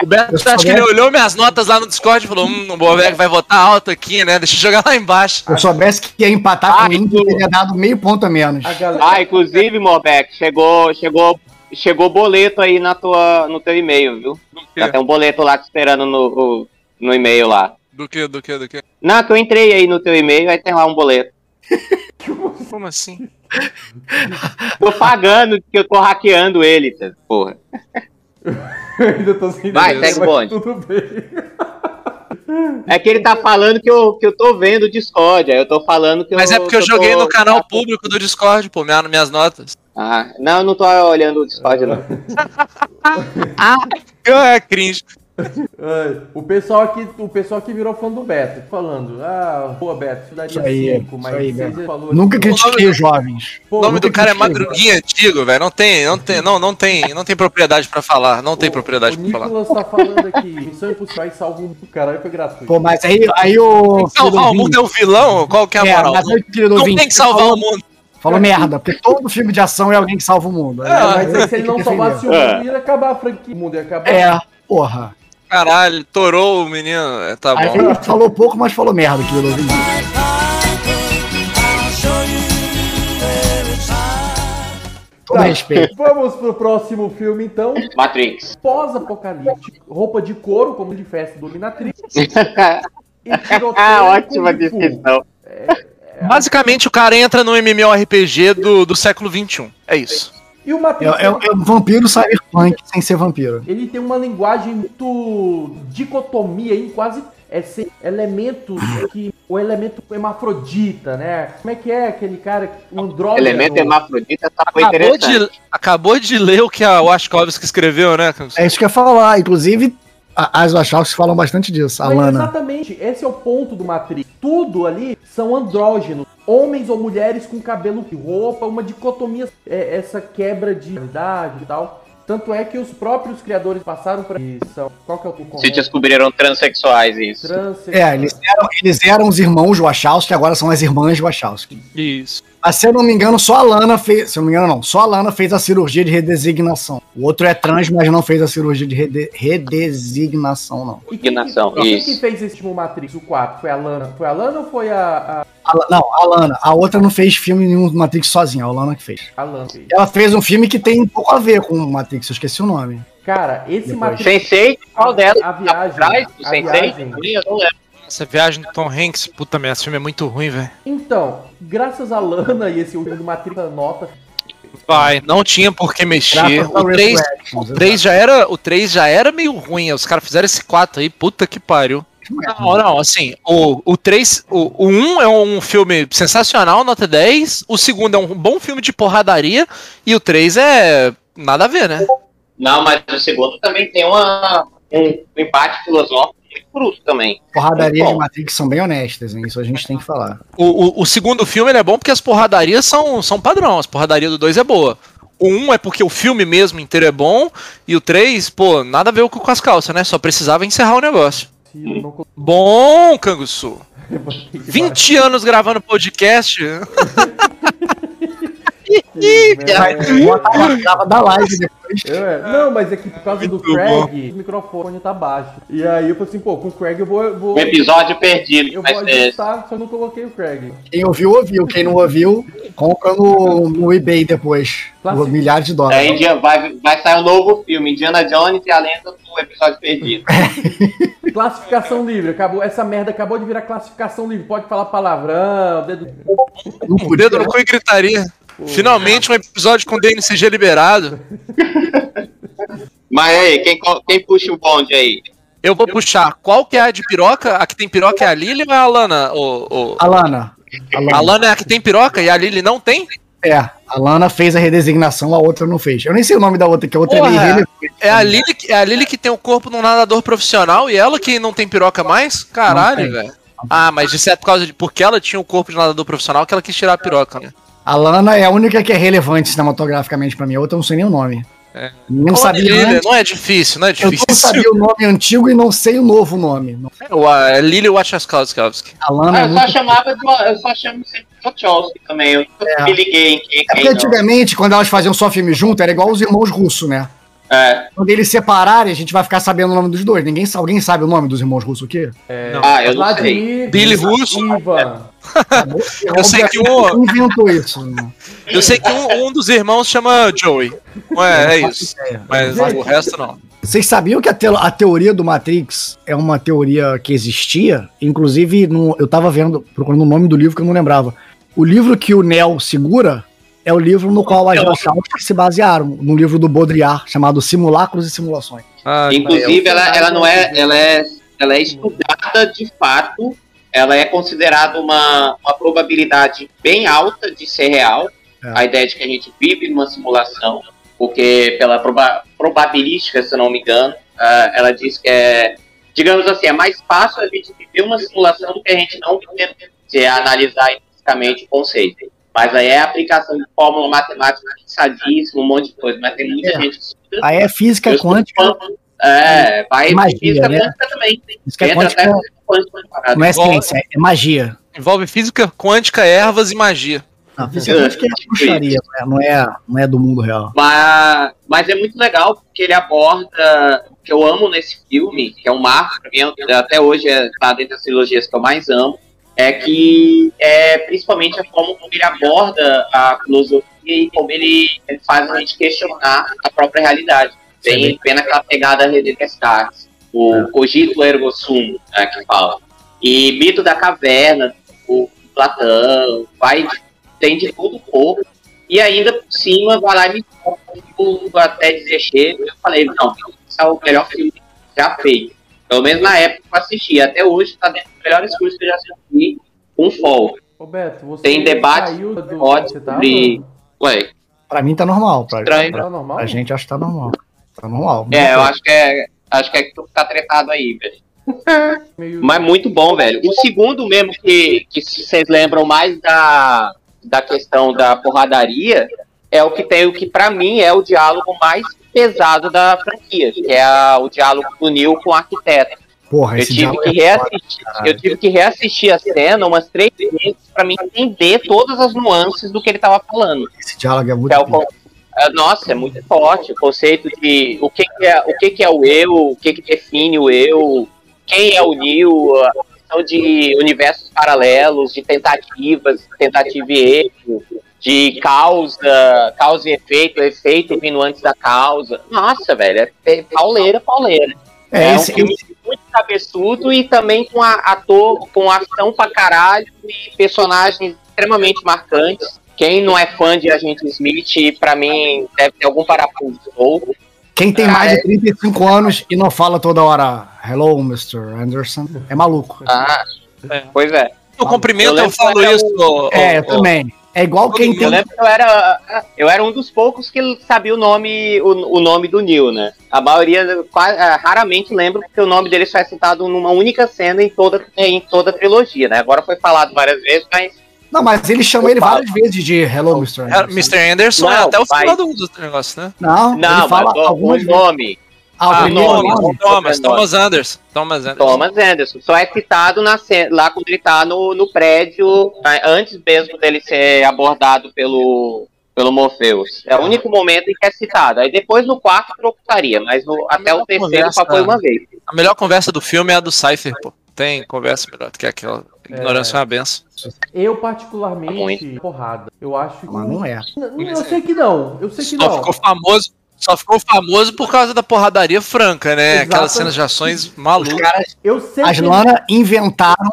Speaker 1: O Beto,
Speaker 3: Eu só
Speaker 1: acho que ele
Speaker 3: dei-
Speaker 1: olhou minhas notas lá no Discord e falou: hum, o Bobek vai votar alto aqui, né? Deixa eu jogar lá embaixo.
Speaker 3: Se eu soubesse que ia empatar
Speaker 4: Ah,
Speaker 3: com o Inter,
Speaker 4: isso.
Speaker 3: teria dado meio ponto a menos.
Speaker 2: A galera.
Speaker 4: Ah, inclusive, Morbeck, chegou, chegou, chegou boleto aí na tua, no teu e-mail, viu?
Speaker 1: Do
Speaker 4: Já
Speaker 1: que?
Speaker 4: tem um boleto lá te esperando no, no e-mail lá.
Speaker 1: Do que? Do que? Do que?
Speaker 4: Não, que eu entrei aí no teu e-mail, aí tem lá um boleto.
Speaker 1: Como assim?
Speaker 4: Tô pagando que eu tô hackeando ele, tá? porra.
Speaker 2: Eu ainda tô sem
Speaker 4: Vai,
Speaker 2: ideia,
Speaker 4: segue o
Speaker 2: mas
Speaker 4: bonde.
Speaker 2: Tudo bem.
Speaker 4: É que ele tá falando que eu, que eu tô vendo o Discord, aí eu tô falando que
Speaker 1: Mas
Speaker 4: eu
Speaker 1: é porque eu
Speaker 4: que
Speaker 1: joguei
Speaker 4: tô-
Speaker 1: no canal público do Discord, pô, minha- minhas notas.
Speaker 4: Ah, não, eu não tô olhando o Discord, não.
Speaker 1: É cringe.
Speaker 2: Ai, O pessoal aqui, o pessoal que virou fã do Beto, falando: "Ah, boa Beto, você
Speaker 3: Isso
Speaker 2: daria
Speaker 3: aí,
Speaker 2: 5,
Speaker 3: isso
Speaker 2: mas
Speaker 3: aí,
Speaker 2: você
Speaker 3: velho.
Speaker 2: falou
Speaker 3: Nunca
Speaker 2: que
Speaker 3: critiquei os jovens.
Speaker 2: Pô,
Speaker 1: O nome
Speaker 3: nunca
Speaker 1: do cara é
Speaker 3: critiquei,
Speaker 1: Madruguinha Antigo, velho. Não tem, não tem, não, não tem, não tem propriedade pra falar. Não tem propriedade
Speaker 2: o
Speaker 1: pra falar.
Speaker 2: Nicolas tá falando aqui, Missão Impossível e salva o mundo, caralho, foi gratuito.
Speaker 3: Pô, mas aí, aí o.
Speaker 1: Salvar o
Speaker 3: Filho
Speaker 1: mundo é o vilão? Qual que é a
Speaker 3: É,
Speaker 1: moral?
Speaker 3: mas aí o tá filho do
Speaker 1: Não
Speaker 3: ouvinte
Speaker 1: tem que salvar
Speaker 3: falou,
Speaker 1: o mundo.
Speaker 3: falou merda, porque todo filme de ação é alguém que salva o mundo.
Speaker 2: É,
Speaker 3: Aí,
Speaker 2: mas aí, se ele não
Speaker 3: tem que
Speaker 2: salvasse o
Speaker 4: É.
Speaker 2: mundo, ia acabar a franquia. O mundo ia acabar.
Speaker 3: defender. É, porra.
Speaker 1: Caralho, torou o menino. É, tá
Speaker 3: Aí
Speaker 1: bom.
Speaker 3: ele falou pouco, mas falou merda, filho do ouvinte.
Speaker 5: I'll show you where it's high.
Speaker 3: Todo
Speaker 2: Tá.
Speaker 3: respeito.
Speaker 2: Vamos pro próximo filme, então.
Speaker 4: Matrix.
Speaker 2: Pós-apocalíptico, roupa de couro, como de festa do Minatrix. E tiroteio
Speaker 4: ah,
Speaker 2: com
Speaker 4: ótima
Speaker 2: Kung Fu.
Speaker 4: descrição.
Speaker 1: Basicamente, o cara entra no MMORPG do, do século XXI. É isso.
Speaker 2: E o
Speaker 3: É,
Speaker 2: Matrix,
Speaker 3: é- é um vampiro sair punk sem ser vampiro.
Speaker 2: ele tem uma linguagem muito dicotomia aí, quase... É sem elementos que... O elemento hermafrodita, né? Como é que é aquele cara? O andrógeno.
Speaker 4: Elemento hermafrodita tá foi
Speaker 1: Acabou
Speaker 4: interessante.
Speaker 1: de, acabou de ler o que a Wachowski escreveu, né?
Speaker 3: É isso que eu ia falar. Inclusive, a- as Wachowski falam bastante disso. A
Speaker 2: Mas
Speaker 3: Lana.
Speaker 2: Exatamente, esse é o ponto do Matrix. Tudo ali são andrógenos. Homens ou mulheres com cabelo e roupa, uma dicotomia, é, essa quebra de idade e tal. Tanto é que os próprios criadores passaram pra que são. Qual que é o correto?
Speaker 4: Se descobriram transexuais isso.
Speaker 2: Trans-
Speaker 3: É, eles eram, eles eram os irmãos Wachowski, agora são as irmãs Wachowski.
Speaker 1: Isso.
Speaker 3: Mas se eu não me engano, só a Lana fez. Se eu não me engano, não. Só a Lana fez a cirurgia de redesignação. O outro é trans, mas não fez a cirurgia de rede- redesignação, não.
Speaker 2: E quem, que,
Speaker 4: Ignação,
Speaker 2: quem
Speaker 4: isso.
Speaker 2: que fez esse último Matrix, o 4? Foi a Lana? Foi a Lana ou foi a, a,
Speaker 3: A La- não, a Lana. A outra não fez filme nenhum do Matrix sozinha, é a Lana que fez.
Speaker 2: a Lana? que fez?
Speaker 3: Ela fez um filme que tem um pouco a ver com o Matrix, eu esqueci o nome.
Speaker 2: Cara, esse
Speaker 3: Depois.
Speaker 2: Matrix.
Speaker 4: Sensei, qual dela?
Speaker 2: A viagem.
Speaker 4: Atrás do
Speaker 2: a
Speaker 4: Sensei?
Speaker 2: viagem.
Speaker 4: Também eu não lembro.
Speaker 1: Essa viagem do Tom Hanks, puta merda, esse filme é muito ruim, velho.
Speaker 2: Então, graças a Lana e esse último do Matrix, a nota
Speaker 1: Vai, não tinha por que mexer.
Speaker 3: Graças ao
Speaker 1: O 3,
Speaker 3: Resurrections,
Speaker 1: o 3 já era, o 3 já era meio ruim. Os caras fizeram esse 4 aí, puta que pariu. Não, não, assim, o, o 3, o, o 1 é um filme sensacional, nota 10. O segundo é um bom filme de porradaria e o 3 é nada a ver, né?
Speaker 4: Não, mas o segundo também tem uma, um, um empate filosófico muito bruto também.
Speaker 3: Porradarias
Speaker 4: Bom.
Speaker 3: de Matrix são bem honestas, né? Isso a gente tem que falar.
Speaker 1: O, o- o segundo filme ele é bom porque as porradarias são, são padrão. As porradarias do dois é boa. O um é porque o filme mesmo inteiro é bom. E o três, pô, nada a ver com com as calças, né? Só precisava encerrar o negócio.
Speaker 2: Se eu não coloquei
Speaker 1: Bom, Canguçu.
Speaker 2: aqui
Speaker 1: 20 anos gravando podcast.
Speaker 2: embaixo, né?
Speaker 3: Tava da live depois.
Speaker 2: Eu, é. Não, mas é que por causa do
Speaker 1: Muito
Speaker 2: Craig, o microfone tá baixo. E aí eu falei assim, pô, com o Craig eu vou. Eu vou,
Speaker 4: Um episódio perdido,
Speaker 2: eu
Speaker 4: mas
Speaker 2: vou
Speaker 4: é,
Speaker 2: ajustar, só não coloquei o Craig.
Speaker 3: Quem ouviu, ouviu. Quem não ouviu, compra no, no eBay depois.
Speaker 2: Classic.
Speaker 3: Por milhares de
Speaker 4: é,
Speaker 3: dólares.
Speaker 4: Indiana- vai, vai sair um novo filme, Indiana Jones e a lenda do episódio perdido.
Speaker 2: Classificação livre, acabou. Essa merda acabou de virar classificação livre. Pode falar palavrão, dedo.
Speaker 3: Não
Speaker 1: O
Speaker 3: podia.
Speaker 1: dedo no cu e gritaria. Finalmente um episódio com DNCG liberado.
Speaker 4: Mas aí, quem, co- quem puxa o bonde aí?
Speaker 1: Eu vou puxar. Qual que é a de piroca? A que tem piroca é a Lily ou é a Lana? O, o-
Speaker 3: Alana.
Speaker 1: A
Speaker 3: Alana.
Speaker 1: Lana é a que tem piroca e a Lily não tem?
Speaker 3: É, a Alana fez a redesignação, a outra não fez. Eu nem sei o nome da outra, que a outra é meio
Speaker 1: Porra.
Speaker 3: irrelevante.
Speaker 1: É a Lily, que- é a Lily que tem o corpo de um nadador profissional e ela que não tem piroca mais? Caralho,
Speaker 3: Não tem.
Speaker 1: velho. Ah, mas isso é por causa de. Porque ela tinha o corpo de nadador profissional que ela quis tirar a piroca, né?
Speaker 3: A Lana é a única que é relevante cinematograficamente pra mim. A outra eu não sei nem o nome.
Speaker 1: É.
Speaker 3: Não sabia
Speaker 1: Lily,
Speaker 3: antes.
Speaker 1: não é difícil, não é
Speaker 3: Eu não
Speaker 1: difícil.
Speaker 3: sabia o nome antigo e não sei o novo nome.
Speaker 1: O- a ah, é Lily Wachowski.
Speaker 3: A Lana
Speaker 4: Ah,
Speaker 3: é
Speaker 4: eu
Speaker 3: muito...
Speaker 4: só chamava de, eu só chamo sempre de Wachowski também. Eu nunca
Speaker 3: É.
Speaker 4: me liguei em quem é
Speaker 3: É porque
Speaker 4: quem não.
Speaker 3: antigamente, quando elas faziam só filme junto, era igual os irmãos russos, né?
Speaker 4: É.
Speaker 3: Quando eles separarem, a gente vai ficar sabendo o nome dos dois. Ninguém, sa- alguém sabe o nome dos irmãos russos aqui?
Speaker 4: Ah, eu não sei.
Speaker 2: Vladimir,
Speaker 1: Billy Russo.
Speaker 2: Ivan.
Speaker 1: Eu sei que um- o-
Speaker 3: inventou isso. né? Não
Speaker 1: Eu sei que um, um dos irmãos chama Joey. Ué, é
Speaker 3: faço
Speaker 1: isso.
Speaker 3: ideia.
Speaker 1: Mas
Speaker 2: Gente.
Speaker 1: o resto não.
Speaker 3: Vocês sabiam que a, teo- a teoria do Matrix é uma teoria que existia? Inclusive, no- eu tava vendo, procurando o nome do livro que eu não lembrava. O livro que o Neo segura é o livro no qual as Wachowski se basearam, no livro do Baudrillard, chamado Simulacros e Simulações.
Speaker 1: Ah,
Speaker 4: Inclusive, ela, ela não é, ela é, ela é estudada de fato. Ela é considerada uma, uma probabilidade bem alta de ser real.
Speaker 3: É.
Speaker 4: A ideia de que a gente vive numa simulação, porque pela proba- probabilística, se eu não me engano, ah, ela diz que é, digamos assim, é mais fácil a gente viver uma simulação do que a gente não viver, se analisar fisicamente o conceito. Mas aí é a aplicação de fórmula matemática, sadismo, um monte de coisa. Mas tem muita
Speaker 3: É.
Speaker 4: gente que estuda
Speaker 3: Aí é física
Speaker 4: eu sou
Speaker 3: quântica.
Speaker 4: fã. É, vai
Speaker 3: Magia,
Speaker 4: física
Speaker 3: né?
Speaker 4: quântica também.
Speaker 3: Física
Speaker 4: Entra até
Speaker 3: quântica
Speaker 4: física quântica na parada.
Speaker 3: não é ciência, é magia.
Speaker 1: Envolve física quântica, ervas e magia.
Speaker 3: Não, física acho que é bruxaria, né? não é, não é do mundo real.
Speaker 4: Mas, mas é muito legal porque ele aborda o que eu amo nesse filme, que é um marco pra mim, até hoje é tá dentro das trilogias que eu mais amo, é que é principalmente a forma como ele aborda a filosofia e como ele, ele faz a gente questionar a própria realidade.
Speaker 3: Sim.
Speaker 4: Bem, bem naquela pegada René Descartes, o cogito ergo sum, né, que fala. E mito da caverna, o Platão, vai de- tem de tudo um pouco. E ainda por cima, vai lá e me tipo, até dizer chega. Eu falei, não, esse é o melhor filme já feito. Pelo menos na época que eu assisti. Até hoje tá dentro dos melhores cursos que eu já assisti com folga.
Speaker 2: Ô Beto, você
Speaker 4: Tem debate,
Speaker 2: saiu do...
Speaker 4: pode
Speaker 2: você tá tava?
Speaker 4: abrir. Ué,
Speaker 3: Pra mim tá normal. Pra,
Speaker 4: Estranho.
Speaker 3: pra,
Speaker 2: Tá normal?
Speaker 3: pra gente acho que tá normal. Tá normal.
Speaker 4: é, eu acho que é. Acho que é que tu tá tretado aí, velho.
Speaker 2: Meio...
Speaker 4: Mas muito bom, velho. O segundo mesmo que, que vocês lembram mais da, da questão da porradaria é o que tem o que pra mim é o diálogo mais pesado da franquia, que é a- o diálogo do Neil com o arquiteto.
Speaker 3: Porra,
Speaker 4: Eu
Speaker 3: esse
Speaker 4: tive
Speaker 3: diálogo
Speaker 4: que
Speaker 3: é foda.
Speaker 4: reassistir, eu tive que reassistir a cena umas três vezes pra mim entender todas as nuances do que ele tava falando.
Speaker 3: Esse diálogo é muito
Speaker 4: Que é o
Speaker 3: foda.
Speaker 4: con- é, Nossa, é muito forte o conceito de o que, que é o que, que é o eu, o que, que define o eu, quem é o Neil, a questão de universos paralelos, de tentativas, tentativa e erro, de causa, causa e efeito, efeito vindo antes da causa. Nossa, velho, é é pauleira, pauleira.
Speaker 3: É,
Speaker 4: É um
Speaker 3: esse,
Speaker 4: filme muito cabeçudo e também com a- ator, com ação pra caralho e personagens extremamente marcantes. Quem não é fã de Agente Smith, pra mim, deve ter algum parafuso ou
Speaker 3: Quem tem mais de 35 anos e não fala toda hora Hello, Mr. Anderson, é maluco.
Speaker 4: Ah, pois é.
Speaker 1: Eu cumprimento,
Speaker 4: Ah, Eu
Speaker 1: eu,
Speaker 4: lembro
Speaker 1: falo
Speaker 4: que era um-
Speaker 1: isso. ô,
Speaker 3: é,
Speaker 1: ô,
Speaker 3: eu também. É igual quem tem.
Speaker 4: Eu lembro que eu era, eu era um dos poucos que sabia o nome, o, o nome do Neil, né? A maioria, quase, é, raramente lembro porque o nome dele só é citado numa única cena em toda, em toda a trilogia, né? Agora foi falado várias vezes, mas
Speaker 3: Não, mas ele chama ele várias vezes de Hello, Mr.
Speaker 1: É,
Speaker 3: Anderson.
Speaker 1: Mr. Anderson é
Speaker 4: Não,
Speaker 1: até o
Speaker 4: vai.
Speaker 1: final do, do negócio, né?
Speaker 3: Não,
Speaker 4: não,
Speaker 3: ele fala
Speaker 4: mas o-
Speaker 3: algumas
Speaker 4: o
Speaker 3: vezes.
Speaker 4: nome,
Speaker 3: Ah, o
Speaker 4: Ah,
Speaker 3: primeiro
Speaker 1: Thomas,
Speaker 4: nome.
Speaker 3: nome?
Speaker 1: Thomas, Thomas Anderson. Thomas Anderson.
Speaker 4: Thomas Anderson, só é citado na, ce- lá quando ele tá no, no prédio, tá? antes mesmo dele ser abordado pelo, pelo Morpheus. É o único momento em que é citado. Aí depois no quarto trocaria, mas no- até o terceiro só foi uma vez.
Speaker 1: A melhor conversa do filme é a do Cypher, pô. Tem conversa melhor do que aquela. Ignorância é, uma benção.
Speaker 2: Eu,
Speaker 4: Muito.
Speaker 2: particularmente, porrada. Eu acho que.
Speaker 3: Mas não é.
Speaker 2: N- n- Eu sei que não. Eu sei que
Speaker 1: Só
Speaker 2: não.
Speaker 1: ficou famoso. Só ficou famoso por causa da porradaria franca, né? Aquelas
Speaker 2: Exatamente.
Speaker 1: cenas de ações
Speaker 3: Os
Speaker 1: malucas.
Speaker 3: caras,
Speaker 2: Eu sei
Speaker 3: as
Speaker 2: que.
Speaker 3: Lana inventaram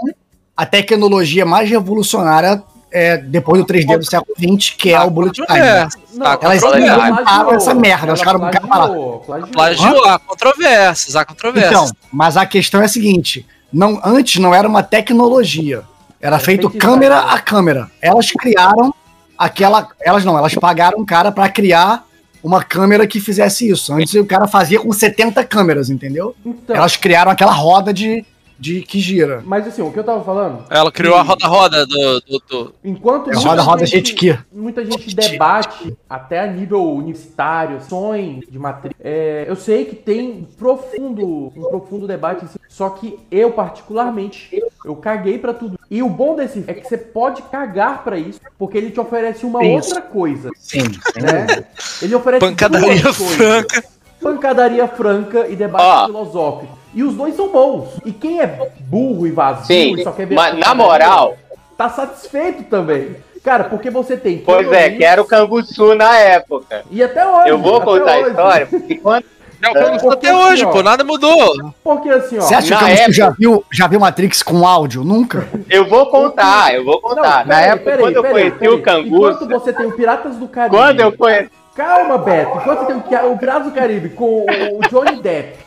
Speaker 3: a tecnologia mais revolucionária é, depois do 3D do século XX, que é o Bullet Time.
Speaker 1: É,
Speaker 2: Não,
Speaker 1: tá,
Speaker 3: Elas
Speaker 1: controversa.
Speaker 3: inventaram
Speaker 2: plagiou.
Speaker 3: essa merda,
Speaker 2: Ela
Speaker 3: os caras não querem
Speaker 2: plagiou, plagiou.
Speaker 1: Plagiou, há controvérsias, há controvérsias.
Speaker 3: Então, mas a questão é a seguinte: não, antes não era uma tecnologia. Era feito
Speaker 2: feito
Speaker 3: câmera
Speaker 2: design.
Speaker 3: a câmera. Elas criaram aquela. Elas não, elas pagaram um cara pra criar uma câmera que fizesse isso. Antes o cara fazia com 70 câmeras, entendeu?
Speaker 2: Então,
Speaker 3: Elas criaram aquela roda de, de que gira.
Speaker 2: mas assim, o que eu tava falando,
Speaker 1: Ela criou a roda-roda do, do- do-
Speaker 2: enquanto
Speaker 3: É
Speaker 2: muita
Speaker 3: roda, roda, gente que.
Speaker 2: muita gente debate, até a nível universitário, sonho de matriz, é, eu sei que tem um profundo, um profundo debate, em cima, só que eu particularmente, eu caguei pra tudo. E o bom desse é que você pode cagar pra isso, porque ele te oferece uma
Speaker 3: Isso.
Speaker 2: outra coisa,
Speaker 3: Sim,
Speaker 2: né? Ele oferece duas
Speaker 1: pancadaria
Speaker 2: coisas.
Speaker 1: franca.
Speaker 2: pancadaria franca e debate
Speaker 4: Ó.
Speaker 2: filosófico. E os dois são bons. E quem é burro e vazio
Speaker 4: Sim,
Speaker 2: e só quer ver.
Speaker 4: mas na
Speaker 2: pancadaria,
Speaker 4: moral-
Speaker 2: Tá satisfeito também. Cara, porque você tem.
Speaker 4: Pois é,
Speaker 2: Keanu
Speaker 4: que era o Canguçu na época.
Speaker 2: E até hoje.
Speaker 4: Eu vou
Speaker 2: até
Speaker 4: contar a
Speaker 2: hoje.
Speaker 4: história, porque quando
Speaker 1: É o que
Speaker 2: É.
Speaker 1: até hoje, pô. Nada mudou.
Speaker 2: Porque assim, ó.
Speaker 3: Você acha
Speaker 4: Na
Speaker 3: que
Speaker 4: época-
Speaker 3: eu já viu, já viu Matrix com áudio? Nunca.
Speaker 4: eu vou contar, eu vou contar. Tá, na
Speaker 2: peraí,
Speaker 4: época,
Speaker 2: peraí,
Speaker 4: quando eu
Speaker 2: peraí,
Speaker 4: conheci
Speaker 2: peraí.
Speaker 4: o Canguçu,
Speaker 2: Enquanto você tem o Piratas do Caribe.
Speaker 4: quando eu conheci.
Speaker 2: Calma, Beto. Enquanto você tem o Ca- o Piratas do Caribe com o o Johnny Depp,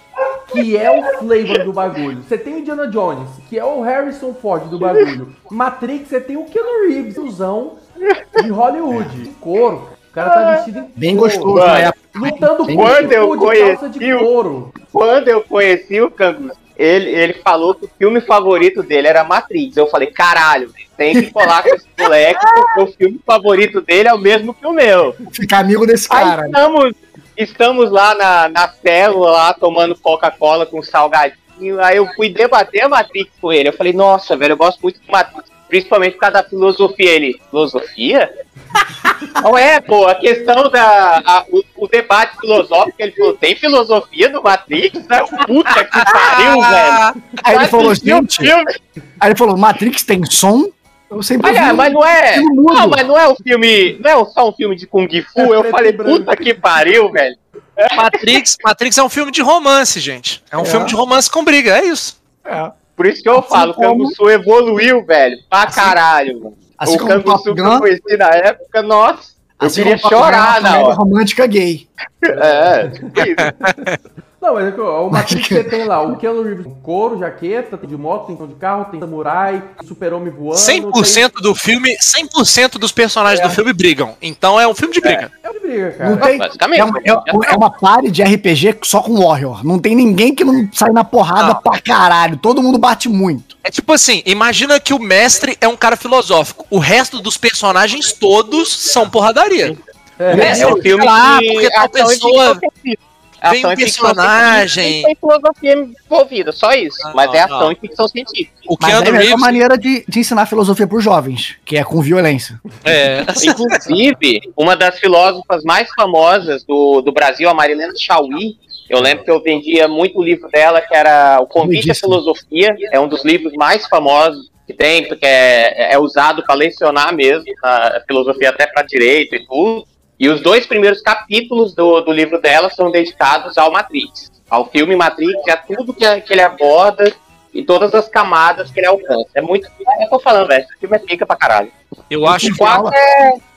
Speaker 2: que é o flavor do bagulho. Você tem o Indiana Jones, que é o Harrison Ford do bagulho. Matrix, você tem o Keanu Reeves, usão de Hollywood. De couro. O cara tá vestido em
Speaker 3: Bem
Speaker 2: couro.
Speaker 3: gostoso
Speaker 4: Mano.
Speaker 3: na época.
Speaker 2: Lutando
Speaker 3: Bem
Speaker 2: com
Speaker 4: gostoso.
Speaker 2: o
Speaker 4: Quando eu
Speaker 2: de calça de
Speaker 4: conheci o-
Speaker 2: couro.
Speaker 4: Quando eu conheci o Canguçu, ele, ele falou que o filme favorito dele era Matrix. Eu falei, caralho, velho, tem que colar com esse moleque, porque o filme favorito dele é o mesmo que o meu.
Speaker 3: Ficar amigo desse cara. né?
Speaker 4: Aí estamos, estamos lá na, na célula, lá, tomando Coca-Cola com salgadinho. Aí eu fui debater Matrix com ele. Eu falei, nossa, velho, eu gosto muito de Matrix. Principalmente por causa da filosofia. Ele, filosofia? Não é, pô, a questão da. a- o, o debate filosófico, ele falou, tem filosofia no Matrix? Né? Puta que
Speaker 1: Ah,
Speaker 4: pariu, um velho.
Speaker 3: Aí ele falou,
Speaker 4: Assisti o
Speaker 3: gente.
Speaker 4: filme.
Speaker 3: Aí ele falou: Matrix tem som? Eu um sempre
Speaker 4: Olha,
Speaker 3: ouvi.
Speaker 4: mas não é.
Speaker 3: Eu mudo.
Speaker 4: Não, mas não é o filme. Não é só um filme de Kung Fu. Eu
Speaker 2: É preto e
Speaker 4: falei,
Speaker 2: branco.
Speaker 4: puta que pariu, velho.
Speaker 1: é. Matrix, Matrix é um filme de romance, gente. É um
Speaker 3: É.
Speaker 1: filme de romance com briga, é isso.
Speaker 4: Por isso que eu
Speaker 3: Assim
Speaker 4: falo,
Speaker 3: como-
Speaker 4: o Canguçu evoluiu, velho, pra caralho. mano.
Speaker 3: Assim
Speaker 4: o
Speaker 3: como o
Speaker 4: Canguçu
Speaker 3: Top
Speaker 4: que eu
Speaker 3: Gun,
Speaker 4: conheci na época, nossa, eu
Speaker 3: assim
Speaker 4: queria
Speaker 3: como Top Gun é uma
Speaker 4: chorar na
Speaker 3: comédia
Speaker 4: hora.
Speaker 3: romântica gay. né?
Speaker 4: É, tipo isso.
Speaker 2: Não, mas é que, ó, o Matrix você tem lá, o Keanu Reeves com couro, jaqueta, tem de moto, tem som de carro, tem samurai, super-homem voando.
Speaker 1: 100% do filme, 100% dos personagens do filme brigam. Então é um filme de briga.
Speaker 2: tem- É uma briga,
Speaker 3: Não
Speaker 2: cara.
Speaker 3: tem,
Speaker 4: basicamente,
Speaker 3: é, uma, é, uma- é uma party de RPG só com Warrior. Não tem ninguém que não sai na
Speaker 4: Ah.
Speaker 3: porrada pra caralho. Todo mundo bate muito.
Speaker 1: É tipo assim, imagina que o mestre é um cara filosófico. O resto dos personagens todos são porradaria.
Speaker 2: É,
Speaker 4: É, é um filme
Speaker 1: lá,
Speaker 4: que
Speaker 1: porque tal
Speaker 4: ação é e ficção
Speaker 1: pessoa
Speaker 4: científica.
Speaker 1: tem
Speaker 4: e ficção
Speaker 1: personagem.
Speaker 4: científica e Tem é filosofia envolvida, só isso.
Speaker 1: Não,
Speaker 4: Mas é
Speaker 1: não.
Speaker 4: ação e ficção científica.
Speaker 1: O
Speaker 3: Mas é a
Speaker 1: Keanu
Speaker 3: melhor
Speaker 1: Reeves.
Speaker 3: maneira de, de ensinar filosofia pros jovens, que é com violência.
Speaker 1: É,
Speaker 4: Inclusive, uma das filósofas mais famosas do, do Brasil, a Marilena Chauí, eu lembro que eu vendia muito o livro dela, que era O Convite à
Speaker 3: Lindíssimo.
Speaker 4: Filosofia, é um dos livros mais famosos que tem, porque é, é usado para lecionar mesmo, a filosofia até para direito e tudo. E os dois primeiros capítulos do, do livro dela são dedicados ao Matrix, ao filme Matrix, a tudo que, que ele aborda e todas as camadas que ele alcança. É muito. É, eu tô falando, velho, esse filme é pica pra caralho.
Speaker 1: eu acho
Speaker 3: tive
Speaker 1: que.
Speaker 3: aula,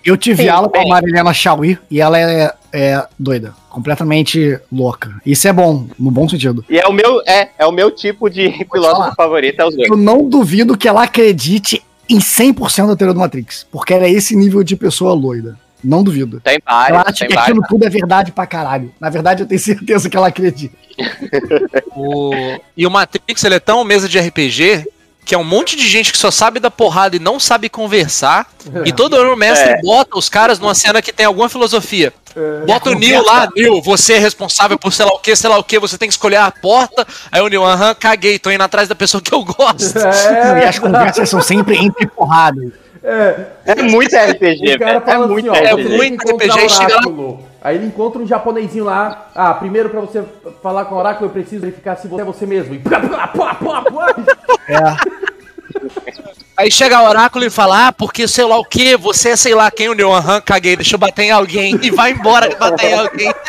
Speaker 3: eu tive
Speaker 4: é- Sim,
Speaker 3: aula com a
Speaker 4: bem.
Speaker 3: Marilena Chauí e ela é, é doida. Completamente louca. Isso é bom, no bom sentido.
Speaker 4: E é o meu, é, é o meu tipo de filósofo
Speaker 3: falar.
Speaker 4: favorito, é os dois.
Speaker 3: Eu não duvido que ela acredite em 100% da teoria do Matrix. Porque era esse nível de pessoa loira. Não duvido.
Speaker 4: Tem
Speaker 3: Ela
Speaker 4: Tá vários,
Speaker 3: acha
Speaker 4: tem
Speaker 3: que
Speaker 4: vários.
Speaker 3: aquilo tudo é verdade pra caralho. Na verdade, eu tenho certeza que ela acredita.
Speaker 1: O- E o Matrix, ele é tão mesa de RPG que é um monte de gente que só sabe da porrada e não sabe conversar. E todo ano o mestre
Speaker 4: É.
Speaker 1: bota os caras numa cena que tem alguma filosofia.
Speaker 2: É.
Speaker 1: Bota o Neil lá, Neil, você é responsável por sei lá o que, sei lá o que, você tem que escolher a porta. Aí o Neil, aham, caguei, tô indo atrás da pessoa que eu gosto.
Speaker 3: e as conversas são sempre entre porradas.
Speaker 2: É,
Speaker 4: É muito RPG,
Speaker 2: o cara
Speaker 4: velho.
Speaker 2: fala
Speaker 4: É
Speaker 2: assim,
Speaker 4: muito
Speaker 2: ó,
Speaker 1: é
Speaker 2: você
Speaker 4: RPG.
Speaker 2: tem que
Speaker 1: muito
Speaker 2: encontrar
Speaker 1: RPG, chega lá-
Speaker 2: oráculo. Aí ele encontra um japonesinho lá. Ah, primeiro pra você falar com o oráculo, eu preciso verificar se você é você mesmo. E pá, pá, pá, pá, pá.
Speaker 1: Aí chega o oráculo e fala, ah, porque sei lá o que, você é sei lá quem, o Neil, aham, caguei, deixa eu bater em alguém. E vai embora de bater em alguém.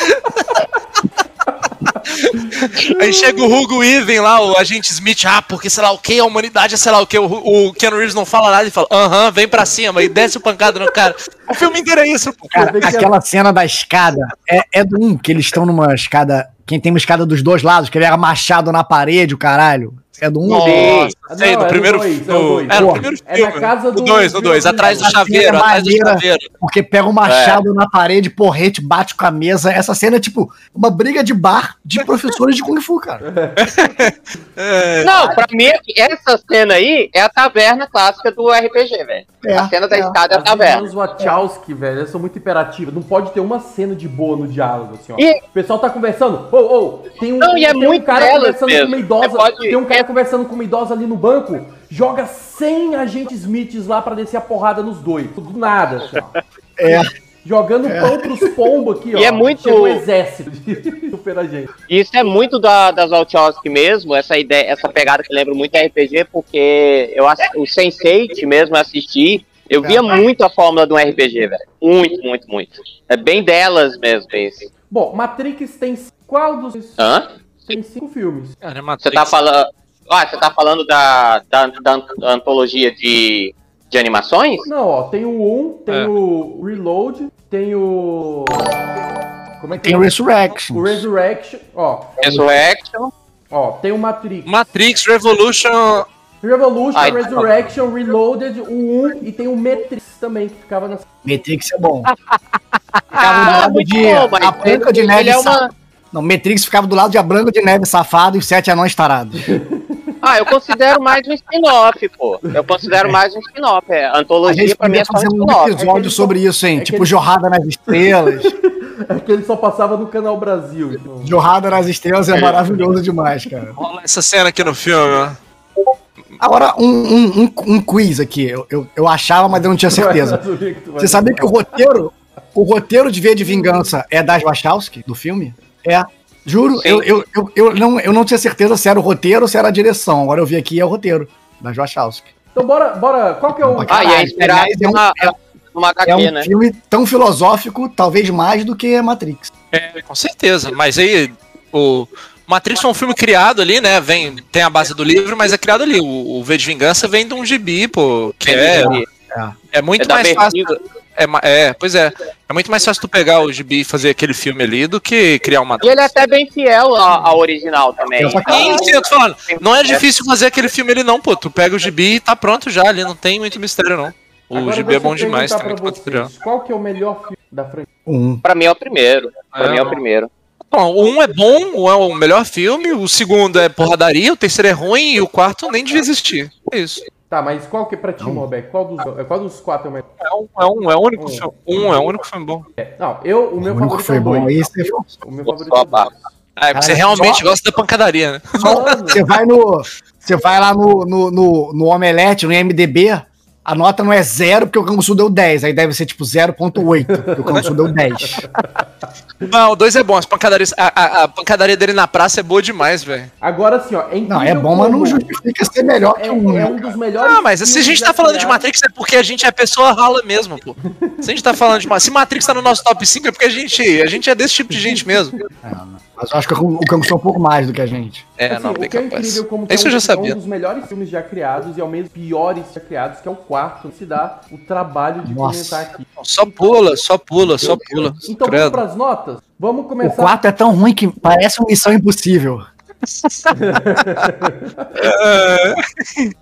Speaker 1: Aí chega o Hugo Even lá, o agente Smith, ah, porque sei lá o que, a humanidade é sei lá o que, o, o Keanu Reeves não fala nada e fala, aham, vem pra cima, e desce o pancada no cara. O filme inteiro é isso, pô.
Speaker 3: Cara,
Speaker 2: Você vê que
Speaker 3: aquela cena da escada é, é do um, que eles estão numa escada. Quem tem uma escada dos dois lados, que ele era machado na parede, o caralho. É do um. ou do outro?
Speaker 1: Nossa, sei,
Speaker 2: Não,
Speaker 1: no
Speaker 2: é do
Speaker 1: primeiro
Speaker 2: dois,
Speaker 1: filme.
Speaker 2: é do dois.
Speaker 1: É, no
Speaker 3: Porra,
Speaker 1: primeiro
Speaker 2: é
Speaker 1: filme.
Speaker 2: na casa do-
Speaker 1: No dois, no dois, atrás do
Speaker 2: Essa
Speaker 1: chaveiro,
Speaker 3: cena é
Speaker 1: atrás do
Speaker 3: maneira.
Speaker 1: chaveiro.
Speaker 3: Porque pega o machado na parede, porrete, bate com a mesa. Essa cena é tipo uma briga de bar de professores de Kung Fu, cara.
Speaker 4: Não, pra mim, essa cena aí é a taverna clássica do RPG, velho.
Speaker 3: É,
Speaker 4: a cena da
Speaker 3: é.
Speaker 4: escada é a
Speaker 2: As
Speaker 4: taverna.
Speaker 2: irmãs Wachowski, velho, elas são muito imperativas. Não pode ter uma cena de boa no diálogo, assim, ó.
Speaker 4: E-
Speaker 2: O pessoal tá conversando. Ô, ô, tem um,
Speaker 4: Não, e é
Speaker 2: tem um
Speaker 4: muito
Speaker 2: cara
Speaker 4: delas
Speaker 2: conversando
Speaker 4: mesmo.
Speaker 2: com uma idosa.
Speaker 4: Você pode-
Speaker 2: Tem um cara
Speaker 4: é-
Speaker 2: conversando com uma idosa ali no banco. Joga 100 agentes Smiths lá pra descer a porrada nos dois. Do nada, assim, ó.
Speaker 3: É.
Speaker 2: Jogando pão pros pombos aqui, ó.
Speaker 4: E é muito-
Speaker 2: Chega um exército de super agente.
Speaker 4: Isso é muito da, das Wachowski mesmo, essa ideia, essa pegada que lembra muito RPG, porque eu ass- o Sense8 mesmo eu assisti, eu via muito a fórmula de um RPG, velho. Muito, muito, muito. É bem delas mesmo isso.
Speaker 2: Bom, Matrix tem. Qual dos.
Speaker 4: Hã?
Speaker 2: Tem cinco filmes.
Speaker 1: Cara,
Speaker 4: Você tá falando. Ah, você tá falando da, da, da antologia de, de animações?
Speaker 2: Não, ó, tem o 1, tem
Speaker 1: É.
Speaker 2: o Reload, tem o. Como é que
Speaker 3: Tem o
Speaker 2: é?
Speaker 3: Resurrection.
Speaker 2: O Resurrection, ó,
Speaker 4: Resurrection.
Speaker 2: ó, tem o Matrix.
Speaker 1: Matrix Revolution.
Speaker 2: Revolution,
Speaker 4: Ai,
Speaker 2: Resurrection, Reloaded, o 1 e tem o Matrix também, que ficava na.
Speaker 3: Matrix é bom.
Speaker 4: Ah,
Speaker 3: Ficava do lado
Speaker 4: muito
Speaker 3: de
Speaker 4: bom, mas
Speaker 3: a Branca de
Speaker 4: ele
Speaker 3: Neve
Speaker 4: é uma-
Speaker 3: Safada. Não, Matrix ficava do lado de a Branca de Neve Safado e os Sete Anões Tarados.
Speaker 4: Ah, eu considero mais um spin-off, pô. Eu considero mais um spin-off. É.
Speaker 3: A
Speaker 4: Antologia
Speaker 3: gente
Speaker 4: pra mim
Speaker 3: podia
Speaker 4: é só um
Speaker 3: fazer um
Speaker 4: spin-off.
Speaker 2: É que
Speaker 3: episódio
Speaker 2: eles-
Speaker 3: sobre isso, hein?
Speaker 2: é que
Speaker 3: tipo,
Speaker 2: eles-
Speaker 3: Jorrada nas Estrelas.
Speaker 2: É que ele só passava no Canal Brasil. Então...
Speaker 3: Jorrada nas Estrelas é maravilhoso demais, cara.
Speaker 1: Rola essa cena aqui no filme, né? ó.
Speaker 3: Agora, um, um, um, um quiz aqui. Eu, eu, eu achava, mas eu não tinha certeza. Você sabia que o roteiro, o roteiro de V de Vingança é das Wachowski, do filme? É. Juro,
Speaker 4: Sim.
Speaker 3: eu, eu, eu, eu não, eu não tinha certeza se era o roteiro ou se era a direção. Agora eu vi aqui é o roteiro das Wachowski.
Speaker 2: Então bora, bora, qual que é o.
Speaker 4: Ah, e é inspirado
Speaker 3: Aliás, é um-
Speaker 4: numa, numa HQ,
Speaker 3: É um
Speaker 4: né?
Speaker 3: filme tão filosófico, talvez mais do que Matrix.
Speaker 1: É, Com certeza, mas aí o Matrix foi um filme criado ali, né? Vem, tem a base do livro, mas é criado ali. O, o V de Vingança vem de um gibi, pô, que é, é muito
Speaker 4: É da
Speaker 1: mais fácil.
Speaker 4: Vertigo.
Speaker 1: É, ma- é, pois é. É muito mais fácil tu pegar o gibi e fazer aquele filme ali do que criar uma.
Speaker 4: E ele é até bem fiel à, à original também.
Speaker 3: Eu só que-
Speaker 1: Sim, sim, eu tô falando. Não é difícil fazer aquele filme ali, não, pô. Tu pega o gibi e tá pronto já ali, não tem muito mistério, não. O
Speaker 2: Agora
Speaker 1: gibi é
Speaker 2: deixa
Speaker 1: bom
Speaker 2: eu
Speaker 1: demais
Speaker 2: perguntar
Speaker 1: também,
Speaker 2: pra
Speaker 1: tu pode criar.
Speaker 2: vocês, Qual que é o melhor filme da franquia?
Speaker 3: Um.
Speaker 4: Pra mim é o primeiro. Pra
Speaker 1: É,
Speaker 4: mim é o
Speaker 1: não.
Speaker 4: primeiro.
Speaker 1: Bom, o um é bom, o é o melhor filme, o segundo é porradaria, o terceiro é ruim e o quarto nem devia existir. É isso.
Speaker 2: Tá, mas qual que é pra ti, Morbeck? Qual dos, qual dos quatro é o melhor?
Speaker 1: É um, é um, é o único
Speaker 2: Um.
Speaker 1: filme. Um é o único filme bom.
Speaker 2: Não, eu, o meu
Speaker 3: o
Speaker 2: favorito
Speaker 3: único que
Speaker 2: é
Speaker 3: foi
Speaker 2: o
Speaker 3: bom.
Speaker 2: dois.
Speaker 3: Aí você,
Speaker 2: O meu
Speaker 4: Só
Speaker 2: favorito é o
Speaker 4: a
Speaker 2: dois.
Speaker 1: Ah, é porque você
Speaker 3: Cara,
Speaker 1: realmente gosta da pancadaria, né?
Speaker 2: Mano,
Speaker 3: você vai no. Você vai lá no, no, no, no Omelete, no MDB, a nota não é zero, porque o Canguçu deu 10. Aí deve ser tipo 0.8, porque o Canguçu deu 10.
Speaker 1: Não, o dois é bom. As pancadarias, a, a- a pancadaria dele na praça é boa demais, velho.
Speaker 2: Agora sim, ó. É incrível
Speaker 3: Não, é bom, mas não
Speaker 2: como-
Speaker 3: justifica ser melhor
Speaker 2: É,
Speaker 3: que um.
Speaker 2: é
Speaker 3: né?
Speaker 2: um dos melhores.
Speaker 1: Ah, mas se a gente tá falando de Matrix é porque a gente é pessoa rala mesmo, pô. Se a gente tá falando de Matrix. Se Matrix tá no nosso top 5 é porque a gente, a gente é desse tipo de gente mesmo.
Speaker 3: Mas eu acho que o Canguçu é um pouco mais do que a gente.
Speaker 1: É,
Speaker 2: assim,
Speaker 1: não,
Speaker 2: o
Speaker 1: bem
Speaker 2: que é
Speaker 1: capaz.
Speaker 2: incrível como que
Speaker 1: Isso eu
Speaker 2: é um,
Speaker 1: já
Speaker 2: é um
Speaker 1: sabia.
Speaker 2: dos melhores filmes já criados e ao mesmo piores já criados, que é o quarto, se dá o trabalho de
Speaker 3: Nossa.
Speaker 2: comentar aqui.
Speaker 1: Só pula, só pula, só pula.
Speaker 2: Então, vamos
Speaker 1: Credo.
Speaker 2: pras notas? Vamos
Speaker 3: O
Speaker 2: começar.
Speaker 3: 4 é tão ruim que parece uma missão um impossível.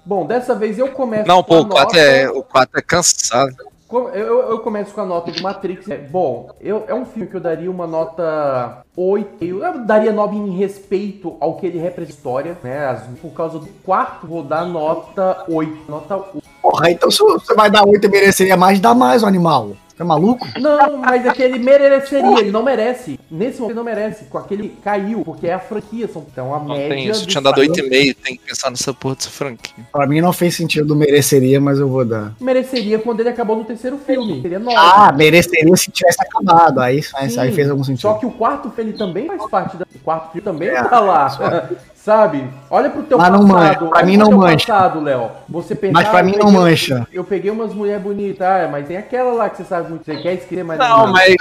Speaker 2: Bom, dessa vez eu começo
Speaker 1: Não, pô,
Speaker 2: a
Speaker 1: o 4 é, o 4 é cansado.
Speaker 2: Com- Eu, eu começo com a nota do Matrix. É, bom, eu- é um filme que eu daria uma nota 8. Eu eu daria 9 em respeito ao que ele representa a história, né? As- por causa do quarto, vou dar nota 8. Nota 8.
Speaker 3: Porra, então se você vai dar 8 e mereceria mais, dá mais o animal. Tá maluco?
Speaker 2: Não, mas é que ele mereceria, ele não merece. Nesse momento ele não merece. Com aquele que caiu, porque é a franquia. São, então a
Speaker 1: Não
Speaker 2: média.
Speaker 1: tem isso.
Speaker 2: do
Speaker 1: Tinha dado
Speaker 2: Estado
Speaker 1: 8,5, tem que pensar nessa porra dessa franquia.
Speaker 3: Pra mim não fez sentido mereceria, mas eu vou dar.
Speaker 2: Mereceria quando ele acabou no terceiro filme. Seria 9.
Speaker 3: Ah, mereceria se tivesse acabado. Aí, aí,
Speaker 2: É. Sim,
Speaker 3: aí fez algum sentido.
Speaker 2: Só que o quarto filme ele também faz parte da. O quarto filme também
Speaker 3: É,
Speaker 2: tá lá.
Speaker 3: só.
Speaker 2: Sabe? Olha pro teu
Speaker 3: Mas não mancha, pra
Speaker 2: olha
Speaker 3: mim
Speaker 2: pro
Speaker 3: não
Speaker 2: teu
Speaker 3: mancha.
Speaker 2: passado, Léo. Você pensar,
Speaker 3: Mas pra
Speaker 2: eu
Speaker 3: mim
Speaker 2: peguei-
Speaker 3: não mancha.
Speaker 2: Eu peguei umas mulheres bonitas, ah, mas tem aquela lá que você sabe muito. Você quer escrever, mas
Speaker 1: Não, mas.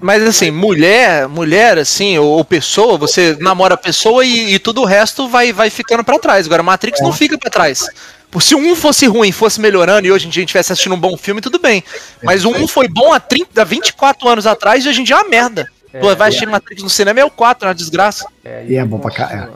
Speaker 1: Mas assim, mulher, mulher, assim, ou, ou pessoa, você namora a pessoa e, e tudo o resto vai, vai ficando pra trás. Agora, Matrix não fica pra trás. Por se um fosse ruim, fosse melhorando, e hoje em dia a gente estivesse assistindo um bom filme, tudo bem. Mas um foi bom há 30, 24 anos atrás e hoje em dia é uma merda. Tu vai assistir Matrix no cinema é o 4, é uma desgraça.
Speaker 3: E é bom pra caralho.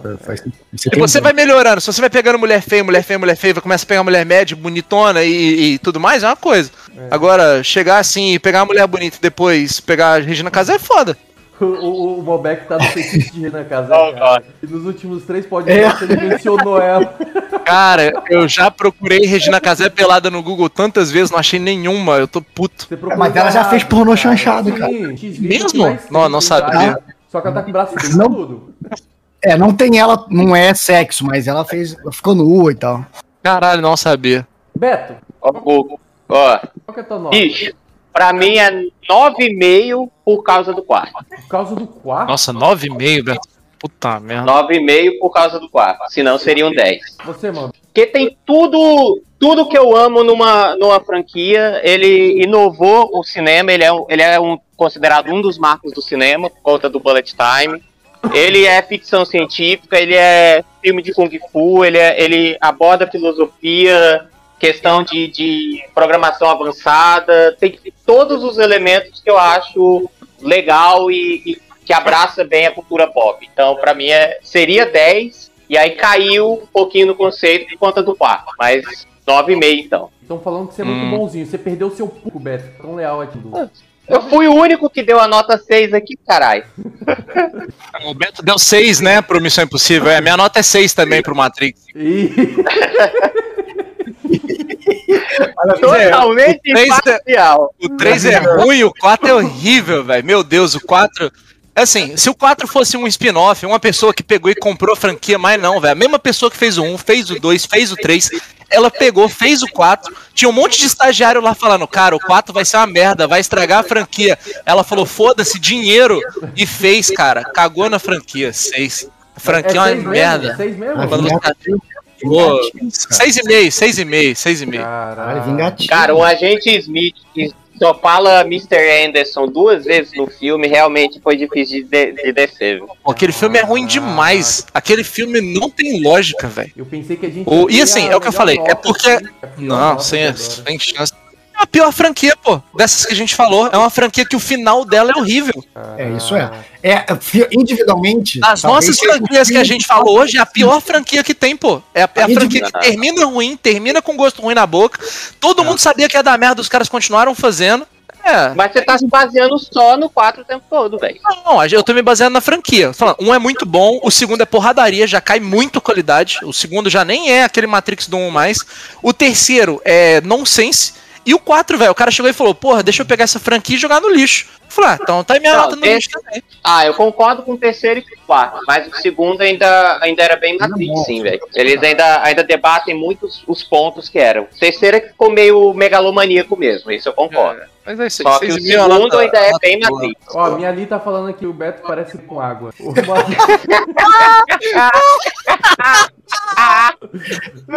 Speaker 1: E você vai melhorando. Se você vai pegando mulher feia, mulher feia, mulher feia, vai começa a pegar mulher média, bonitona e, e tudo mais, é uma coisa. Agora, chegar assim e pegar uma mulher bonita e depois pegar a Regina Casé é foda.
Speaker 2: O, o, o Mobeck tá no feitiço de Renan
Speaker 4: Oh,
Speaker 2: Casal.
Speaker 4: God.
Speaker 2: e nos últimos três podcasts
Speaker 3: É.
Speaker 2: ele mencionou ela.
Speaker 1: Cara, eu já procurei Regina Casé pelada no Google tantas vezes, não achei nenhuma. Eu tô puto.
Speaker 2: Você procura
Speaker 3: É, mas ela já
Speaker 2: errado,
Speaker 3: fez pornô chanchado, cara. Ah.
Speaker 2: Sim, X-Videos
Speaker 1: Mesmo?
Speaker 2: mais
Speaker 1: Não, não
Speaker 2: tem,
Speaker 1: sabia.
Speaker 2: tá? Só que ela tá com o braço bem
Speaker 3: Não.
Speaker 2: tudo.
Speaker 3: É, não tem ela, não é sexo, mas ela fez. ela Ficou nua e tal.
Speaker 1: Caralho, não sabia.
Speaker 2: Beto,
Speaker 4: Ó, Google. Ó,
Speaker 2: qual que é a tua nota?
Speaker 4: bicho. Pra mim é 9,5 por causa do quarto.
Speaker 2: Por causa do quarto,
Speaker 1: Nossa, 9,5, Beto. né? Puta merda.
Speaker 4: 9,5 por causa do quarto. Senão seria um 10.
Speaker 2: você, mano.
Speaker 4: Porque tem tudo, tudo que eu amo numa, numa franquia. Ele inovou o cinema, ele é, um, ele é um, considerado um dos marcos do cinema, por conta do Bullet Time. Ele é ficção científica, ele é filme de Kung Fu, ele, é- ele aborda filosofia, questão de, de programação avançada, tem todos os elementos que eu acho legal e, e que abraça bem a cultura pop. Então, pra mim, é, seria 10, e aí caiu um pouquinho no conceito por conta do quarto, mas 9,5 então.
Speaker 2: Estão falando que você é muito
Speaker 1: Hum.
Speaker 2: bonzinho. Você perdeu seu pulo, Beto. Tão leal a ti.
Speaker 4: Eu fui o único que deu a nota 6 aqui, caralho.
Speaker 1: O Beto deu 6, né, pro Missão Impossível. É, minha nota é 6 também pro Matrix.
Speaker 2: E...
Speaker 4: Totalmente
Speaker 1: três é-
Speaker 4: imparcial.
Speaker 1: O 3 é ruim, o 4 é horrível, velho. Meu Deus, o 4. Assim, se o 4 fosse um spin-off, uma pessoa que pegou e comprou a franquia, mas não, velho. A mesma pessoa que fez o 1, fez o 2, fez o 3, ela pegou, fez o 4. Tinha um monte de estagiário lá falando, cara, o 4 vai ser uma merda, vai estragar a franquia. Ela falou, foda-se, dinheiro. E fez, cara. Cagou na franquia. 6. A franquia é, uma
Speaker 2: seis Mesmo?
Speaker 1: merda.
Speaker 2: Seis mesmo?
Speaker 3: Ah,
Speaker 1: Quando os caras- Pô,
Speaker 3: Vingativo, cara.
Speaker 1: 6,5, 6,5, 6,5.
Speaker 3: Caralho,
Speaker 2: Caralho.
Speaker 3: vingativo.
Speaker 4: Cara, um agente Smith que só fala Mr. Anderson duas vezes no filme realmente foi difícil de, de, de descer. viu?
Speaker 1: Pô, aquele filme é ruim demais. Aquele filme não tem lógica, velho.
Speaker 2: Eu pensei que a gente.
Speaker 1: O- e assim,
Speaker 2: ia
Speaker 1: é o que eu
Speaker 2: melhor
Speaker 1: falei, é
Speaker 2: nota,
Speaker 1: porque-
Speaker 2: assim, a pior
Speaker 1: Não,
Speaker 2: nota
Speaker 1: sem,
Speaker 2: até agora.
Speaker 1: sem chance. É a pior franquia, pô. Dessas que a gente falou. É uma franquia que o final dela é horrível.
Speaker 3: É, isso é. é fi- individualmente.
Speaker 1: As
Speaker 3: talvez
Speaker 1: nossas
Speaker 3: seja o
Speaker 1: franquias que a
Speaker 3: fim.
Speaker 1: gente falou hoje é a pior franquia que tem, pô. É a, é a
Speaker 3: Aí de-
Speaker 1: franquia que termina ruim, termina com gosto ruim na boca. Todo
Speaker 3: É.
Speaker 1: mundo sabia que ia dar merda, os caras continuaram fazendo. É.
Speaker 4: Mas você tá se baseando só no 4 o tempo todo, velho.
Speaker 1: Não, a gente- eu tô me baseando na franquia. Tô falando, um é muito bom, o segundo é porradaria, já cai muito qualidade. O segundo já nem é aquele Matrix do 1 mais. O terceiro é nonsense. E o quatro, velho, o cara chegou e falou: Porra, deixa eu pegar essa franquia e jogar no lixo. Eu falei, ah, então tá aí minha
Speaker 4: Não,
Speaker 1: nota no
Speaker 4: deixa-
Speaker 1: lixo também.
Speaker 4: Ah, eu concordo com o terceiro e com o quarto, mas o segundo ainda, ainda era bem
Speaker 3: Ainda
Speaker 4: Matrix,
Speaker 3: bom.
Speaker 4: sim, velho. Eles ainda, ainda debatem muito os, os pontos que eram. O terceiro é que ficou meio megalomaníaco mesmo, isso eu concordo.
Speaker 1: Mas é isso
Speaker 4: Só que o segundo ainda é bem Matrix.
Speaker 2: Ó, a minha ali tá falando aqui, o Beto parece com água. O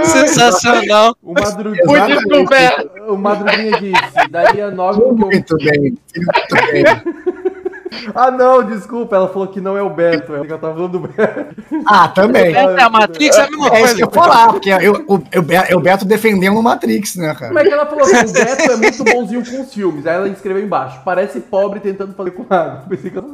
Speaker 1: Sensacional.
Speaker 2: o Madruguinha.
Speaker 3: Fui
Speaker 4: descoberto.
Speaker 2: O Madruguinha disse, daria nove porque eu...
Speaker 3: Muito bem, muito bem.
Speaker 2: Ah, não, desculpa, ela falou que não é o Beto. Ela tava falando do Beto.
Speaker 3: Ah, também.
Speaker 1: É a Matrix é a mesma
Speaker 3: É isso
Speaker 1: coisa.
Speaker 3: que eu ia falar, porque eu, o, eu, Be- eu Beto defendendo o Matrix, né, cara?
Speaker 2: Como é que ela falou assim? O Beto é muito bonzinho com os filmes. Aí ela escreveu embaixo. Parece pobre tentando fazer com água. Pensei que ela...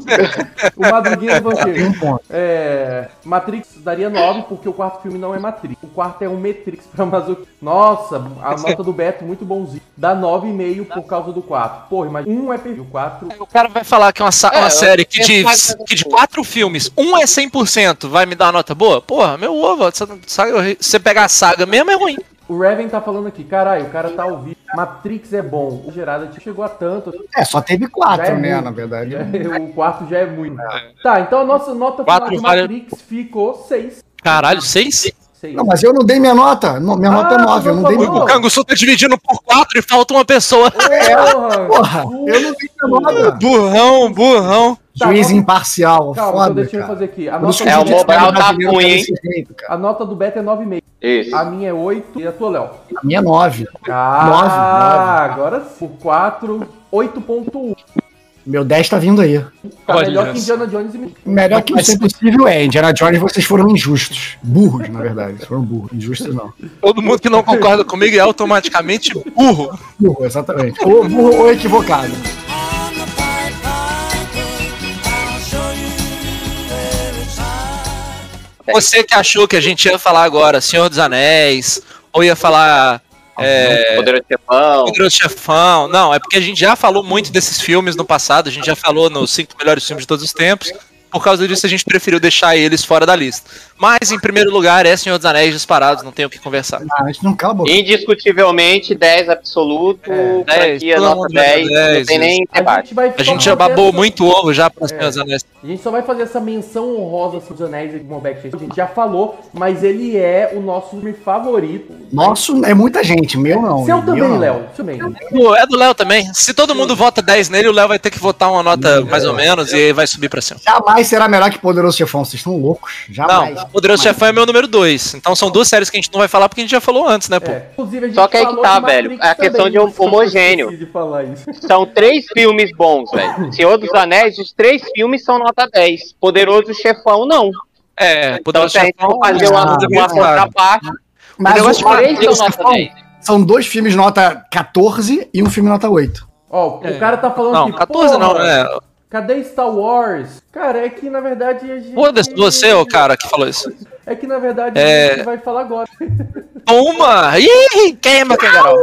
Speaker 2: O Madruguinha falou o
Speaker 3: Tem
Speaker 2: quê?
Speaker 3: um ponto.
Speaker 2: É. Matrix daria 9, porque o quarto filme não é Matrix. O quarto é um Matrix pra Mazuki. Nossa, a nota do Beto, muito bonzinho. Dá 9,5 por causa do 4. Porra, mas um é perfil, o 4
Speaker 1: O cara vai falar que é uma, sa-
Speaker 4: É,
Speaker 1: uma
Speaker 4: eu-
Speaker 1: série que de,
Speaker 4: eu- eu-
Speaker 1: que de quatro filmes, um é 100%, vai me dar uma nota boa? Porra, meu ovo, essa saga- você pegar a saga mesmo é ruim.
Speaker 2: O Raven tá falando aqui, caralho, o cara tá ouvindo. Matrix é bom. O Gerada te chegou a tanto.
Speaker 3: É, só teve
Speaker 2: Já
Speaker 3: quatro,
Speaker 2: é
Speaker 3: né,
Speaker 2: muito.
Speaker 3: na verdade.
Speaker 2: Já é- o quarto já é muito. Tá, então a nossa nota final
Speaker 1: Quatro
Speaker 2: de
Speaker 1: vale-
Speaker 2: Matrix ficou 6.
Speaker 1: Caralho, seis?
Speaker 3: Não, mas eu não dei minha nota. No- Minha
Speaker 2: Ah,
Speaker 3: nota é nove, eu
Speaker 2: você
Speaker 3: não
Speaker 2: não
Speaker 3: dei minha
Speaker 2: falou.
Speaker 1: O Canguçu tá dividindo por quatro e falta uma pessoa.
Speaker 3: é
Speaker 2: Porra!
Speaker 3: Porra, eu não dei minha nota.
Speaker 1: Burrão, burrão.
Speaker 2: Tá,
Speaker 3: Juiz
Speaker 2: vamos-
Speaker 3: imparcial,
Speaker 2: Calma, então
Speaker 3: foda,
Speaker 2: deixa eu
Speaker 3: cara.
Speaker 2: fazer aqui. A
Speaker 3: Por
Speaker 2: nota,
Speaker 3: isso que
Speaker 4: É, o
Speaker 3: judiciário
Speaker 4: Mobral tá
Speaker 3: brasileiro
Speaker 4: ruim, hein?
Speaker 3: desse jeito, cara.
Speaker 2: a nota do Beto é 9,5.
Speaker 4: Isso.
Speaker 2: A minha é 8 e a tua, Léo?
Speaker 3: A minha é nove.
Speaker 2: Ah,
Speaker 3: Nove, nove.
Speaker 2: agora sim. O 4, 8.1.
Speaker 3: Meu 10 tá vindo aí.
Speaker 2: Tá
Speaker 1: Olha
Speaker 2: melhor que
Speaker 1: essa.
Speaker 2: Indiana Jones e Missão
Speaker 3: Melhor que
Speaker 1: Mas-
Speaker 3: você possível é. Indiana Jones, vocês foram injustos. Burros, na verdade. Vocês foram burros. Injustos não.
Speaker 1: Todo mundo que não concorda comigo é automaticamente burro.
Speaker 3: Burro, exatamente. Ou burro ou equivocado.
Speaker 5: I'm the Pied Piper. I'll show you where it's high.
Speaker 1: Você que achou que a gente ia falar agora Senhor dos Anéis, ou ia falar é,
Speaker 4: Poderoso Chefão.
Speaker 1: Poderoso Chefão. Não, é porque a gente já falou muito desses filmes no passado, a gente já falou nos cinco melhores filmes de todos os tempos. Por causa disso, a gente preferiu deixar eles fora da lista. Mas, em primeiro lugar, é Senhor dos Anéis disparados, não tem o que conversar.
Speaker 3: Ah, a gente não cala a boca.
Speaker 4: Indiscutivelmente, 10 absoluto.
Speaker 2: É,
Speaker 4: franquia
Speaker 1: 10,
Speaker 4: nota
Speaker 1: todo mundo dá
Speaker 4: 10. Não
Speaker 1: 10,
Speaker 4: tem nem
Speaker 2: A
Speaker 4: debate.
Speaker 2: gente, vai
Speaker 1: A
Speaker 2: só
Speaker 1: gente já
Speaker 2: fazer
Speaker 1: babou
Speaker 2: essa-
Speaker 1: muito ovo já pra Senhor dos Anéis.
Speaker 2: A gente só vai fazer essa menção honrosa sobre os anéis de Mobeck. A gente já falou, mas ele é o nosso filme favorito.
Speaker 3: Nosso é muita gente, meu não.
Speaker 2: Seu
Speaker 3: meu
Speaker 2: também,
Speaker 3: não.
Speaker 2: Léo. Seu também.
Speaker 1: Pô, É do Léo também. Se todo mundo vota 10 nele, o Léo vai ter que votar uma nota mais ou menos e aí vai subir pra cima.
Speaker 3: Jamais será melhor que Poderoso Chefão. Vocês estão loucos. Jamais.
Speaker 1: Não, Poderoso Chefão é meu número 2. Então são duas séries que a gente não vai falar porque a gente já falou antes, né, pô?
Speaker 2: É. Inclusive, a gente
Speaker 4: Só que aí que
Speaker 2: falou
Speaker 4: tá,
Speaker 2: de Matrix
Speaker 4: velho, é a
Speaker 2: também,
Speaker 4: questão de
Speaker 2: eu só
Speaker 4: homogêneo.
Speaker 2: esqueci de falar isso.
Speaker 4: São três filmes bons, velho. Senhor dos Anéis, os três filmes são nota 10. Poderoso Chefão, não.
Speaker 1: É,
Speaker 4: Então,
Speaker 1: Poderoso
Speaker 4: se a gente
Speaker 1: Chefão é
Speaker 4: for fazer uma,
Speaker 3: Ah,
Speaker 4: uma contraparte,
Speaker 3: Mas
Speaker 1: O
Speaker 3: o
Speaker 1: negócio de
Speaker 4: três
Speaker 3: Poderoso
Speaker 4: são nota
Speaker 3: Chefão
Speaker 4: 10.
Speaker 3: são dois filmes nota 14 e um filme nota 8.
Speaker 2: Ó,
Speaker 1: É.
Speaker 2: o cara tá falando
Speaker 1: Não,
Speaker 2: aqui,
Speaker 1: 14 não,
Speaker 2: porra,
Speaker 1: né?
Speaker 2: Cadê Star Wars? Cara, é que na verdade a gente.
Speaker 1: Foda-se você, ô cara que falou isso.
Speaker 2: É que na verdade
Speaker 1: É.
Speaker 2: a gente vai falar agora.
Speaker 1: Toma! Ih, queima, Kangarol.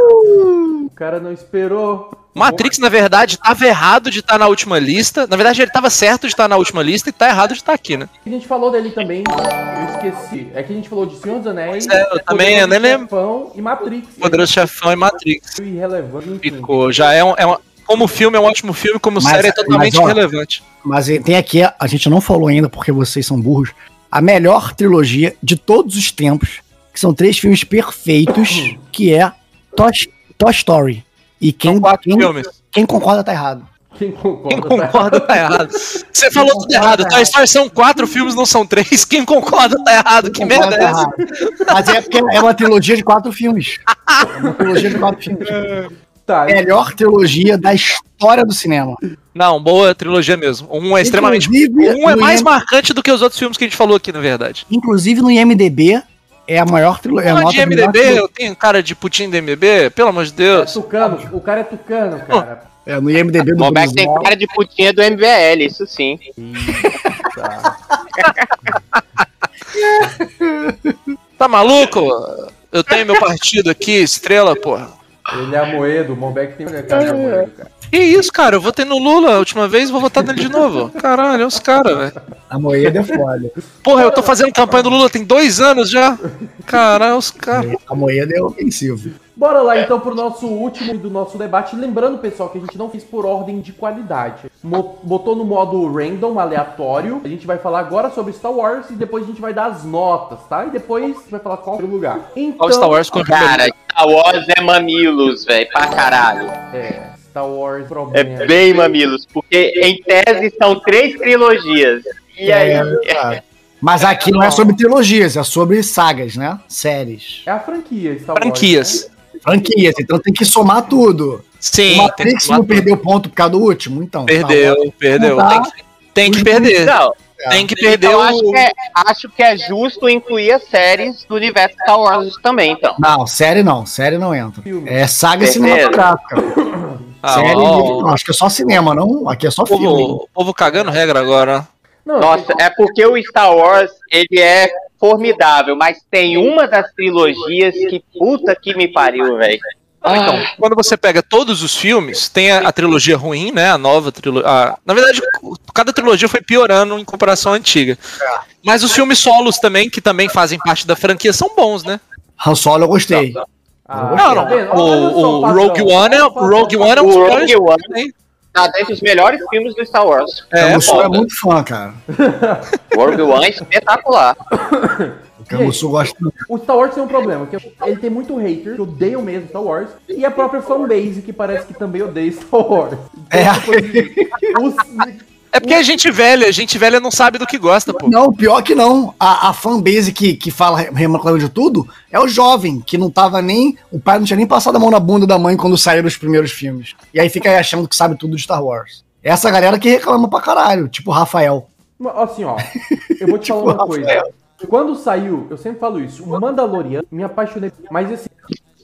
Speaker 2: O cara não esperou.
Speaker 1: Matrix, na verdade, tava errado de estar na última lista. Na verdade, ele tava certo de estar na última lista e tá errado de estar aqui, né?
Speaker 2: A gente falou dele também, eu esqueci. É que a gente falou de Senhor dos Anéis,
Speaker 1: Pois é, eu também, eu nem lembro.
Speaker 2: Chefão e Matrix.
Speaker 1: Poderoso Chefão e Matrix.
Speaker 2: Ele é irrelevante, enfim.
Speaker 1: Ficou. Já é um. é um- como filme, é um ótimo filme, como
Speaker 3: Mas-
Speaker 1: série é totalmente
Speaker 3: mas, ó,
Speaker 1: irrelevante.
Speaker 3: Mas eh, tem aqui, a gente não falou ainda porque vocês são burros, a melhor trilogia de todos os tempos, que são três filmes perfeitos,
Speaker 1: Uhum.
Speaker 3: que é Toy, Toy Story. E quem, quem,
Speaker 1: Filmes.
Speaker 3: quem concorda tá errado.
Speaker 2: Quem concorda?
Speaker 1: Quem
Speaker 2: tá?
Speaker 1: concorda tá errado. Você falou tudo errado.
Speaker 3: tá
Speaker 1: Toy Story são quatro filmes, não são três. Quem concorda tá errado. Que
Speaker 3: Quem
Speaker 1: merda
Speaker 3: concorda
Speaker 1: é
Speaker 3: tá
Speaker 1: essa?
Speaker 3: errado. Mas é porque é uma trilogia de quatro filmes. É uma trilogia de quatro filmes.
Speaker 2: Tá,
Speaker 1: É,
Speaker 3: Melhor trilogia da história do cinema.
Speaker 1: Não, boa trilogia mesmo. Um é extremamente.
Speaker 3: Inclusive,
Speaker 1: Um é
Speaker 3: no
Speaker 1: mais
Speaker 3: IM
Speaker 1: marcante do que os outros filmes que a gente falou aqui, na verdade.
Speaker 3: Inclusive no IMDB é a maior trilogia. É a
Speaker 1: Fala
Speaker 3: nota
Speaker 1: de
Speaker 3: de melhor
Speaker 1: MDB,
Speaker 3: trilogia.
Speaker 1: eu tenho cara de putinho do MDB, pelo amor de
Speaker 2: é
Speaker 1: Deus.
Speaker 2: tucano, o cara é tucano, cara.
Speaker 3: É, no IMDB do
Speaker 4: Como é que tem
Speaker 3: Brizola.
Speaker 4: cara de putinha do MBL, isso sim.
Speaker 2: Eita.
Speaker 1: Tá maluco? Eu tenho meu partido aqui, estrela, porra.
Speaker 2: Ele é Amoedo, o Mombeck tem a cara de Amoedo, cara.
Speaker 1: Que isso, cara? Eu votei no Lula a última vez, vou votar nele de novo. Caralho, é os caras, velho.
Speaker 3: A moeda é foda.
Speaker 1: Porra, eu tô fazendo campanha do Lula tem dois anos já. Caralho, é os caras.
Speaker 3: A moeda é ofensiva.
Speaker 2: Bora lá então pro nosso último e do nosso debate. Lembrando, pessoal, que a gente não fez por ordem de qualidade. Mo- botou no modo random, aleatório. A gente vai falar agora sobre Star Wars e depois a gente vai dar as notas, tá? E depois vai falar qual é o lugar. Então,
Speaker 1: Qual Star Wars com
Speaker 4: Cara, Star Wars é mamilos, velho, pra caralho.
Speaker 2: É, Star Wars
Speaker 4: É
Speaker 2: problema.
Speaker 4: bem mamilos, porque em tese são três trilogias. E aí,
Speaker 3: É, verdade. Mas aqui não é sobre trilogias, é sobre sagas, né? Séries.
Speaker 2: É a franquia Star Wars. né?
Speaker 1: franquias.
Speaker 3: Franquias, então tem que somar tudo.
Speaker 1: Sim,
Speaker 3: né? o Matrix
Speaker 1: tem que-
Speaker 3: não perdeu ponto por causa do último, então.
Speaker 1: Perdeu, perdeu.
Speaker 3: Não dá.
Speaker 1: Tem que, tem que perder.
Speaker 4: não,
Speaker 1: Tem que perder
Speaker 4: então acho
Speaker 1: o.
Speaker 4: que, é, acho que é justo incluir as séries do universo Star Wars também, então.
Speaker 3: Não, série não, série não entra.
Speaker 2: Filme.
Speaker 3: É saga
Speaker 4: Terceiro.
Speaker 3: cinematográfica.
Speaker 1: Ah,
Speaker 3: série,
Speaker 1: ó,
Speaker 3: livro, não, acho que é só cinema, não. Aqui é só
Speaker 1: o povo,
Speaker 3: filme.
Speaker 1: o povo cagando regra agora.
Speaker 2: Não,
Speaker 4: Nossa, é porque o Star Wars, ele é formidável, mas tem uma das trilogias que puta que me pariu, velho.
Speaker 1: Então, quando você pega todos os filmes, tem a, a trilogia ruim, né? A nova trilogia. Na verdade, cu- cada trilogia foi piorando em comparação à antiga.
Speaker 3: É.
Speaker 1: Mas os filmes solos também, que também fazem parte da franquia, são bons, né?
Speaker 3: Han Solo eu gostei.
Speaker 1: tá.
Speaker 2: Ah,
Speaker 1: Não,
Speaker 2: tá vendo?
Speaker 1: não.
Speaker 2: Olha só
Speaker 1: O, o
Speaker 2: patrão.
Speaker 1: Rogue One é, o Rogue One é um
Speaker 4: O
Speaker 1: dos
Speaker 4: Rogue
Speaker 1: piores.
Speaker 4: One
Speaker 1: Hein?
Speaker 4: tá dentre os melhores filmes do Star Wars.
Speaker 1: É,
Speaker 3: Camusu é,
Speaker 4: foda.
Speaker 3: muito fã, cara.
Speaker 4: O Rogue One é espetacular.
Speaker 3: O Camusu gosta.
Speaker 2: O Star Wars tem um problema, que ele tem muito hater, que odeia mesmo Star Wars, e a própria fanbase, que parece que também odeia Star Wars.
Speaker 3: É.
Speaker 2: Então, tipo, os-
Speaker 1: É porque a gente velha, a gente velha não sabe do que gosta, pô.
Speaker 3: Não, pior que não. A, a fanbase que, que fala reclamando de tudo é o jovem, que não tava nem. O pai não tinha nem passado a mão na bunda da mãe quando saíram os primeiros filmes. E aí fica aí achando que sabe tudo de Star Wars. É Essa galera que reclama pra caralho, tipo o Rafael.
Speaker 2: Mas, Assim, ó, eu vou te falar uma coisa. Quando saiu, eu sempre falo isso, o Mandaloriano, me apaixonei, mas assim,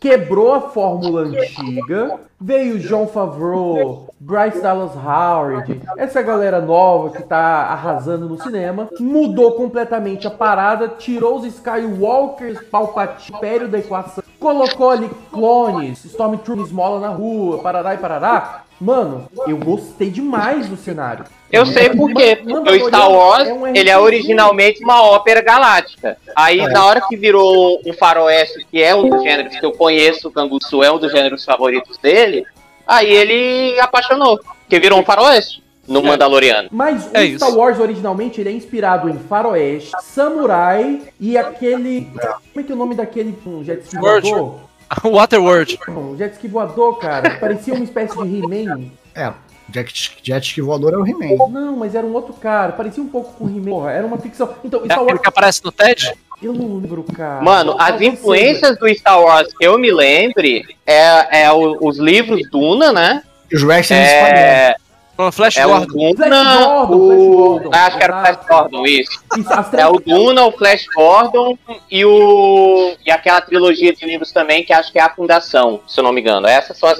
Speaker 2: quebrou a fórmula antiga, veio John Favreau, Bryce Dallas Howard, essa galera nova que tá arrasando no cinema, mudou completamente a parada, tirou os Skywalkers, Palpatine, Império da equação, colocou ali clones, Stormtroopers mola na rua, parará e parará. Mano, eu gostei demais do cenário.
Speaker 4: Eu sei por quê.
Speaker 2: é um
Speaker 4: Porque o Star Wars, ele é originalmente uma ópera galáctica. Aí, na hora que virou um faroeste, que é um dos gêneros que eu conheço, o Canguçu é um dos gêneros favoritos dele, aí ele apaixonou. Porque virou um faroeste no Mandaloriano.
Speaker 2: Mas o
Speaker 1: É
Speaker 2: Star
Speaker 1: isso.
Speaker 2: Wars originalmente ele é inspirado em faroeste, samurai e aquele. Como é que é o nome daquele um jet ski
Speaker 1: World.
Speaker 2: voador?
Speaker 1: Waterworld.
Speaker 2: Um jet ski voador, cara. Parecia uma espécie de He-Man.
Speaker 3: É, Jet, Jet que voador é o He-Man.
Speaker 2: Não, mas era um outro cara. Parecia um pouco com o He-Man. Porra, era uma ficção. Então,
Speaker 1: É
Speaker 2: Star
Speaker 1: aquele
Speaker 2: Wars.
Speaker 1: que aparece no TED?
Speaker 2: Eu não lembro, cara.
Speaker 4: Mano,
Speaker 2: Ah, Não,
Speaker 4: as
Speaker 2: não sei.
Speaker 4: influências do Star Wars que eu me lembre é, é o- os livros Duna, né?
Speaker 3: E os westerns espalhados.
Speaker 4: É,
Speaker 1: Flash
Speaker 3: um
Speaker 4: é o
Speaker 1: Gordon.
Speaker 2: Flash
Speaker 4: Duna,
Speaker 2: Gordon,
Speaker 4: o...
Speaker 2: Flash Gordon.
Speaker 4: Ah, acho que era o Flash
Speaker 2: Exato.
Speaker 4: Gordon, isso.
Speaker 2: Isso, as três-
Speaker 4: É o Duna, o Flash Gordon e o e aquela trilogia de livros também que acho que é a Fundação, se eu não me engano. Essas são as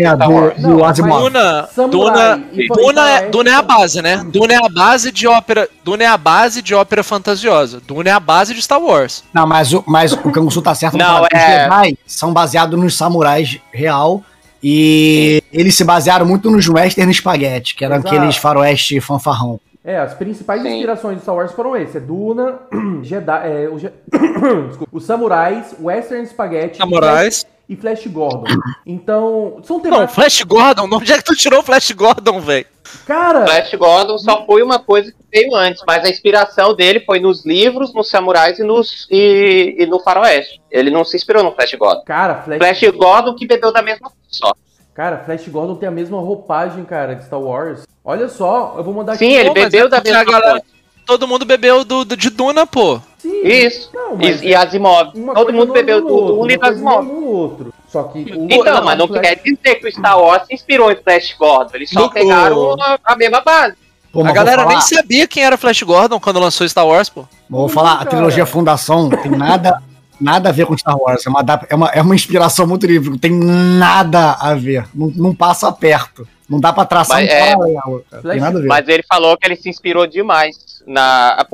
Speaker 3: É,
Speaker 4: do Star
Speaker 3: do-
Speaker 4: Wars.
Speaker 2: Não,
Speaker 3: do Asimov.
Speaker 1: Duna,
Speaker 2: Samurai
Speaker 1: Duna,
Speaker 2: e
Speaker 1: Duna, é,
Speaker 2: fantasma.
Speaker 1: Duna é a base, né? Duna é a base de ópera, Duna é a base de ópera fantasiosa. Duna é a base de Star Wars.
Speaker 3: Não, mas o, mas o Kangusu tá certo.
Speaker 4: Não,
Speaker 3: Os
Speaker 4: é-
Speaker 3: Jedi são baseados nos samurais real e eles se basearam muito nos western espaguete, que eram
Speaker 2: Exato.
Speaker 3: aqueles faroeste fanfarrão.
Speaker 2: É, as principais
Speaker 4: Sim.
Speaker 2: inspirações do Star Wars foram esse. É Duna, Jedi, é, o, Je- Desculpa, os Samurais, Western Spaghetti
Speaker 1: Samurais.
Speaker 2: e Flash Gordon. Então, são
Speaker 1: Não,
Speaker 2: temáticas...
Speaker 1: Flash Gordon, onde é que tu tirou o Flash Gordon, velho?
Speaker 2: Cara,
Speaker 4: O Flash Gordon só foi uma coisa que veio antes, mas a inspiração dele foi nos livros, nos samurais e, nos, e, e no faroeste. Ele não se inspirou no Flash Gordon.
Speaker 2: cara, Flash,
Speaker 4: Flash Gordon que bebeu da mesma fonte só.
Speaker 2: cara, Flash Gordon tem a mesma roupagem, cara, de Star Wars. Olha só, eu vou mandar
Speaker 4: Sim, ele
Speaker 1: Pô, mas
Speaker 4: bebeu
Speaker 1: é
Speaker 4: da
Speaker 1: porque
Speaker 4: mesma
Speaker 1: a galera-
Speaker 4: fonte.
Speaker 1: Todo mundo bebeu do, do- de Duna, pô.
Speaker 2: Sim,
Speaker 4: Isso.
Speaker 2: Não, mas é
Speaker 4: E, e Asimov.
Speaker 2: uma
Speaker 4: Todo
Speaker 2: coisa
Speaker 4: mundo
Speaker 2: não
Speaker 4: bebeu
Speaker 2: anula
Speaker 4: do
Speaker 2: outra,
Speaker 4: um
Speaker 2: uma
Speaker 4: livro
Speaker 2: coisa não
Speaker 4: Asimov.
Speaker 2: anula o outro. Só que... o-
Speaker 4: Então, mas não
Speaker 2: Flash-
Speaker 4: quer dizer que o Star Wars se inspirou em Flash Gordon. Eles só
Speaker 1: Louco.
Speaker 4: pegaram a, a mesma base.
Speaker 3: Pô,
Speaker 1: a
Speaker 3: mas vou
Speaker 1: galera
Speaker 3: falar-
Speaker 1: nem sabia quem era Flash Gordon quando lançou Star Wars, pô.
Speaker 3: Vou falar, a trilogia Fundação tem nada, nada a ver com Star Wars. É uma, adap- é uma, é uma inspiração muito livre, não tem nada a ver. Não, não passa perto. Não dá pra traçar
Speaker 4: Mas
Speaker 3: um
Speaker 4: é-
Speaker 3: paralelo. cara. Tem nada a ver.
Speaker 4: Mas ele falou que ele se inspirou demais. Na,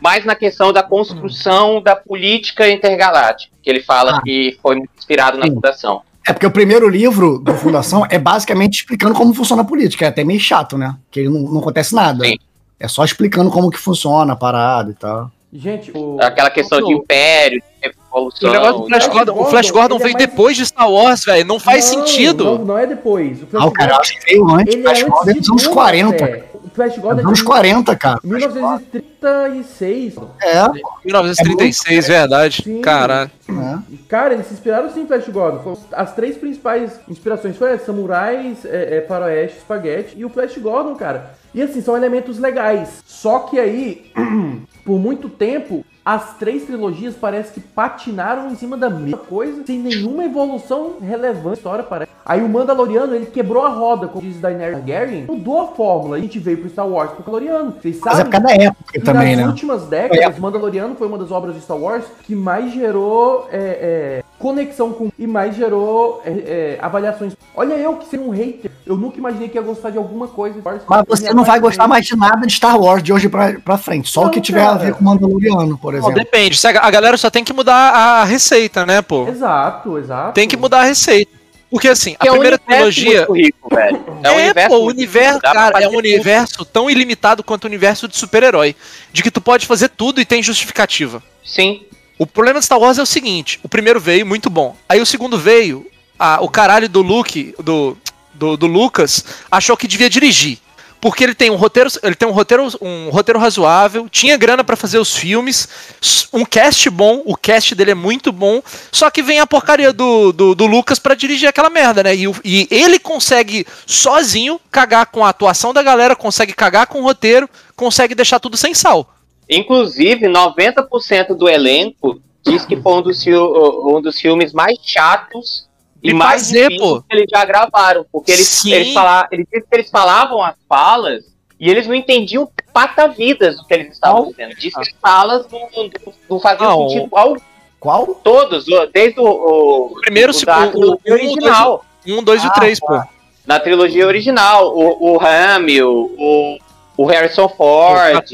Speaker 4: mais na questão da construção da política intergaláctica. Que ele fala
Speaker 3: Ah.
Speaker 4: que foi muito inspirado na
Speaker 3: Sim.
Speaker 4: fundação.
Speaker 3: É porque o primeiro livro do Fundação é basicamente explicando como funciona a política. É até meio chato, né? Que ele não, não acontece nada.
Speaker 4: Sim.
Speaker 3: É só explicando como que funciona a parada e tal.
Speaker 2: Gente, o...
Speaker 4: Aquela questão de império, de
Speaker 1: O
Speaker 4: revolução. né?
Speaker 1: negócio do Flash
Speaker 2: Flash
Speaker 1: Gordon, o
Speaker 2: Gordon,
Speaker 1: Flash Gordon
Speaker 2: ele é
Speaker 1: veio
Speaker 2: mais-
Speaker 1: depois de Star Wars, velho. Não faz
Speaker 2: Não,
Speaker 1: sentido.
Speaker 2: Não, não é depois. O Flash
Speaker 3: Ah, o cara, eu acho que veio antes.
Speaker 2: Ele é
Speaker 3: Flash
Speaker 2: antes
Speaker 3: Gordon é
Speaker 2: de
Speaker 3: dos anos
Speaker 2: Duna,
Speaker 3: 40.
Speaker 2: até. O Flash
Speaker 3: É
Speaker 2: Gordon
Speaker 3: dos
Speaker 2: é
Speaker 3: anos
Speaker 2: de
Speaker 3: 40, cara.
Speaker 2: 1936.
Speaker 3: É,
Speaker 1: 1936, verdade.
Speaker 2: É Sim.
Speaker 1: Caralho.
Speaker 3: né?
Speaker 2: Cara, eles se inspiraram sim em Flash Gordon. Foram- As três principais inspirações foram essas, samurais, é, é, faroeste, espaguete e o Flash Gordon, cara. E assim, são elementos legais. Só que aí, por muito tempo, as três trilogias parece que patinaram em cima da mesma coisa, sem nenhuma evolução relevante na história, parece. Aí o Mandaloriano, ele quebrou a roda, como diz Daenerys Targaryen, mudou a fórmula. A gente veio pro Star Wars pro Mandaloriano. Vocês
Speaker 3: Mas é por
Speaker 2: sabem?
Speaker 3: causa da época
Speaker 2: E
Speaker 3: também,
Speaker 2: nas
Speaker 3: né?
Speaker 2: últimas décadas, Mandaloriano foi uma das obras de Star Wars que mais gerou é, é, conexão com e mais gerou é, é, avaliações. Olha eu que ser um hater, eu nunca imaginei que ia gostar de alguma coisa. de Star Wars.
Speaker 3: Mas você não vai gostar mais de nada de Star Wars de hoje pra, pra frente. Só
Speaker 2: Não,
Speaker 3: o que tiver a
Speaker 2: cara.
Speaker 3: ver com Mandaloriano, por
Speaker 1: Não,
Speaker 3: exemplo.
Speaker 1: depende. Se A a galera só tem que mudar a receita, né, pô?
Speaker 2: Exato, exato.
Speaker 1: Tem que mudar a receita. Porque assim, a
Speaker 4: Porque é um
Speaker 1: primeira
Speaker 4: universo
Speaker 1: trilogia.
Speaker 4: muito rico, velho.
Speaker 1: É,
Speaker 4: um
Speaker 1: pô, o
Speaker 4: muito
Speaker 1: universo,
Speaker 4: rico, dá pra
Speaker 1: cara, é
Speaker 4: fazer
Speaker 1: um
Speaker 4: tudo.
Speaker 1: universo tão ilimitado quanto o universo de super-herói. De que tu pode fazer tudo e tem justificativa.
Speaker 4: Sim.
Speaker 1: O problema de Star Wars é o seguinte: o primeiro veio muito bom. Aí o segundo veio, a- o caralho do Luke, do, do, do Lucas, achou que devia dirigir. Porque ele tem um roteiro, ele tem um roteiro, um roteiro razoável, tinha grana pra fazer os filmes, s- um cast bom, o cast dele é muito bom, só que vem a porcaria do, do, do Lucas pra dirigir aquela merda, né? E, o- e ele consegue sozinho cagar com a atuação da galera, consegue cagar com o roteiro, consegue deixar tudo sem sal.
Speaker 4: Inclusive, 90% do elenco diz que foi um dos, fil- um dos filmes mais chatos e,
Speaker 1: De
Speaker 4: mais
Speaker 1: fazer,
Speaker 4: difíceis
Speaker 1: pô.
Speaker 4: que eles já gravaram. Porque eles,
Speaker 1: Sim.
Speaker 4: eles, fala- eles dizem que eles falavam as falas e eles não entendiam patavidas do que eles estavam dizendo. Diz que
Speaker 1: Ah.
Speaker 4: as falas não, não, não faziam
Speaker 1: Não.
Speaker 4: sentido ao
Speaker 3: Qual?
Speaker 4: todos, o- desde o, o-
Speaker 1: Primeiro,
Speaker 4: o
Speaker 1: segundo,
Speaker 4: da
Speaker 1: o-
Speaker 4: trilogia
Speaker 1: o-
Speaker 4: original.
Speaker 1: Um, dois e o três, pô.
Speaker 4: Na trilogia original, o, o Hamill, o, o Harrison Ford,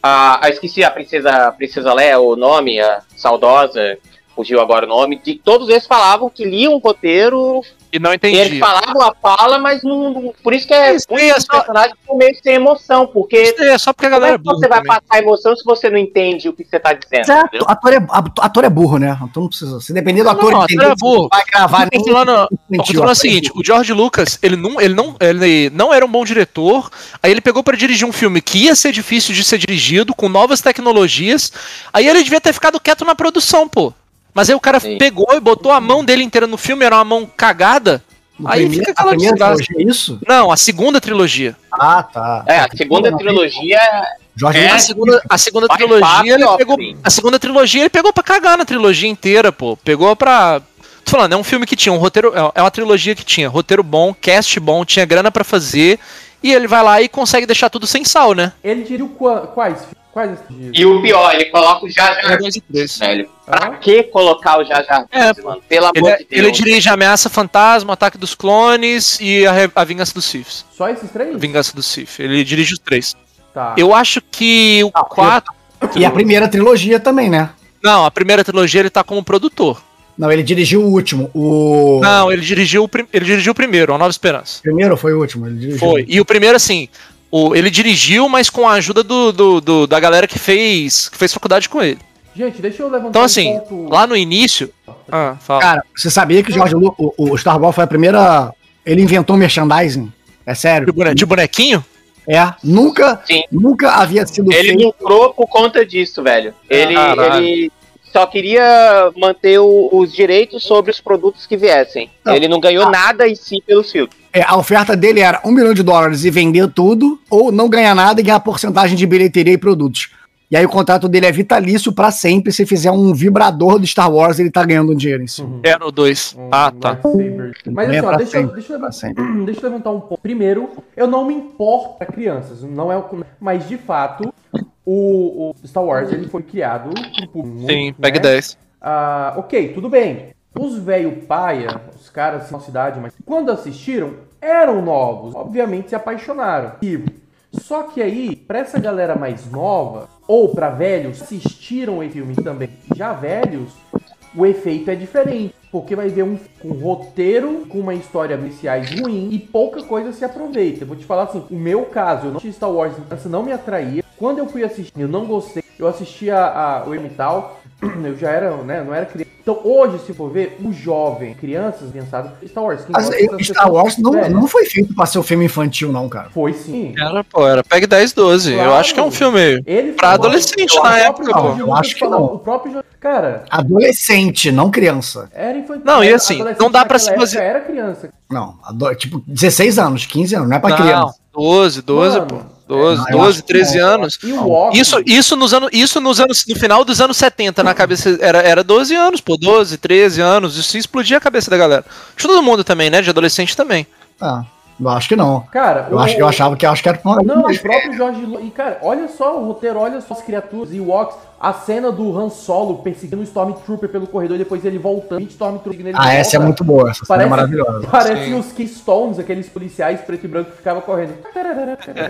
Speaker 4: a, a- esqueci a princesa, a princesa Leia, o nome, a saudosa, fugiu agora o nome, de todos eles falavam que liam o roteiro,
Speaker 1: E não
Speaker 4: e
Speaker 1: entendi.
Speaker 4: eles falavam a fala, mas não, não- por isso que é
Speaker 1: Isso,
Speaker 4: muitos
Speaker 1: e é
Speaker 4: dos
Speaker 1: só-
Speaker 4: personagens ficam meio sem emoção, porque
Speaker 1: Isso aí é só porque a
Speaker 4: como
Speaker 1: galera
Speaker 4: é
Speaker 1: é
Speaker 4: que
Speaker 1: burra
Speaker 4: você vai
Speaker 1: também.
Speaker 4: passar emoção se você não entende o que você tá dizendo?
Speaker 3: Mas é
Speaker 4: entendeu?
Speaker 3: ato- ator, é, ato- ator é burro, né? Ator não precisa. Se depender do ator
Speaker 1: Não,
Speaker 3: entender,
Speaker 1: ator é
Speaker 3: você
Speaker 1: burro.
Speaker 3: não vai gravar
Speaker 1: Eu tô
Speaker 3: nem
Speaker 1: falando-
Speaker 3: nem
Speaker 1: Ó,
Speaker 3: tio,
Speaker 1: o problema é o
Speaker 3: ator é
Speaker 1: seguinte,
Speaker 3: burro.
Speaker 1: o George Lucas, ele não, ele não, ele não era um bom diretor. Aí ele pegou pra dirigir um filme que ia ser difícil de ser dirigido com novas tecnologias. Aí ele devia ter ficado quieto na produção, pô. Mas aí o cara
Speaker 4: Sim.
Speaker 1: pegou e botou a mão dele inteira no filme, era uma mão cagada.
Speaker 3: No
Speaker 1: aí
Speaker 3: primeiro-
Speaker 1: fica
Speaker 3: a
Speaker 1: aquela
Speaker 3: primeira
Speaker 1: desgraça.
Speaker 3: trilogia, é isso?
Speaker 1: Não, a segunda trilogia.
Speaker 3: Ah, tá.
Speaker 4: É, a segunda trilogia
Speaker 3: Jorge
Speaker 4: É,
Speaker 1: A
Speaker 3: Lucas.
Speaker 1: segunda, a segunda
Speaker 4: Vai
Speaker 1: trilogia
Speaker 4: fácil,
Speaker 1: ele
Speaker 4: ó,
Speaker 1: pegou.
Speaker 4: sim.
Speaker 1: A segunda trilogia ele pegou pra cagar na trilogia inteira, pô. Pegou pra. Tô falando, é um filme que tinha um roteiro. é- É uma trilogia que tinha roteiro bom, cast bom, tinha grana pra fazer. E ele vai lá e consegue deixar tudo sem sal, né?
Speaker 2: Ele dirigiu qua- quais? Quais esses dias?
Speaker 4: E o pior, ele coloca o Jar
Speaker 1: Um,
Speaker 4: Jar
Speaker 1: dois e três.
Speaker 4: velho. Pra
Speaker 2: Ah.
Speaker 4: que colocar o Jar Jar Binks,
Speaker 1: É,
Speaker 4: mano? Pelo amor de
Speaker 1: Ele,
Speaker 4: Deus.
Speaker 1: ele dirige Ameaça Fantasma, Ataque dos Clones e a, Re- a Vingança dos Siths.
Speaker 2: Só esses três?
Speaker 1: Vingança dos Sith. Ele dirige os três.
Speaker 4: Ah.
Speaker 2: Tá.
Speaker 1: Eu acho que o quatro.
Speaker 3: E a primeira trilogia também, né?
Speaker 1: Não, a primeira trilogia ele tá como produtor.
Speaker 3: Não, ele dirigiu o último. O
Speaker 1: Não, ele dirigiu o, prim- ele dirigiu o primeiro, A Nova Esperança.
Speaker 3: primeiro foi o último? Ele dirigiu.
Speaker 1: Foi. E o primeiro, assim, o, ele dirigiu, mas com a ajuda do, do- do- da galera que fez, que fez faculdade com ele.
Speaker 2: Gente, deixa eu levantar um
Speaker 1: Então, assim,
Speaker 2: ponto-
Speaker 1: lá no início. Ah, fala.
Speaker 3: Cara, você sabia que o Jorge Lu- o, o Star Wars foi a primeira. Ele inventou merchandising. É
Speaker 1: de,
Speaker 3: sério.
Speaker 1: bone- de bonequinho?
Speaker 3: É. Nunca,
Speaker 4: Sim.
Speaker 3: nunca havia sido
Speaker 4: Ele
Speaker 3: feito.
Speaker 4: lucrou por conta disso, velho. Ele,
Speaker 1: Caralho.
Speaker 4: ele só queria manter o- os direitos sobre os produtos que viessem.
Speaker 3: Não.
Speaker 4: Ele não ganhou nada em si pelos filmes.
Speaker 3: É, a oferta dele era um milhão de dólares e vender tudo, ou não ganhar nada e ganhar porcentagem de bilheteria e produtos. E aí o contrato dele é vitalício pra sempre. Se fizer um vibrador do Star Wars, ele tá ganhando dinheiro em cima.
Speaker 2: Uhum.
Speaker 1: Era o dois.
Speaker 2: Um
Speaker 1: Ah, tá.
Speaker 2: lightsaber. Mas assim,
Speaker 3: É
Speaker 2: ó,
Speaker 3: pra
Speaker 2: deixa, eu-
Speaker 3: sempre,
Speaker 2: deixa, eu
Speaker 3: pra
Speaker 2: levantar,
Speaker 3: sempre.
Speaker 2: deixa eu levantar um ponto. Primeiro, eu não me importo pra crianças, não é o, mas de fato, o, o Star Wars ele foi criado pro público.
Speaker 1: Sim,
Speaker 2: né?
Speaker 1: peg 10.
Speaker 2: Ah, ok, tudo bem. Os velho paia, os caras assim, nossa idade, mas quando assistiram, eram novos. Obviamente se apaixonaram. E, só que aí, pra essa galera mais nova, ou pra velhos, assistiram esse filme também já velhos, o efeito é diferente. Porque vai ver um com roteiro, com uma história iniciais ruim e pouca coisa se aproveita. Eu vou te falar assim, o meu caso, eu não assisti Star Wars, essa não me atraía. Quando eu fui assistir, eu não gostei. Eu assisti a, a- o Emital, eu já era, né, não era criança. Então hoje, se for ver, o jovem, crianças, pensadas, Star Wars. Quem
Speaker 3: Mas,
Speaker 2: gosta
Speaker 3: eu-
Speaker 2: dessas
Speaker 3: Star
Speaker 2: pessoas-
Speaker 3: Wars não,
Speaker 2: tá Velho,
Speaker 3: não foi feito pra ser um filme infantil, não, cara.
Speaker 2: Foi sim.
Speaker 1: Era, pô, era peg 10, 12. Eu
Speaker 2: Claro.
Speaker 1: acho que é um filme.
Speaker 2: Ele
Speaker 1: Pra
Speaker 2: falou-
Speaker 1: adolescente,
Speaker 2: o
Speaker 1: na
Speaker 2: próprio
Speaker 1: época,
Speaker 2: Jorge
Speaker 1: pô.
Speaker 2: Lucas
Speaker 3: Eu acho que
Speaker 2: falou-
Speaker 3: não.
Speaker 2: O próprio Jorge- Cara,
Speaker 3: Adolescente, não criança.
Speaker 2: era infantil.
Speaker 1: Não, e
Speaker 2: era
Speaker 1: assim,
Speaker 2: adolescente
Speaker 1: não dá pra
Speaker 2: naquela
Speaker 1: se
Speaker 2: época,
Speaker 1: fazer-
Speaker 2: Era criança.
Speaker 3: Não, ado- tipo, 16 anos, 15 anos, não é pra
Speaker 1: Não,
Speaker 3: criança.
Speaker 1: 12, 12,
Speaker 2: Mano,
Speaker 1: pô. 12,
Speaker 3: É, eu é
Speaker 1: 12
Speaker 3: acho que
Speaker 1: 13 anos.
Speaker 2: E o Walkman.
Speaker 1: Isso, isso, nos anos, isso nos anos, no final dos anos 70, na cabeça, era, era 12 anos, pô, 12, 13 anos, isso explodia a cabeça da galera. De todo mundo também, né, de adolescente também.
Speaker 3: Ah, eu acho que não.
Speaker 2: Cara,
Speaker 3: Eu,
Speaker 2: o-
Speaker 3: acho, eu achava que eu acho que era pra-
Speaker 2: Não, o próprio Jorge Lu... E, cara, olha só o roteiro, olha só as criaturas e walks. A cena do Han Solo perseguindo o Stormtrooper pelo corredor e depois ele voltando. 20 Stormtrooper nele
Speaker 3: Ah, essa é muito boa, essa cena é
Speaker 2: Parece,
Speaker 3: maravilhosa.
Speaker 2: parece
Speaker 1: Sim.
Speaker 2: os Keystones, aqueles policiais preto e branco que ficavam correndo.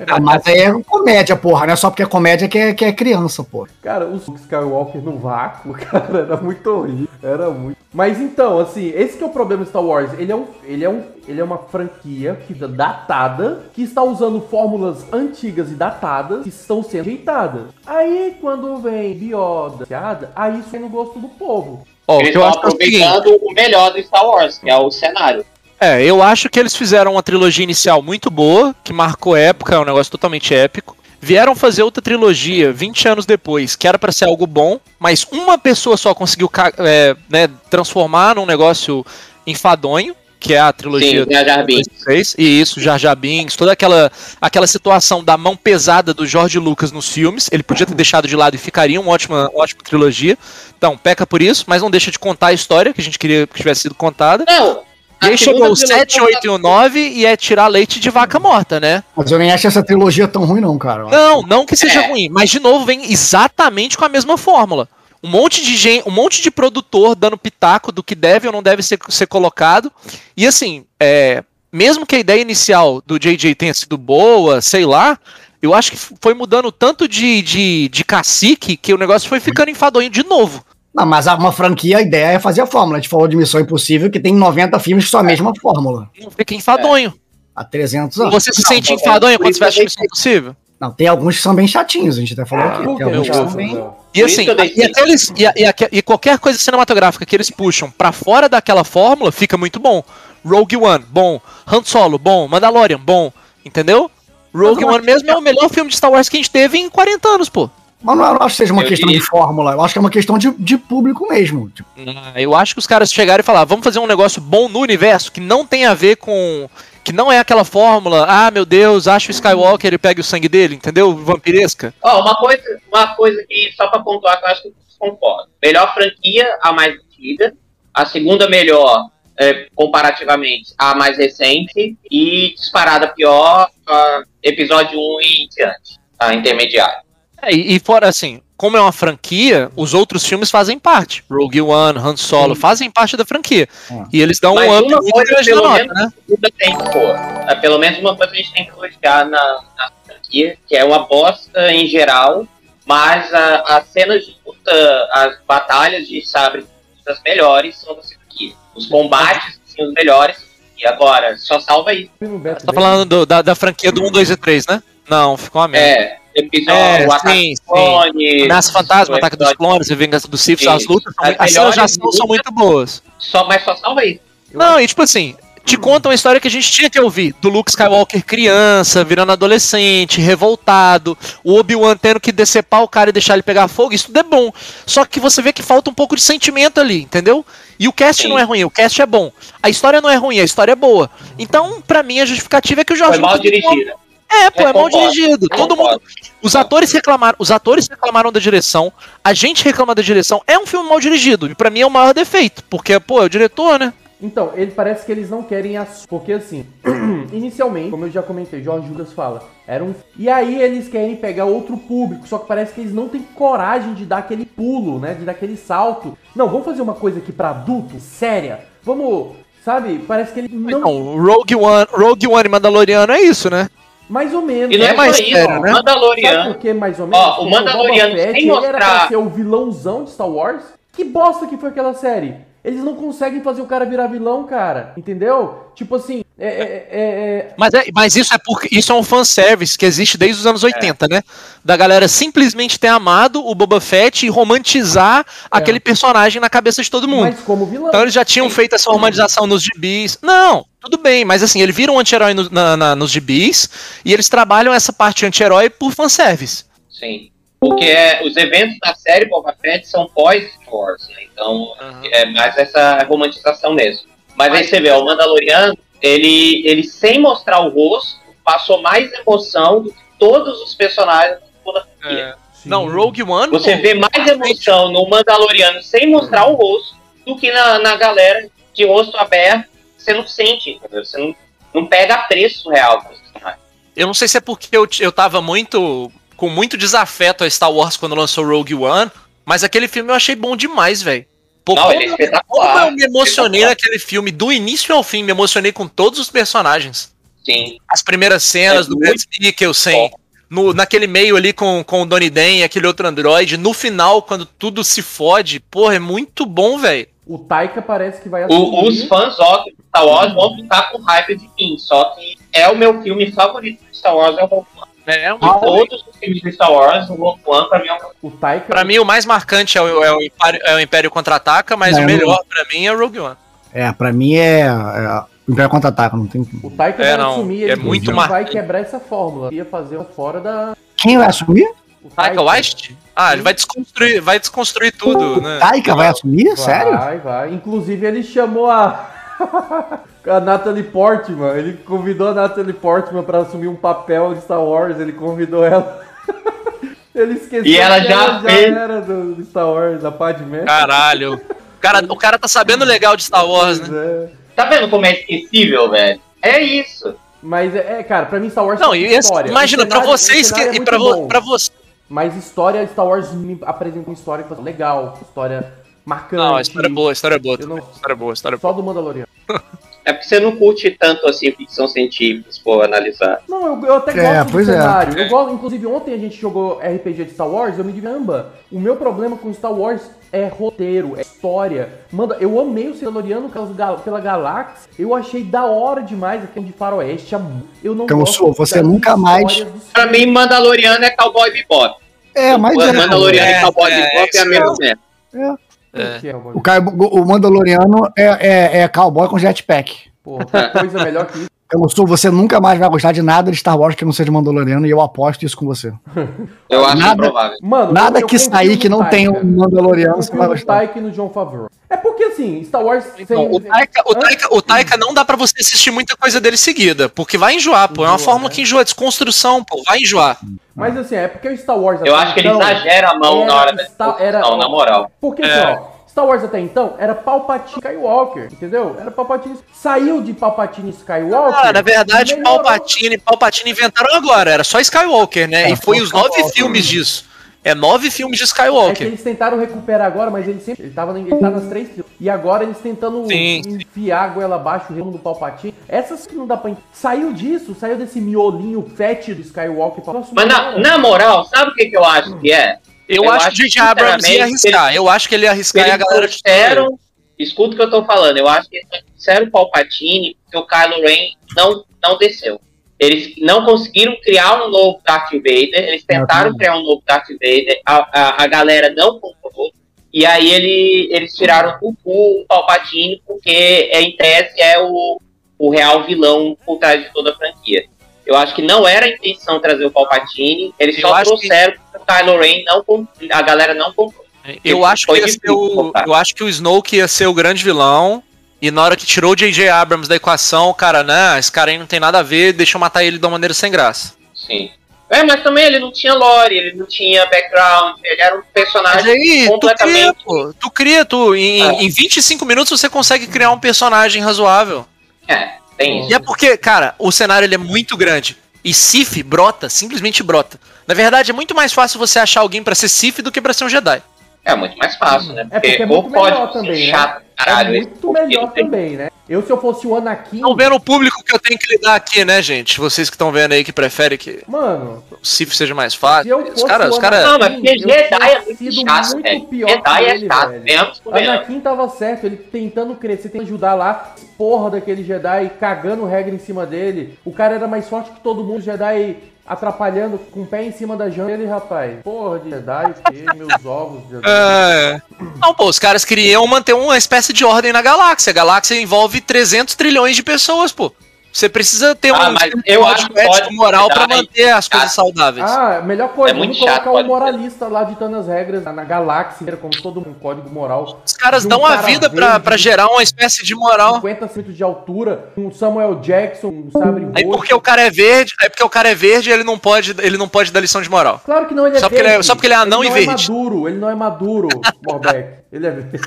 Speaker 3: Ah, mas aí é comédia, porra, não é só porque é comédia que é, que é criança, porra.
Speaker 2: Cara, o Luke Skywalker no vácuo, cara, era muito horrível, era muito. Mas então, assim, esse que é o problema do Star Wars, ele é um, ele é um, ele é uma franquia que tá datada, que está usando fórmulas antigas e datadas que estão sendo rejeitadas. Aí quando vem Bioda, piada, aí isso vem no gosto do povo.
Speaker 1: Ó, o
Speaker 4: Eles
Speaker 1: que eu
Speaker 4: estão
Speaker 1: acho que é o seguinte,
Speaker 4: aproveitando o melhor do Star Wars, que é o cenário.
Speaker 1: é, eu acho que eles fizeram uma trilogia inicial muito boa, que marcou época, é um negócio totalmente épico. Vieram fazer outra trilogia 20 anos depois, que era pra ser algo bom, mas uma pessoa só conseguiu ca- é, né, transformar num negócio enfadonho, que é a trilogia
Speaker 4: Sim, Jar Jar Binks.
Speaker 1: Fez, E isso, Jar Jar Binks, toda aquela, aquela situação da mão pesada do George Lucas nos filmes, ele podia ter deixado de lado e ficaria uma ótima, ótima trilogia. Então, peca por isso, mas não deixa de contar a história que a gente queria que tivesse sido contada.
Speaker 4: Não.
Speaker 1: E
Speaker 4: a
Speaker 1: aí chegou o
Speaker 4: segunda então,
Speaker 1: 7,
Speaker 4: trilogia-
Speaker 1: 8 e o 9 e é tirar leite de vaca morta, né?
Speaker 3: Mas eu nem acho essa trilogia tão ruim, não, cara.
Speaker 1: Não, não que seja
Speaker 4: É.
Speaker 1: ruim, mas de novo vem exatamente com a mesma fórmula. Um monte de gente, um monte de produtor dando pitaco do que deve ou não deve ser, ser colocado. E assim, é, mesmo que a ideia inicial do JJ tenha sido boa, sei lá, eu acho que f- foi mudando tanto de, de, de cacique que o negócio foi ficando enfadonho de novo.
Speaker 3: Não, mas a- uma franquia, a ideia é fazer a fórmula. A gente falou de Missão Impossível, que tem 90 filmes com só a mesma fórmula.
Speaker 1: Não fica
Speaker 4: É.
Speaker 1: enfadonho.
Speaker 3: Há 300 anos.
Speaker 1: Você se sente
Speaker 4: não,
Speaker 1: enfadonho
Speaker 4: por
Speaker 1: quando
Speaker 4: isso
Speaker 1: você acha
Speaker 4: eu
Speaker 1: que isso é possível?
Speaker 3: Não, tem alguns que são bem chatinhos, a gente até
Speaker 2: Ah,
Speaker 3: falou aqui. Tem né? alguns que são bem...
Speaker 2: né?
Speaker 1: E
Speaker 4: Por isso
Speaker 1: assim,
Speaker 4: que eu deixei.
Speaker 1: e, aqueles, e, a- e aque- e qualquer coisa cinematográfica que eles puxam pra fora daquela fórmula fica muito bom. Rogue One, bom. Han Solo, bom. Mandalorian, bom. Entendeu? Rogue
Speaker 3: Mas eu
Speaker 1: One mesmo é o melhor filme de Star Wars que a gente teve em 40 anos, pô.
Speaker 3: Mas não, é, eu não acho que seja uma
Speaker 4: Eu
Speaker 3: questão
Speaker 4: diria-
Speaker 3: de fórmula, eu acho que é uma questão de, de público mesmo. Tipo,
Speaker 1: Ah, Eu acho que os caras chegaram e falaram, vamos fazer um negócio bom no universo que não tem a ver com... Que não é aquela fórmula, ah, meu Deus, acha o Skywalker e pega o sangue dele, entendeu? Vampiresca.
Speaker 4: Ó, uma coisa, uma coisa que só pra pontuar que eu acho que eu concordo. Melhor franquia, a mais antiga. A segunda melhor, é, comparativamente, a mais recente. E disparada pior, a episódio 1 e em diante. tá? A intermediária.
Speaker 1: É, e, e fora assim, como é uma franquia, os outros filmes fazem parte. Rogue One, Han Solo, fazem parte da franquia.
Speaker 3: Ah.
Speaker 1: E eles dão
Speaker 4: Mas
Speaker 1: um up
Speaker 4: uma
Speaker 1: muito
Speaker 4: coisa,
Speaker 1: grande na
Speaker 4: pelo
Speaker 1: nota,
Speaker 4: menos,
Speaker 1: né?
Speaker 4: Ainda tem que pôr. É, Pelo menos uma coisa a gente tem que elogiar na, na franquia, que é uma bosta em geral, mas a- as cenas de luta, as batalhas de sabre das melhores são da franquia. Os combates assim, os melhores. E agora, só salva aí.
Speaker 1: Você tá falando do- da, da franquia do 1, 2 e 3, né? Não, ficou uma merda.
Speaker 4: É, episódio,
Speaker 1: É,
Speaker 4: o ataque
Speaker 1: sim,
Speaker 4: dos
Speaker 1: sim.
Speaker 4: clones,
Speaker 1: Ameaça Fantasma,
Speaker 4: o
Speaker 1: Ataque dos
Speaker 4: episódio-
Speaker 1: Clones, e Vingança dos Sith,
Speaker 4: Sim.
Speaker 1: as lutas, são
Speaker 4: As
Speaker 1: muito- as cenas de
Speaker 4: melhores
Speaker 1: ação são
Speaker 4: lutas-
Speaker 1: muito boas.
Speaker 4: Só, mas só salva isso.
Speaker 1: Não, e tipo assim, te conta uma história que a gente tinha que ouvir. Do Luke Skywalker criança, virando adolescente, revoltado. O Obi-Wan tendo que decepar o cara e deixar ele pegar fogo. Isso tudo é bom. Só que você vê que falta um pouco de sentimento ali, entendeu? E o cast
Speaker 4: Sim.
Speaker 1: não é ruim, o cast é bom. A história não é ruim, a história é boa. Então, pra mim, a justificativa é que o Jorge
Speaker 4: Foi mal
Speaker 1: Lucas não-
Speaker 4: dirigida.
Speaker 1: é, pô,
Speaker 4: É,
Speaker 1: é, mal
Speaker 4: concordo,
Speaker 1: dirigido. Todo mundo.
Speaker 4: concordo.
Speaker 1: Os atores reclamaram, os atores reclamaram da direção. A gente reclama da direção. É um filme mal dirigido. E pra mim é o maior defeito, porque pô, é o diretor, né?
Speaker 2: Então, ele parece que eles não querem as... Porque assim, inicialmente, como eu já comentei, Jorge Lucas fala, era um... E aí eles querem pegar outro público, só que parece que eles não têm coragem de dar aquele pulo, né? De dar aquele salto. Não, vamos fazer uma coisa aqui pra adulto, séria. Vamos, sabe? Parece que ele não...
Speaker 1: Não, o Rogue One, Rogue One e Mandaloriano é isso, né?
Speaker 2: Mais ou menos.
Speaker 4: E não é,
Speaker 1: É
Speaker 4: mais
Speaker 1: mais
Speaker 4: só isso,
Speaker 1: sério, né?
Speaker 2: Sabe
Speaker 4: Mandalorian.
Speaker 2: por que mais ou menos?
Speaker 4: Ó, o
Speaker 2: Porque
Speaker 4: Mandaloriano,
Speaker 2: Boba
Speaker 4: sem
Speaker 2: ele era pra
Speaker 4: mostrar-
Speaker 2: ser o vilãozão de Star Wars. Que bosta que foi aquela série. Eles não conseguem fazer o cara virar vilão, cara. Entendeu? Tipo assim, é... é- é- é-
Speaker 1: Mas, é, mas isso é porque isso é um fanservice que existe desde os anos 80, né? Da galera simplesmente ter amado o Boba Fett e romantizar aquele personagem na cabeça de todo mundo.
Speaker 2: Mas como vilão.
Speaker 1: Então eles já tinham feito essa romantização nos gibis. Não, tudo bem, mas assim, ele vira um anti-herói no- na- na- nos gibis e eles trabalham essa parte anti-herói por fanservice.
Speaker 4: Sim. Porque é, os eventos da série Boba Fett são pós-Star Wars, né? Então é mais essa romantização mesmo. Mas aí você vê, ó, o Mandaloriano, ele, ele sem mostrar o rosto, passou mais emoção do que todos os personagens da segunda franquia.
Speaker 1: É. Não, Rogue One.
Speaker 4: Você
Speaker 1: pô,
Speaker 4: vê mais emoção no Mandaloriano sem mostrar o rosto do que na, na galera de rosto aberto. Você não sente, entendeu? Você não, não pega preço real. pros personagens.
Speaker 1: Eu não sei se é porque eu, eu tava muito. com muito desafeto a Star Wars quando lançou Rogue One, mas aquele filme eu achei bom demais, velho. Pô,
Speaker 4: Não,
Speaker 1: como,
Speaker 4: ele é espetacular.
Speaker 1: como eu me emocionei
Speaker 4: Espetacular.
Speaker 1: naquele filme, do início ao fim, me emocionei com todos os personagens.
Speaker 4: Sim.
Speaker 1: As primeiras cenas
Speaker 4: É
Speaker 1: do
Speaker 4: muito
Speaker 1: Mads Mikkelsen, no, naquele meio ali com, com o Donnie Den e aquele outro androide, no final, quando tudo se fode, porra, é muito bom, velho.
Speaker 2: O Taika parece que vai
Speaker 4: O- os fãs ó, de Star Wars vão ficar com raiva de mim. Só que é o meu filme favorito de Star Wars, é o Rogue One.
Speaker 1: É um-
Speaker 4: De todos os filmes de Star Wars, o Rogue One pra mim é o meu
Speaker 2: O Taika.
Speaker 1: Pra mim, o mais marcante é o, é o Império, é o Império Contra-Ataca, mas
Speaker 3: Não,
Speaker 4: é
Speaker 1: o
Speaker 3: eu não-
Speaker 1: melhor pra mim é o Rogue One.
Speaker 3: É, pra mim é. é Império contra-ataque, não tem.
Speaker 2: O Taika
Speaker 1: É,
Speaker 2: vai
Speaker 1: não,
Speaker 2: assumir,
Speaker 1: é
Speaker 2: ele
Speaker 1: muito
Speaker 2: vai
Speaker 1: marcante.
Speaker 2: quebrar essa fórmula. Ia fazer um fora da.
Speaker 3: Quem vai assumir?
Speaker 2: O
Speaker 1: Taika West? Ah, ele vai desconstruir, vai desconstruir tudo,
Speaker 3: O
Speaker 1: né?
Speaker 3: Taika vai assumir? Sério?
Speaker 2: Vai, vai. Inclusive, ele chamou a. A Natalie Portman, ele convidou a Natalie Portman pra assumir um papel de Star Wars, ele convidou ela. ele esqueceu
Speaker 4: E ela
Speaker 2: que
Speaker 4: já fez.
Speaker 2: era do do Star Wars, da Padmé.
Speaker 1: Caralho. O cara, o cara tá sabendo legal de Star Wars, né?
Speaker 2: É.
Speaker 4: Tá vendo como é esquecível, velho? É isso.
Speaker 2: Mas é, é, cara, pra mim Star Wars
Speaker 1: Não,
Speaker 2: tem
Speaker 1: e esse-
Speaker 2: história.
Speaker 1: imagina,
Speaker 2: O cenário-
Speaker 1: pra vocês
Speaker 2: o
Speaker 1: que.
Speaker 2: cenário é
Speaker 1: e
Speaker 2: muito
Speaker 1: pra, vo-
Speaker 2: bom,
Speaker 1: pra você.
Speaker 2: Mas história, Star Wars me apresenta uma história que eu falo, legal, história marcante.
Speaker 1: Não, a história é boa, a história é boa.
Speaker 2: Eu não-
Speaker 1: A história é boa, a história é boa.
Speaker 2: Só do Mandaloriano.
Speaker 4: É porque você não curte tanto assim ficção científica, se for analisar.
Speaker 2: Não, eu, eu até
Speaker 3: É,
Speaker 2: gosto do
Speaker 3: pois é.
Speaker 2: cenário. Eu gosto, inclusive, ontem a gente jogou RPG de Star Wars, eu me digo, caramba, o meu problema com Star Wars é roteiro, é história. Manda, eu amei o Mandaloriano pelas gal- pela galáxia. Eu achei da hora demais aquele de faroeste. a mu- Eu não
Speaker 3: Cansou,
Speaker 2: gosto
Speaker 3: você
Speaker 2: das
Speaker 3: nunca mais-
Speaker 2: histórias dos
Speaker 4: Pra mim, Mandaloriano é cowboy bebop.
Speaker 3: É, mas é.
Speaker 4: Mandaloriano
Speaker 1: É,
Speaker 4: e cowboy
Speaker 1: é,
Speaker 4: bebop é,
Speaker 1: isso
Speaker 4: a mesma merda.
Speaker 1: É.
Speaker 2: filmes, mano.
Speaker 3: O, Caio- o Mandaloriano é, é, é cowboy com jetpack.
Speaker 2: Pô, tem coisa melhor que isso.
Speaker 3: Eu sou, você nunca mais vai gostar de nada de Star Wars que não seja Mandaloriano e eu aposto isso com você.
Speaker 4: Eu acho
Speaker 3: Nada-
Speaker 4: improvável.
Speaker 2: Mano,
Speaker 3: Nada
Speaker 2: eu- eu
Speaker 3: que
Speaker 2: confio
Speaker 3: sair
Speaker 2: no
Speaker 3: que não
Speaker 2: Taika.
Speaker 3: tenha um Mandaloriano você vai
Speaker 2: Eu confio no
Speaker 3: gostar.
Speaker 2: Taika e no John Favreau. É porque assim, Star Wars
Speaker 1: Então, o, Taika, o, Taika, o Taika não dá pra você assistir muita coisa dele seguida, porque vai enjoar, pô. É uma
Speaker 2: Enjoa,
Speaker 1: fórmula
Speaker 2: né?
Speaker 1: que enjoa, desconstrução, pô. Vai enjoar.
Speaker 2: Mas assim, é porque o Star Wars
Speaker 4: Eu
Speaker 2: até
Speaker 4: acho que ele
Speaker 2: então,
Speaker 4: exagera a mão
Speaker 2: era
Speaker 4: na hora da
Speaker 2: Star- era-
Speaker 4: discussão, na moral.
Speaker 2: Porque
Speaker 1: É.
Speaker 2: assim, ó, Star Wars até então era Palpatine Skywalker, entendeu? Era Palpatine. Saiu de Palpatine Skywalker.
Speaker 1: Cara, Ah, na verdade,
Speaker 2: melhorou.
Speaker 1: Palpatine, Palpatine inventaram agora, era só Skywalker, né?
Speaker 3: É,
Speaker 1: E foi os nove
Speaker 3: Skywalker.
Speaker 1: filmes disso. É nove filmes de
Speaker 2: né? É que
Speaker 1: Skywalker.
Speaker 2: eles tentaram recuperar agora, mas ele sempre. Ele tava na- ele tá nas três filas. E agora eles tentando
Speaker 1: Sim, sim.
Speaker 2: enfiar a goela abaixo o reino do Palpatine. Essas que não dá pra. en- Saiu disso, saiu desse miolinho pet do Skywalker. pra- Nossa,
Speaker 4: Mas na,
Speaker 2: cara,
Speaker 4: na moral, sabe o que, que eu acho que é?
Speaker 1: Eu,
Speaker 4: Eu
Speaker 1: acho
Speaker 4: acho
Speaker 1: que o
Speaker 4: que,
Speaker 1: J.J. Abrams ia
Speaker 4: sinceramente,
Speaker 1: arriscar. Eu acho que ele ia arriscar e a
Speaker 4: Eles
Speaker 1: galera.
Speaker 4: trouxeram. Escuta o que eu tô falando. Eu acho que eles trouxeram o Palpatine porque o Kylo Ren não, não desceu. Eles não conseguiram criar um novo Darth Vader. Eles tentaram
Speaker 3: Exatamente.
Speaker 4: criar um novo Darth Vader. A, a, a galera não concordou. E aí ele, eles tiraram o cu o Palpatine porque, é, em tese, é o, o real vilão por trás de toda a franquia. Eu acho que não era a intenção trazer o Palpatine. Eles
Speaker 1: Eu
Speaker 4: só
Speaker 1: acho que-
Speaker 4: trouxeram porque o Kylo Ren não... con- A galera não comprou.
Speaker 1: Eu acho, que
Speaker 4: Foi
Speaker 1: ia ser
Speaker 4: difícil
Speaker 1: o,
Speaker 4: voltar.
Speaker 1: eu acho que o Snoke ia ser o grande vilão. E na hora que tirou o J.J. Abrams da equação, o cara, né? Esse cara aí não tem nada a ver, deixa eu matar ele de uma maneira sem graça.
Speaker 4: Sim. É, mas também ele não tinha lore, ele não tinha background, ele era um
Speaker 1: Mas
Speaker 4: personagem.
Speaker 1: aí, tu cria,
Speaker 4: completamente-
Speaker 1: pô. Tu cria, tu. Em,
Speaker 4: É.
Speaker 1: em 25 minutos você consegue criar um personagem razoável.
Speaker 4: É, tem isso.
Speaker 1: E é porque, cara, o cenário ele é muito grande. E Sif brota, simplesmente brota. Na verdade, é muito mais fácil você achar alguém pra ser Sif do que pra ser um Jedi.
Speaker 4: É muito mais fácil, né?
Speaker 2: É porque é muito
Speaker 4: ou pode
Speaker 2: melhor
Speaker 4: ser
Speaker 2: também, né?
Speaker 4: chato, caralho.
Speaker 2: é
Speaker 4: esse
Speaker 2: muito
Speaker 4: porque
Speaker 2: melhor
Speaker 4: não tem-
Speaker 2: também, né? Eu, se eu fosse o Anakin.
Speaker 1: Estão vendo o público que eu tenho que lidar aqui, né, gente? Vocês que estão vendo aí que preferem que
Speaker 2: Mano,
Speaker 1: o Sif seja mais
Speaker 2: Se
Speaker 1: fácil.
Speaker 2: eu
Speaker 1: Os
Speaker 2: fosse
Speaker 1: caras, os
Speaker 2: o
Speaker 1: cara,
Speaker 4: Não, mas porque
Speaker 2: Eu
Speaker 4: Jedi é
Speaker 2: tinha
Speaker 4: muito
Speaker 2: sido
Speaker 4: chato,
Speaker 2: muito
Speaker 4: velho.
Speaker 2: pior
Speaker 4: Jedi
Speaker 2: que
Speaker 4: é
Speaker 2: ele,
Speaker 4: chato,
Speaker 2: velho. Ah,
Speaker 4: vemos
Speaker 2: o
Speaker 4: com ele.
Speaker 2: Anakin tava certo, ele tentando crescer, tentando ajudar lá, esse porra daquele Jedi cagando regra em cima dele. O cara era mais forte que todo mundo, Jedi atrapalhando com o pé em cima da janta. Ele, rapaz, porra de Jedi, que meus ovos, Jedi.
Speaker 4: Ah,
Speaker 1: É. Não, pô, os caras queriam manter uma espécie de ordem na galáxia. A galáxia envolve 300 trilhões de pessoas, pô. Os Você precisa ter
Speaker 4: Ah,
Speaker 1: um
Speaker 4: mas
Speaker 1: certo
Speaker 4: eu acho que
Speaker 1: ético
Speaker 4: pode
Speaker 1: moral pra
Speaker 4: cuidar, hein?
Speaker 1: manter as coisas saudáveis.
Speaker 2: Ah, melhor coisa,
Speaker 4: É muito
Speaker 2: vamos colocar
Speaker 4: chato,
Speaker 2: um
Speaker 4: pode ser.
Speaker 2: moralista lá ditando as regras na, na galáxia, inteira, como todo um código moral.
Speaker 1: Os caras
Speaker 2: de um
Speaker 1: dão a
Speaker 2: cara
Speaker 1: vida pra,
Speaker 2: verde,
Speaker 1: pra gerar uma espécie de
Speaker 4: Ah.
Speaker 1: moral.
Speaker 2: 50 centímetros de altura, um Samuel Jackson, um sabre
Speaker 1: Aí
Speaker 2: roxo.
Speaker 1: porque o cara é verde, aí porque o cara é verde, ele não pode, ele não pode dar lição de moral.
Speaker 2: Claro que não, ele é
Speaker 1: Só porque ele é- só porque ele é anão
Speaker 2: ele
Speaker 1: e
Speaker 2: não
Speaker 1: verde.
Speaker 2: é maduro, ele não é maduro, Morbeck. Ele é verde.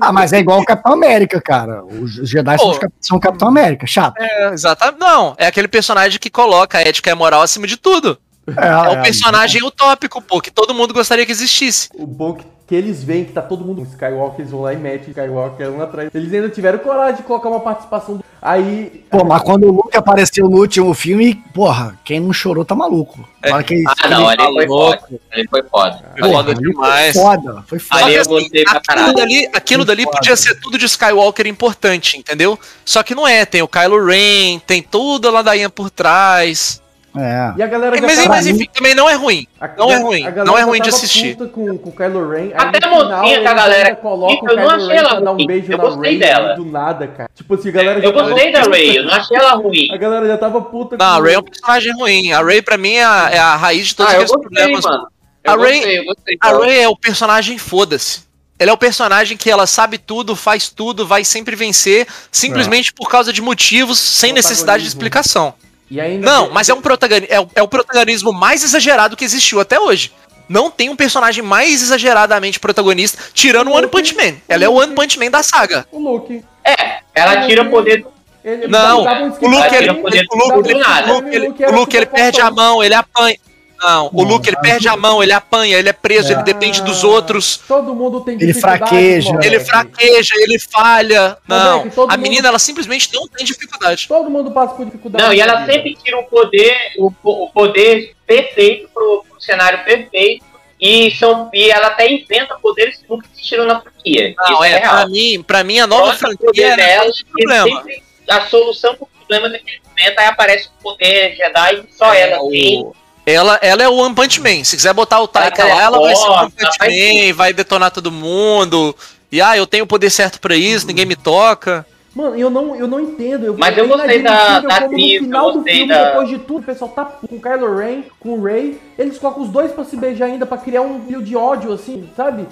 Speaker 3: Ah, mas é igual o Capitão América, cara. Os os Jedi são,
Speaker 1: Pô.
Speaker 3: os cap- são o Capitão América, chato. É,
Speaker 1: É, exatamente. Não, é aquele personagem que coloca a ética e a moral acima de tudo. É um
Speaker 3: é,
Speaker 1: personagem utópico, pô, que todo mundo gostaria que existisse.
Speaker 2: O bom que, que eles veem que tá todo mundo com Skywalker, eles vão lá e metem Skywalker um atrás. Eles ainda tiveram coragem de colocar uma participação. do- Aí,
Speaker 3: Pô, mas quando o Luke apareceu no último filme, porra, quem não chorou tá maluco.
Speaker 1: É.
Speaker 3: Olha que-
Speaker 4: Ah, não, ele foi
Speaker 1: Louco.
Speaker 4: foda. Ele foi foda.
Speaker 3: porra,
Speaker 1: foda
Speaker 3: ali foi
Speaker 1: demais.
Speaker 3: É, Foda, foi foda.
Speaker 1: Só
Speaker 4: Ali
Speaker 1: que
Speaker 4: eu
Speaker 1: assim,
Speaker 4: gostei pra
Speaker 1: Aquilo
Speaker 4: caralho.
Speaker 1: dali, aquilo dali podia ser tudo de Skywalker importante, entendeu? Só que não é, tem o Kylo Ren, tem toda a ladainha por trás.
Speaker 3: É.
Speaker 2: e a galera já tá
Speaker 1: Mas,
Speaker 2: tava-
Speaker 1: mas enfim, também não é ruim.
Speaker 2: a-
Speaker 1: não é ruim,
Speaker 2: a galera
Speaker 1: não é
Speaker 2: já
Speaker 1: ruim de
Speaker 2: tava
Speaker 1: assistir.
Speaker 2: puta Com, com o Kylo Ren. aí
Speaker 4: Até
Speaker 2: no
Speaker 4: a mocinha
Speaker 2: final,
Speaker 4: da
Speaker 2: eles
Speaker 4: galera
Speaker 2: ainda colocam
Speaker 4: Então, eu não
Speaker 2: o Kylo
Speaker 4: achei
Speaker 2: Ren
Speaker 4: ela
Speaker 2: pra dar um
Speaker 4: ruim,
Speaker 2: beijo
Speaker 4: eu
Speaker 2: na
Speaker 4: gostei
Speaker 2: Rey
Speaker 4: dela.
Speaker 2: do nada, cara. Tipo assim, a galera já
Speaker 4: Eu
Speaker 2: tava-
Speaker 4: gostei da Ray, eu não achei ela ruim.
Speaker 2: A galera já tava puta
Speaker 1: Não, a Ray é um personagem ruim. A Ray, pra mim, é a, é a raiz de todos
Speaker 4: Ah, eu
Speaker 1: aqueles
Speaker 4: gostei,
Speaker 1: problemas.
Speaker 4: mano.
Speaker 1: A
Speaker 4: Eu
Speaker 1: Ray-
Speaker 4: gostei, eu gostei.
Speaker 1: A Ray é o personagem foda-se. Ela é o personagem que ela sabe tudo, faz tudo, vai sempre vencer, simplesmente por causa de motivos sem necessidade de
Speaker 2: Protagonismo.
Speaker 1: explicação.
Speaker 2: E ainda
Speaker 1: Não, mas é um protagoni- é o, é o protagonismo mais exagerado que existiu até hoje. Não tem um personagem mais exageradamente protagonista, tirando o One Punch Man. Ela é o One Punch Man da saga.
Speaker 2: O Luke.
Speaker 4: Ela tira o poder do
Speaker 2: Ele-
Speaker 1: Não,
Speaker 2: ele dava um
Speaker 1: O Luke, é-
Speaker 4: Cara,
Speaker 1: ele,
Speaker 4: ele não podia
Speaker 1: o Luke, ele,
Speaker 4: do nada.
Speaker 1: o Luke, ele- o Luke, ele perde a mão, ele apanha. Não, o Luke, ele perde a mão, ele apanha, ele é preso, ele depende dos outros.
Speaker 2: Todo mundo tem
Speaker 3: Ele fraqueja.
Speaker 2: moleque.
Speaker 1: Ele fraqueja, ele falha. Não,
Speaker 2: Moleque, todo
Speaker 1: a
Speaker 2: mundo-
Speaker 1: menina, ela simplesmente não tem dificuldade.
Speaker 2: Todo mundo passa por dificuldade.
Speaker 4: Não, e
Speaker 2: na
Speaker 4: ela
Speaker 2: vida.
Speaker 4: sempre tira o poder, o, po- o poder perfeito pro, pro cenário perfeito. E, são, e ela até inventa poderes que nunca existiram na franquia.
Speaker 1: Não,
Speaker 4: Isso
Speaker 1: é,
Speaker 4: é
Speaker 1: pra
Speaker 4: real.
Speaker 1: mim, pra mim, a nova
Speaker 4: Mostra o poder
Speaker 1: franquia é
Speaker 4: dela,
Speaker 1: o problema.
Speaker 4: E sempre a solução pro problema daquele momento, aí aparece o poder Jedi e só ela tem.
Speaker 1: É, O- Ela, ela é o One Punch Man. Se quiser botar o Taika
Speaker 4: Ela é
Speaker 1: lá, ela vai ser o One
Speaker 4: forte,
Speaker 1: Punch
Speaker 4: ela
Speaker 1: Man, vai detonar todo mundo. E ah, eu tenho o poder certo pra isso, ninguém me toca.
Speaker 2: Mano, eu não, eu não entendo. Eu
Speaker 4: Mas eu gostei da-
Speaker 2: inadmissível
Speaker 4: da
Speaker 2: como
Speaker 4: atriz,
Speaker 2: No final
Speaker 4: eu
Speaker 2: do
Speaker 4: gostei
Speaker 2: filme,
Speaker 4: da-
Speaker 2: depois de tudo, o pessoal tá com o Kylo Ren, com o Ray. Eles colocam os dois pra se beijar ainda, pra criar um fio de ódio, assim, sabe?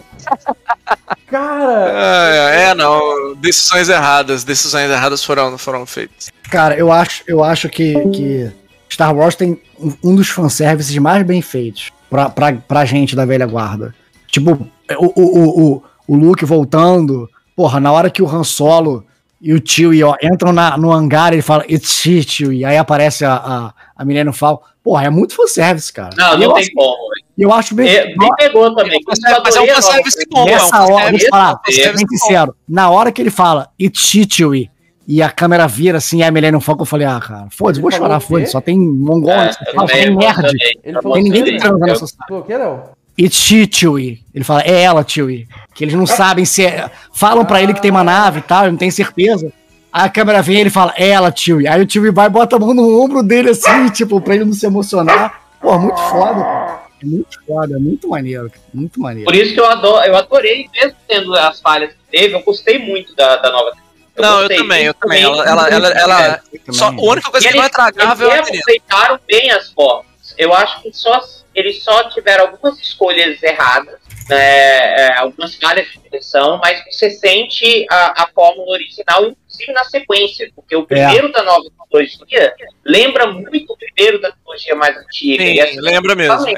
Speaker 2: Cara,
Speaker 1: É, é, não. Decisões erradas. Decisões erradas foram, foram feitas.
Speaker 3: Cara, eu acho, eu acho que, que Star Wars tem um- um dos fanservices mais bem feitos pra, pra, pra gente da velha guarda. Tipo, o, o, o, o, o Luke voltando, porra, na hora que o Han Solo e o tio e ó, entram na, no hangar, ele fala, it's she, tio, e aí aparece a, a, a Milena Fal. Porra, é muito fanservice, cara.
Speaker 4: Não,
Speaker 3: E eu
Speaker 4: não tem É,
Speaker 3: acho,
Speaker 4: como.
Speaker 3: eu acho bem.
Speaker 4: E- Me pegou também.
Speaker 1: Mas é um fanservice bom, é um
Speaker 3: Nessa hora,
Speaker 1: fanservice
Speaker 3: deixa eu falar,
Speaker 1: é um fanservice
Speaker 3: bem
Speaker 1: bom.
Speaker 3: sincero, na hora que ele fala It's Chichui e a câmera vira assim, e a Millennium Falcon, eu falei, ah, cara, foda-se, vou
Speaker 2: Ele falou
Speaker 3: chorar,
Speaker 2: o quê?
Speaker 3: foda-se, só tem mongol,
Speaker 4: É,
Speaker 3: só fala,
Speaker 4: eu
Speaker 3: só
Speaker 4: também,
Speaker 3: tem
Speaker 4: eu
Speaker 3: um nerd,
Speaker 4: também.
Speaker 2: ele falou
Speaker 3: tem ninguém
Speaker 2: também.
Speaker 3: que transa
Speaker 4: Eu-
Speaker 3: nessa sociedade.
Speaker 2: pô, que não?
Speaker 3: It's Chichui. Ele fala, é ela, Chewie, que eles não sabem se é, falam pra ele que tem
Speaker 2: Ah.
Speaker 3: uma nave e tal, ele não tem certeza. Aí A câmera vem e ele fala, é ela, Chewie. Aí o Chewie vai e bota a mão no ombro dele assim, tipo, pra ele não se emocionar. Pô, muito foda, cara. É muito foda, é muito maneiro, cara, muito maneiro.
Speaker 4: Por isso que eu, adoro, eu adorei, mesmo tendo as falhas que teve, eu gostei muito da, da nova.
Speaker 1: não,
Speaker 4: gostei,
Speaker 1: eu também, eu também. Ela,
Speaker 4: principalmente-
Speaker 1: ela, ela, ela-
Speaker 3: Também.
Speaker 1: só, a única coisa
Speaker 4: E
Speaker 1: que não é
Speaker 4: eles-
Speaker 1: tragável é a
Speaker 4: eles
Speaker 1: menina.
Speaker 4: aceitaram bem as formas. Eu acho que só eles só tiveram algumas escolhas erradas, né, é, algumas falhas de direção, mas você sente a, a fórmula original, inclusive na sequência, porque o primeiro da nova trilogia lembra muito o primeiro da trilogia mais antiga. e assim,
Speaker 1: Sim, lembra mesmo.
Speaker 4: também.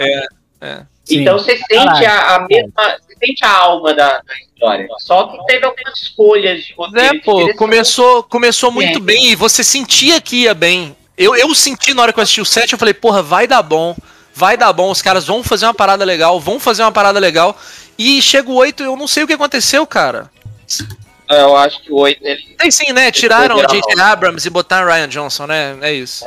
Speaker 1: É,
Speaker 3: Sim.
Speaker 4: Então você sente a, a mesma, você sente a alma da, da história. Só que teve algumas escolhas de roteiro.
Speaker 1: né, pô,
Speaker 4: que
Speaker 1: começou, começou muito
Speaker 4: É.
Speaker 1: bem e você sentia que ia bem. Eu, eu senti na hora que eu assisti o set, eu falei, porra, vai dar bom, vai dar bom, os caras vão fazer uma parada legal, vão fazer uma parada legal. E chega o 8, eu não sei o que aconteceu, cara.
Speaker 4: É, Eu acho que o 8 eles
Speaker 1: Tem sim, né? Tiraram o
Speaker 4: pegaram
Speaker 1: J.J. Abrams e botaram o Ryan Johnson, né? É isso.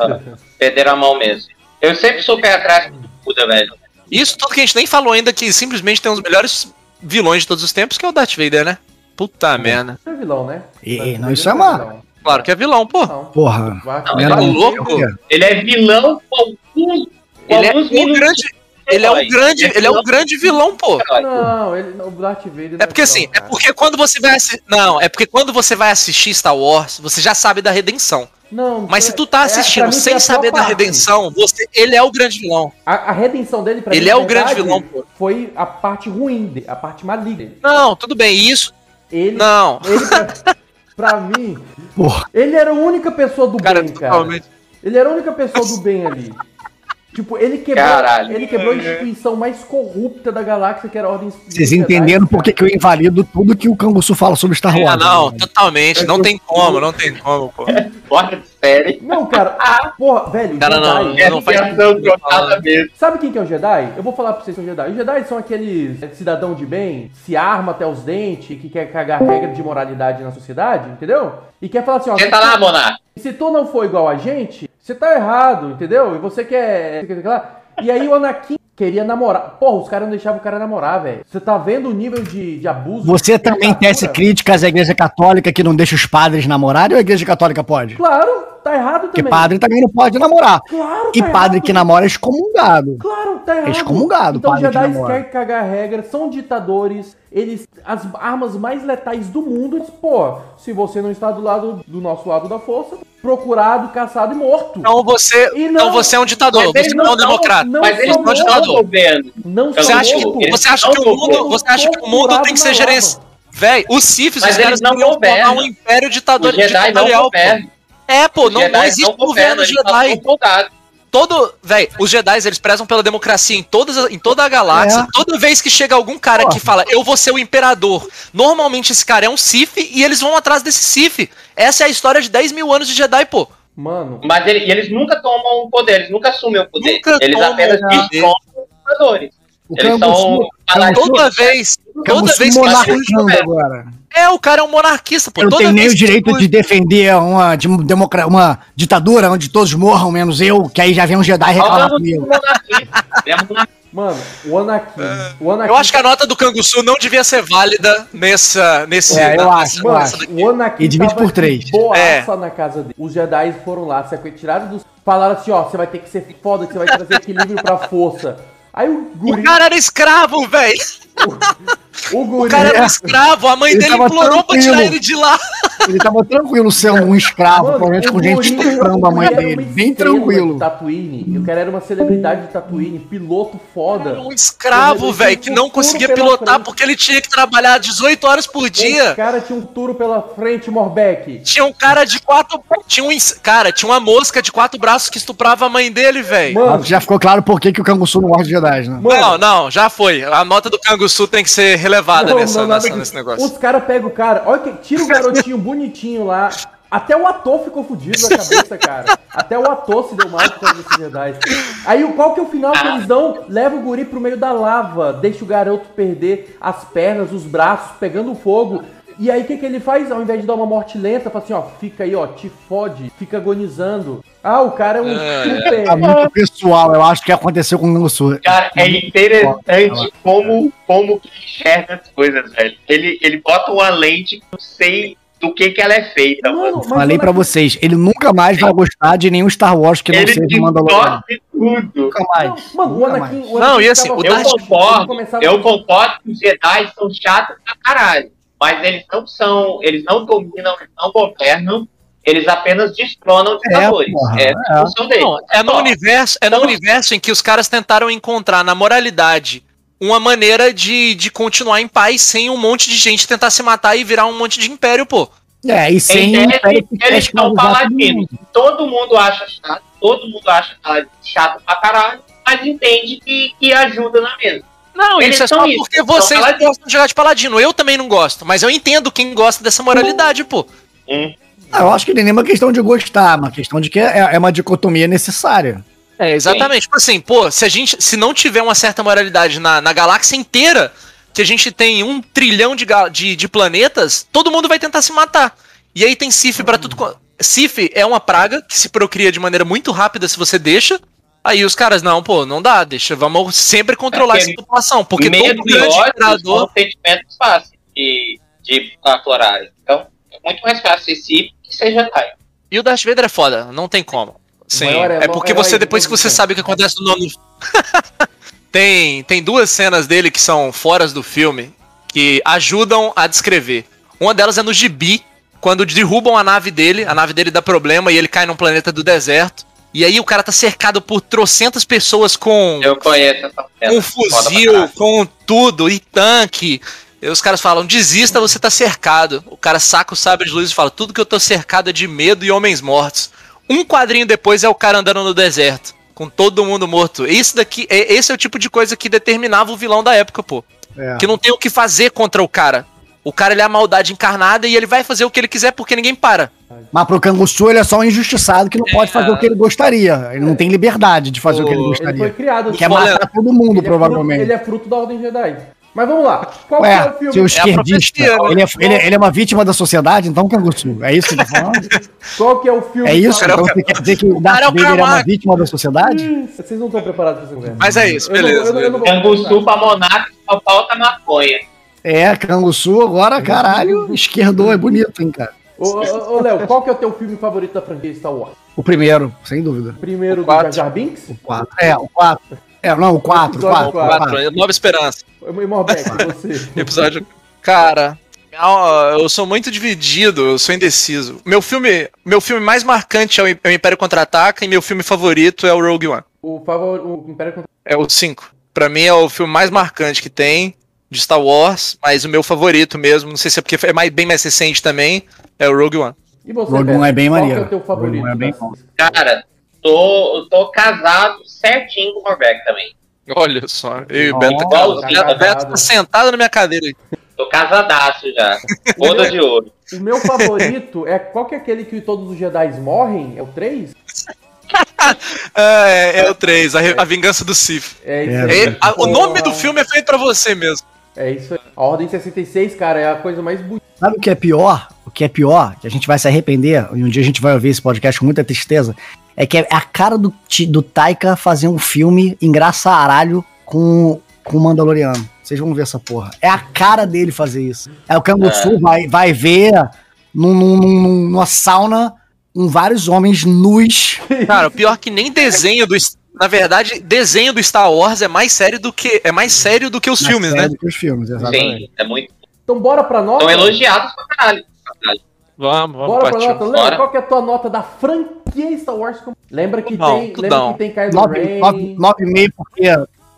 Speaker 4: perderam a mão mesmo. Eu sempre sou pé atrás do Buda, velho.
Speaker 1: Isso tudo que a gente nem falou ainda, que simplesmente tem um dos melhores vilões de todos os tempos, que é o Darth Vader, né? Puta merda.
Speaker 2: Isso é vilão, né?
Speaker 3: Ei, não, isso é má.
Speaker 1: Claro que é vilão, pô.
Speaker 2: Não.
Speaker 3: Porra.
Speaker 2: Vai-
Speaker 4: Não,
Speaker 1: Ele é
Speaker 3: Era-
Speaker 1: louco.
Speaker 4: Ele é vilão com alguns, com
Speaker 1: Ele é
Speaker 4: alguns
Speaker 1: um
Speaker 4: minutos.
Speaker 1: grande. Ele é um
Speaker 6: herói.
Speaker 1: grande, ele é um grande vilão, pô.
Speaker 6: herói.
Speaker 2: Não, ele, o Darth Vader. não
Speaker 1: É porque assim,
Speaker 2: vilão,
Speaker 1: é
Speaker 2: cara.
Speaker 1: porque quando você vai assi- não, é porque quando você vai assistir Star Wars, você já sabe da redenção.
Speaker 2: Não,
Speaker 1: Mas se
Speaker 2: é-
Speaker 1: tu tá
Speaker 2: é-
Speaker 1: assistindo
Speaker 2: pra mim tem
Speaker 1: sem
Speaker 2: a sua
Speaker 1: saber da
Speaker 2: parte.
Speaker 1: redenção, você, ele é o grande vilão.
Speaker 2: A, a redenção dele pra
Speaker 1: Ele
Speaker 2: mim,
Speaker 1: é
Speaker 2: na
Speaker 1: o grande
Speaker 2: verdade,
Speaker 1: vilão, pô.
Speaker 2: Foi a parte ruim dele, a parte maligna. dele.
Speaker 1: Não, tudo bem, isso
Speaker 2: Ele,
Speaker 1: não.
Speaker 2: ele pra, pra mim,
Speaker 3: Porra.
Speaker 2: ele era a única pessoa do
Speaker 1: Cara,
Speaker 2: bem, cara.
Speaker 1: totalmente.
Speaker 2: Ele era a única pessoa do bem ali. Tipo, ele quebrou,
Speaker 6: Caralho.
Speaker 2: ele quebrou a instituição mais corrupta da galáxia, que era a ordem.
Speaker 1: É
Speaker 3: Vocês entenderam por que, que eu invalido tudo que o Canguçu fala sobre Star Wars.
Speaker 1: Ah, não,
Speaker 3: né?
Speaker 1: totalmente, não tem como, não tem como, pô.
Speaker 6: Fora de série.
Speaker 2: Não, cara. Porra, velho.
Speaker 1: Ah. Cara, não,
Speaker 2: Jedi.
Speaker 1: não
Speaker 4: É,
Speaker 1: faz
Speaker 6: Não, jornada mesmo.
Speaker 2: Sabe quem que é o Jedi? Eu vou falar pra vocês que é o Jedi. Os Jedi são aqueles é, cidadão de bem, se arma até os dentes, que quer cagar regra de moralidade na sociedade, entendeu? E quer falar assim, ó,
Speaker 1: tá
Speaker 6: Senta lá, Monar.
Speaker 2: se tu não for igual a gente, você tá errado, entendeu? E você quer... você quer- sei lá. E aí o Anakin queria namorar. Porra, os caras não deixavam o cara namorar, velho. Você tá vendo o nível de, de abuso? tá
Speaker 3: Você
Speaker 2: de
Speaker 3: também
Speaker 2: ditadura?
Speaker 3: tece críticas à Igreja Católica que não deixa os padres namorarem ou a Igreja Católica pode?
Speaker 2: Claro, tá errado
Speaker 3: Porque
Speaker 2: também.
Speaker 3: padre também não pode namorar.
Speaker 2: Claro,
Speaker 3: E
Speaker 2: tá
Speaker 3: padre
Speaker 2: errado.
Speaker 3: que namora é excomungado.
Speaker 2: Claro, tá errado.
Speaker 3: excomungado,
Speaker 2: Então os
Speaker 3: padre de
Speaker 2: Jedi
Speaker 3: namoro.
Speaker 2: querem cagar regra, são ditadores, eles as armas mais letais do mundo. Eles, pô, se você não está do lado do nosso lado da força, procurado, caçado e morto.
Speaker 1: Então você,
Speaker 2: E não-
Speaker 1: então você é um ditador,
Speaker 6: Mas eles
Speaker 1: você não é um
Speaker 6: não-
Speaker 1: democrata.
Speaker 2: não
Speaker 6: Mas eles
Speaker 2: são
Speaker 1: não
Speaker 6: não
Speaker 1: estão
Speaker 6: estão
Speaker 1: ditador.
Speaker 6: governo.
Speaker 2: Não
Speaker 1: Você
Speaker 2: são
Speaker 1: acha que,
Speaker 2: morto.
Speaker 6: Eles
Speaker 1: você acha
Speaker 6: não
Speaker 1: que o mundo,
Speaker 6: governam.
Speaker 1: você acha que o mundo tem que ser
Speaker 2: Eles
Speaker 1: gerenciado? Véi, os Sifis,
Speaker 6: Mas
Speaker 1: os
Speaker 6: eles
Speaker 1: caras
Speaker 6: não
Speaker 1: queriam formar
Speaker 6: governam.
Speaker 1: um império
Speaker 6: Os
Speaker 1: ditador,
Speaker 6: Jedi não
Speaker 1: ditatorial. pô.
Speaker 6: governam.
Speaker 1: É, pô, não, não
Speaker 6: Jedi
Speaker 1: existe governo
Speaker 6: eles só
Speaker 1: Jedi.
Speaker 6: são soldados.
Speaker 1: Todo, véi, os Jedi eles prezam pela democracia em todas, em toda a galáxia.
Speaker 3: É.
Speaker 1: Toda vez que chega algum cara
Speaker 3: Pô.
Speaker 1: que fala, eu vou ser o imperador, normalmente esse cara é um Sif e eles vão atrás desse Sif. Essa é a história de 10 mil anos de Jedi, pô.
Speaker 2: Mano,
Speaker 6: Mas ele- e eles nunca tomam o poder, eles nunca assumem o poder.
Speaker 1: Nunca
Speaker 6: eles
Speaker 1: tomam
Speaker 6: apenas
Speaker 1: o poder.
Speaker 6: destroem os ditadores.
Speaker 3: O
Speaker 6: Eles são um paladins.
Speaker 1: Toda vez, toda
Speaker 3: Canguçu
Speaker 1: vez que
Speaker 3: monarquizando agora.
Speaker 1: É, o cara é um monarquista, pô.
Speaker 3: Eu não
Speaker 1: Toda
Speaker 3: tenho nem
Speaker 1: vez
Speaker 3: o
Speaker 1: que
Speaker 3: direito
Speaker 1: tu-
Speaker 3: de defender uma, de um democra- uma ditadura onde todos morram, menos eu, que aí já vem um Jedi reclamar
Speaker 6: Falando de
Speaker 3: comigo.
Speaker 6: monarquia. É monarquia.
Speaker 2: mano, o Anakin. O Anakin
Speaker 1: É. Eu acho que a nota do Canguçu não devia ser válida nessa. Nesse,
Speaker 3: É, eu
Speaker 1: na-
Speaker 3: acho, eu
Speaker 2: Mano,
Speaker 1: nessa daqui. É.
Speaker 2: o Anakin
Speaker 3: E divide por três.
Speaker 2: de Boaça na casa dele. Os Jedi foram lá, se tiraram dos. Falaram assim: ó, você vai ter que ser foda, que você vai trazer equilíbrio pra força. Aí o
Speaker 1: O
Speaker 2: guri.
Speaker 1: cara era escravo, velho.
Speaker 2: O
Speaker 1: O
Speaker 2: guri.
Speaker 1: cara
Speaker 3: É.
Speaker 1: era um escravo. A mãe
Speaker 3: Ele
Speaker 1: dele
Speaker 3: tava
Speaker 1: implorou pra
Speaker 3: tranquilo.
Speaker 1: tirar ele de lá.
Speaker 3: Ele tava tranquilo sendo um escravo,
Speaker 2: Mano,
Speaker 3: provavelmente
Speaker 2: o
Speaker 3: com gente
Speaker 2: guri-
Speaker 3: estuprando a mãe
Speaker 2: o cara era
Speaker 3: dele.
Speaker 2: uma
Speaker 3: Bem
Speaker 2: estrela tá de
Speaker 3: tranquilo.
Speaker 2: Tatooine. O cara era uma celebridade de Tatooine, piloto foda.
Speaker 1: Um escravo,
Speaker 2: Ele
Speaker 1: velho,
Speaker 2: tinha
Speaker 1: que
Speaker 2: um
Speaker 1: não
Speaker 2: futuro
Speaker 1: conseguia
Speaker 2: pela
Speaker 1: pilotar
Speaker 2: frente.
Speaker 1: porque ele tinha que trabalhar 18 horas por
Speaker 2: O
Speaker 1: dia.
Speaker 2: cara tinha um touro pela frente, Morbeck.
Speaker 1: Tinha um cara de quatro. Tinha um. ins- Cara, tinha uma mosca de quatro braços que estuprava a mãe dele, velho.
Speaker 2: Mano,
Speaker 3: Ah, Já ficou claro por que, que o Canguçu não gosta de Jedi, né?
Speaker 2: mano,
Speaker 1: Não, não, já foi. A nota do Canguçu tem que ser relevada
Speaker 2: Não,
Speaker 1: nessa,
Speaker 2: não, nada
Speaker 1: nessa-
Speaker 2: disso.
Speaker 1: nesse negócio.
Speaker 2: Os caras pegam o cara, olha que tira o garotinho bonitinho lá. Até o ator ficou fudido na cabeça, cara. Até o ator se deu mal por causa desses Jedi. Aí o- qual que é o final que eles dão? Leva o guri pro meio da lava, deixa o garoto perder as pernas, os braços, pegando fogo. E aí o que, que ele faz? Ao invés de dar uma morte lenta, fala assim, ó, fica aí, ó, te fode, fica agonizando. Ah, o cara é um super.
Speaker 3: Tá muito pessoal, eu acho que aconteceu com o Canguçu.
Speaker 6: Cara, é interessante como, como que enxerga as coisas, velho. Ele, ele bota uma lente que eu não sei do que, que ela é feita, mano.
Speaker 2: mas
Speaker 3: Falei
Speaker 2: olha
Speaker 3: pra
Speaker 2: que-
Speaker 3: vocês, ele nunca mais vai gostar de nenhum Star Wars que não
Speaker 6: Ele
Speaker 3: seja o Mandalorian.
Speaker 6: distorce tudo.
Speaker 3: Nunca mais.
Speaker 2: Mano, o
Speaker 3: Nunca
Speaker 2: Anakin,
Speaker 3: mais.
Speaker 2: o Anakin
Speaker 1: Não, e assim,
Speaker 2: ficava
Speaker 1: o
Speaker 6: Eu
Speaker 2: bravo,
Speaker 1: Darth-
Speaker 2: ele
Speaker 6: concordo,
Speaker 2: começava
Speaker 6: eu concordo que os Jedi são chatos pra caralho. Mas eles não são, eles não dominam, eles não governam, eles apenas destronam ditadores.
Speaker 3: porra,
Speaker 6: É, a função deles.
Speaker 1: Não, é no
Speaker 6: Só.
Speaker 1: universo, é no
Speaker 6: Então-
Speaker 1: universo em que os caras tentaram encontrar na moralidade uma maneira de, de continuar em paz sem um monte de gente tentar se matar e virar um monte de império, pô.
Speaker 3: É, e sem.
Speaker 6: Em tese,
Speaker 3: império que quer
Speaker 6: eles são
Speaker 3: escravizar todo
Speaker 6: paladinos.
Speaker 3: mundo.
Speaker 6: Todo mundo acha chato, todo mundo acha paladino chato pra caralho, mas entende que, que ajuda na mesa.
Speaker 1: Não,
Speaker 6: Eles
Speaker 1: isso é só
Speaker 6: são isso,
Speaker 1: porque
Speaker 6: são
Speaker 1: vocês não
Speaker 6: paladinos.
Speaker 1: gostam de jogar de paladino. Eu também não gosto, mas eu entendo quem gosta dessa moralidade, pô.
Speaker 3: Ah, eu acho que nem é uma questão de gostar, uma questão de que é, é uma dicotomia necessária.
Speaker 1: É, exatamente. Tipo assim, pô, se a gente. Se não tiver uma certa moralidade na, na galáxia inteira, que a gente tem um trilhão de, ga- de, de planetas, todo mundo vai tentar se matar. E aí tem Sif pra tudo. co- Sif é uma praga que se procria de maneira muito rápida se você deixa. Aí os caras, não, pô, não dá, deixa, vamos sempre controlar
Speaker 6: É, Porque
Speaker 1: essa população, porque todo
Speaker 6: medo e
Speaker 1: grande
Speaker 6: ódio
Speaker 1: imperador.
Speaker 6: são sentimentos fáceis de, de aflorarem. Então, é muito mais fácil esse que seja Jedi.
Speaker 1: E o Darth Vader é foda, não tem como. Sim,
Speaker 2: maior
Speaker 1: é
Speaker 2: herói-
Speaker 1: porque
Speaker 2: herói
Speaker 1: você,
Speaker 2: de
Speaker 1: depois que
Speaker 2: todos os
Speaker 1: você
Speaker 2: tempos.
Speaker 1: sabe o que acontece no nono Tem, tem duas cenas dele que são foras do filme que ajudam a descrever. Uma delas é no gibi, quando derrubam a nave dele, a nave dele dá problema e ele cai num planeta do deserto. E aí o cara tá cercado por trocentas pessoas com
Speaker 6: Eu conheço essa cena.
Speaker 1: com
Speaker 6: É, Foda pra
Speaker 1: Um fuzil,
Speaker 6: caralho.
Speaker 1: com tudo, e tanque. E os caras falam, desista, você tá cercado. O cara saca o sabre de luz e fala, tudo que eu tô cercado é de medo e homens mortos. Um quadrinho depois é o cara andando no deserto, com todo mundo morto. Isso daqui, é- esse é o tipo de coisa que determinava o vilão da época, pô.
Speaker 3: É.
Speaker 2: Ah.
Speaker 1: Que não tem o que fazer contra o cara. O cara, ele é a maldade encarnada e ele vai fazer o que ele quiser porque ninguém para.
Speaker 3: Mas pro Canguçu ele é só um injustiçado que não pode fazer o que ele gostaria. Ele não tem liberdade de fazer o que
Speaker 1: É.
Speaker 3: ele
Speaker 1: Ele
Speaker 2: Ele foi
Speaker 3: gostaria.
Speaker 2: criado
Speaker 3: Ele quer
Speaker 2: assim.
Speaker 1: Olha,
Speaker 3: matar todo
Speaker 2: Ele
Speaker 3: mundo,
Speaker 2: é fruto- Ele
Speaker 3: provavelmente.
Speaker 2: é fruto da Ordem Jedi. Mas vamos lá. Qual que é o
Speaker 3: Ué,
Speaker 2: filme?
Speaker 3: seu
Speaker 1: É a
Speaker 3: esquerdista.
Speaker 1: profecia, né?
Speaker 3: Ele é, ele é- ele é uma vítima da sociedade, então, Canguçu? É isso que você tá falando?
Speaker 2: Qual que é o filme?
Speaker 3: É isso?
Speaker 1: Cara, é o
Speaker 3: Então você quer dizer que o Darth
Speaker 1: Cara, é o
Speaker 3: Vader é uma
Speaker 1: Camargo.
Speaker 3: vítima da sociedade?
Speaker 2: Hum, Vocês não estão preparados pra essa conversa.
Speaker 1: Mas é isso,
Speaker 2: Eu não-
Speaker 1: beleza.
Speaker 2: Hum. eu não- eu não vou-
Speaker 6: Canguçu pra Monaco só falta maconha.
Speaker 3: É, Canguçu agora, caralho, esquerdou, é bonito, hein, cara.
Speaker 2: Ô, ô, ô, Léo, qual que é o teu filme favorito da franquia Star Wars?
Speaker 3: O primeiro, sem dúvida.
Speaker 2: Primeiro
Speaker 1: O
Speaker 2: do Jar
Speaker 1: quatro.
Speaker 2: Jar Binks?
Speaker 3: O 4. É, o 4. É, não, o 4.
Speaker 2: Episódio quatro.
Speaker 1: Nova Esperança.
Speaker 2: E Morbeck, você.
Speaker 1: Episódio. Cara, ó, eu sou muito dividido, eu sou indeciso. Meu filme, meu filme mais marcante é o Im- é o Império Contra-Ataca e meu filme favorito é o Rogue One.
Speaker 2: O favor, o Império Contra.
Speaker 1: É o 5. Pra mim é o filme mais marcante que tem de Star Wars, mas o meu favorito mesmo, não sei se é porque é mais- bem mais recente também, é o Rogue One.
Speaker 2: E você?
Speaker 3: Rogue
Speaker 2: Beto?
Speaker 3: One é bem maneiro.
Speaker 2: Qual que é o teu
Speaker 3: Rogue
Speaker 2: favorito?
Speaker 3: One é bem
Speaker 2: tá?
Speaker 3: bom.
Speaker 6: Cara, tô, eu tô casado certinho com o Norbeck também.
Speaker 1: Olha só. Eu e o
Speaker 3: Ó,
Speaker 1: Beto, tá
Speaker 6: tá
Speaker 1: Beto- Beto tá
Speaker 2: casado.
Speaker 1: sentado na minha cadeira.
Speaker 6: Tô casadaço já. Boda de ouro.
Speaker 2: O meu favorito é qual que é aquele que todos os Jedi morrem? É o 3?
Speaker 1: Ah, É, é o 3, a, re- a vingança do Sif.
Speaker 2: É isso
Speaker 3: É,
Speaker 2: aí.
Speaker 1: É, a- o nome do filme é feito pra você mesmo.
Speaker 2: É isso aí. A Ordem 66, cara, é a coisa mais bonita.
Speaker 3: Sabe o que é pior? O que é pior, que a gente vai se arrepender, e um dia a gente vai ouvir esse podcast com muita tristeza, é que é a cara do, Ti- do Taika fazer um filme engraçaralho com com o Mandaloriano. Vocês vão ver essa porra. É a cara dele fazer isso. É o Canguçu vai, vai ver num, num- num- numa sauna com vários homens nus.
Speaker 1: Cara, o pior que nem desenho do. Na verdade, desenho do Star Wars é mais sério do que. É mais sério do que os
Speaker 3: na
Speaker 1: filmes,
Speaker 3: série
Speaker 1: né?
Speaker 3: do que Os filmes, exatamente.
Speaker 6: Sim, é muito.
Speaker 2: Então bora pra nota.
Speaker 6: Estão elogiados pra caralho.
Speaker 1: Vamos,
Speaker 2: Bora pra nota. Léo,
Speaker 6: Bora.
Speaker 2: qual que é a tua nota da franquia Star Wars? como- Lembra que
Speaker 1: Tudão,
Speaker 2: tem, lembra
Speaker 1: tudão.
Speaker 2: que tem Kylo
Speaker 3: Nove-
Speaker 2: Ren.
Speaker 3: nove- nove e meio porque...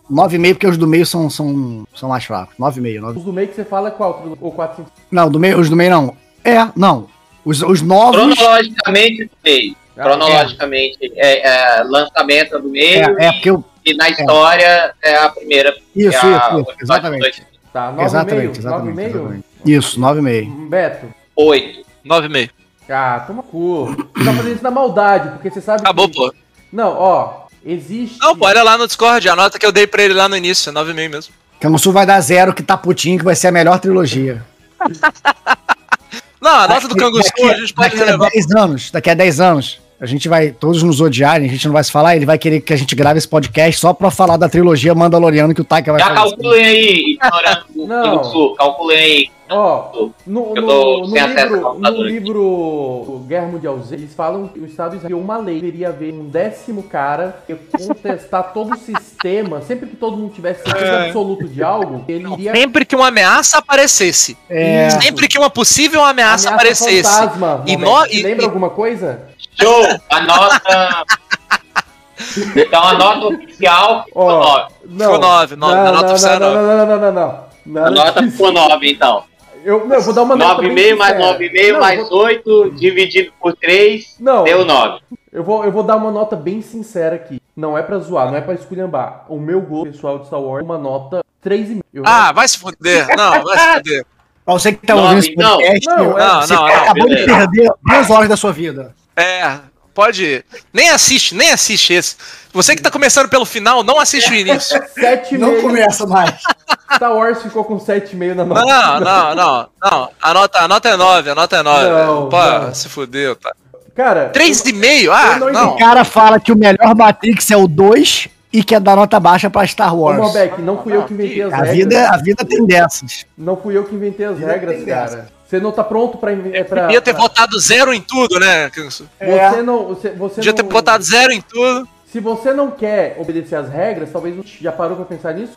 Speaker 3: nove e meio porque os do meio são, são, são mais fracos. Nove e meio, nove-
Speaker 2: Os do meio que você fala é qual? Ou 4, 5,
Speaker 3: Não, do meio, os do meio não. É, não. Os, os novos.
Speaker 6: Cronologicamente,
Speaker 3: Ah,
Speaker 6: sei.
Speaker 2: Ah,
Speaker 6: Cronologicamente, é, é, lançamento do
Speaker 3: É,
Speaker 6: meio
Speaker 3: é, porque eu.
Speaker 6: e na história é a primeira.
Speaker 3: Isso,
Speaker 6: é a-
Speaker 3: isso,
Speaker 6: o
Speaker 3: isso.
Speaker 6: episódio
Speaker 3: Exatamente.
Speaker 6: dois.
Speaker 2: Tá, 9,5.
Speaker 3: Exatamente, exatamente. exatamente. Isso, nove e meio.
Speaker 2: Beto,
Speaker 6: Oito.
Speaker 1: 9,5.
Speaker 2: ah, toma cu. Você tá fazendo isso na maldade, porque você sabe.
Speaker 1: Acabou,
Speaker 2: que-
Speaker 1: pô.
Speaker 2: Não, ó, existe.
Speaker 1: Não, pô, olha lá no Discord, a nota que eu dei pra ele lá no início, é 9,5 mesmo.
Speaker 3: Canguçu vai dar zero, que tá putinho, que vai ser a melhor trilogia.
Speaker 1: Não, a nota do
Speaker 3: Daqui-
Speaker 1: Canguçu
Speaker 3: daqui-
Speaker 1: a gente pode
Speaker 3: Daqui a
Speaker 1: relevar.
Speaker 3: 10 anos, daqui a 10 anos, a gente vai todos nos odiarem, a gente não vai se falar, ele vai querer que a gente grave esse podcast só pra falar da trilogia Mandaloriano que o Taika vai
Speaker 6: Já
Speaker 3: fazer.
Speaker 6: calculei aí, ignorando
Speaker 2: Não.
Speaker 6: o Sul, calculei aí.
Speaker 2: Ó, no,
Speaker 6: Eu
Speaker 2: no-
Speaker 6: tô
Speaker 2: no
Speaker 6: sem acesso ao
Speaker 2: livro, no
Speaker 6: computador aqui.
Speaker 2: livro Guerra Mundial Z, eles falam que o Estado de Israel criou uma lei, deveria haver um décimo cara que contestar todo o sistema, sempre que todo mundo tivesse certeza absoluto de algo, ele
Speaker 1: é
Speaker 2: iria...
Speaker 1: Sempre que uma ameaça aparecesse.
Speaker 3: É,
Speaker 1: Sempre que uma possível ameaça,
Speaker 2: Ameaça
Speaker 1: aparecesse.
Speaker 2: fantasma,
Speaker 1: E
Speaker 2: Roberto.
Speaker 1: nó-
Speaker 2: Te
Speaker 1: e-
Speaker 2: lembra
Speaker 1: e-
Speaker 2: alguma coisa?
Speaker 6: Show! A nota. então a nota oficial ficou
Speaker 2: Ó.
Speaker 6: nove.
Speaker 2: Não,
Speaker 1: Ficou nove,
Speaker 2: não,
Speaker 1: nove, na
Speaker 2: não,
Speaker 1: nota
Speaker 2: não,
Speaker 1: oficial,
Speaker 2: não, não, não, não, não, não, não.
Speaker 6: A
Speaker 2: Nada
Speaker 6: nota
Speaker 2: disso.
Speaker 6: ficou nove, então.
Speaker 2: Eu, não, eu vou dar uma nota tá bem
Speaker 6: 9,5 mais
Speaker 2: sincera.
Speaker 6: 9,5
Speaker 2: Não, eu
Speaker 6: mais
Speaker 2: vou-
Speaker 6: 8 dividido por 3
Speaker 2: Não,
Speaker 6: deu 9.
Speaker 2: Eu vou, eu vou dar uma nota bem sincera aqui. Não é pra zoar, não é pra esculhambar. O meu gosto pessoal de Star Wars é uma nota 3,5. Eu-
Speaker 1: Ah, vai se fuder. Não, vai se fuder.
Speaker 3: pra você que tá
Speaker 6: Nove,
Speaker 3: ouvindo esse
Speaker 6: não.
Speaker 3: podcast,
Speaker 2: Não,
Speaker 3: meu,
Speaker 1: não,
Speaker 3: você
Speaker 1: não, não,
Speaker 3: acabou de
Speaker 6: beleza.
Speaker 3: perder duas horas da sua vida.
Speaker 1: É, pode. ir. Nem assiste, nem assiste esse. Você que tá começando pelo final, não assiste o início.
Speaker 2: 7,5.
Speaker 3: Não começa mais.
Speaker 2: Star Wars ficou com 7,5 na nota.
Speaker 1: Não, não, não, não. A nota, a nota é 9, a nota é 9.
Speaker 2: Não,
Speaker 1: Pô,
Speaker 2: não.
Speaker 1: se fudeu, tá.
Speaker 2: Cara,
Speaker 1: 3,5?
Speaker 2: Eu
Speaker 1: Ah,
Speaker 2: não
Speaker 1: não.
Speaker 3: O cara fala que o melhor Matrix é o 2 e que é dar nota baixa pra Star
Speaker 2: ô,
Speaker 3: Wars.
Speaker 2: Malbec, não fui eu que inventei as
Speaker 3: A
Speaker 2: regras.
Speaker 3: vida, é- a vida tem dessas.
Speaker 2: Não fui eu que inventei as regras,
Speaker 3: tem
Speaker 2: cara. Você não tá pronto pra... inven- é pra-
Speaker 1: Podia ter
Speaker 2: pra-
Speaker 1: votado zero em tudo, né? Canguçu?
Speaker 3: É.
Speaker 2: Você não... Você, você
Speaker 1: Podia ter
Speaker 2: não-
Speaker 1: botado zero em tudo.
Speaker 2: Se você não quer obedecer às regras, talvez não já parou pra pensar nisso?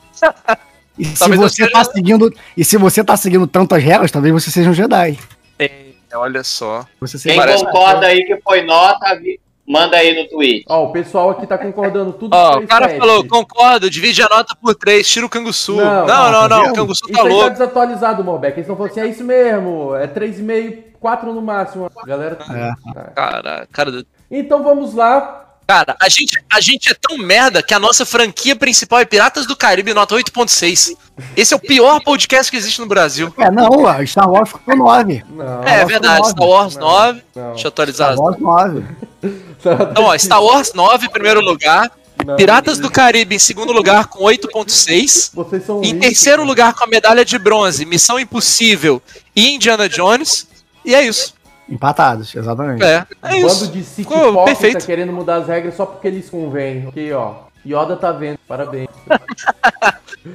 Speaker 3: E se,
Speaker 1: Talvez eu
Speaker 3: você
Speaker 1: seja-
Speaker 3: tá seguindo, e se você tá seguindo tantas regras, talvez você seja um Jedi.
Speaker 1: Eita, É, olha só.
Speaker 3: Você seja um
Speaker 4: Quem
Speaker 1: Parece-
Speaker 4: concorda aí que foi nota, vi- manda aí no tweet.
Speaker 2: Ó, o pessoal aqui tá concordando tudo
Speaker 1: Ó,
Speaker 2: com
Speaker 1: o cara
Speaker 2: três,
Speaker 1: falou,
Speaker 2: sete.
Speaker 1: concordo, divide a nota por três, tira o canguçu. Não, não,
Speaker 2: Não,
Speaker 1: não,
Speaker 3: tá
Speaker 1: o
Speaker 3: vendo?
Speaker 1: canguçu
Speaker 2: Isso
Speaker 1: tá
Speaker 2: aí tá
Speaker 1: louco.
Speaker 2: desatualizado, Morbeck. Eles estão falando assim, é isso mesmo, é 3,5, 4 no máximo. A Galera, tá-
Speaker 3: É.
Speaker 2: tá.
Speaker 1: Cara, cara,
Speaker 2: Então vamos lá.
Speaker 1: cara, a gente, a gente é tão merda que a nossa franquia principal é Piratas do Caribe, nota 8.6. Esse é o pior podcast que existe no Brasil.
Speaker 3: É, não, ó, Star Wars ficou 9.
Speaker 2: Não,
Speaker 1: É, verdade, Star Wars 9.
Speaker 2: não.
Speaker 1: Deixa eu atualizar.
Speaker 3: Star Wars 9.
Speaker 1: Então, ó, Star Wars 9 em primeiro lugar,
Speaker 2: Não.
Speaker 1: Piratas do Caribe em segundo lugar com 8.6.
Speaker 2: Vocês são
Speaker 1: Em
Speaker 2: ricos.
Speaker 1: terceiro lugar com a medalha de bronze, Missão Impossível e Indiana Jones. E é isso.
Speaker 3: Empatados, exatamente.
Speaker 1: É, é
Speaker 2: Um Bando
Speaker 1: isso.
Speaker 2: de City
Speaker 1: Ficou
Speaker 2: Pop tá
Speaker 1: perfeito.
Speaker 2: querendo mudar as regras só porque eles convêm. Aqui, ó. Yoda tá vendo, parabéns.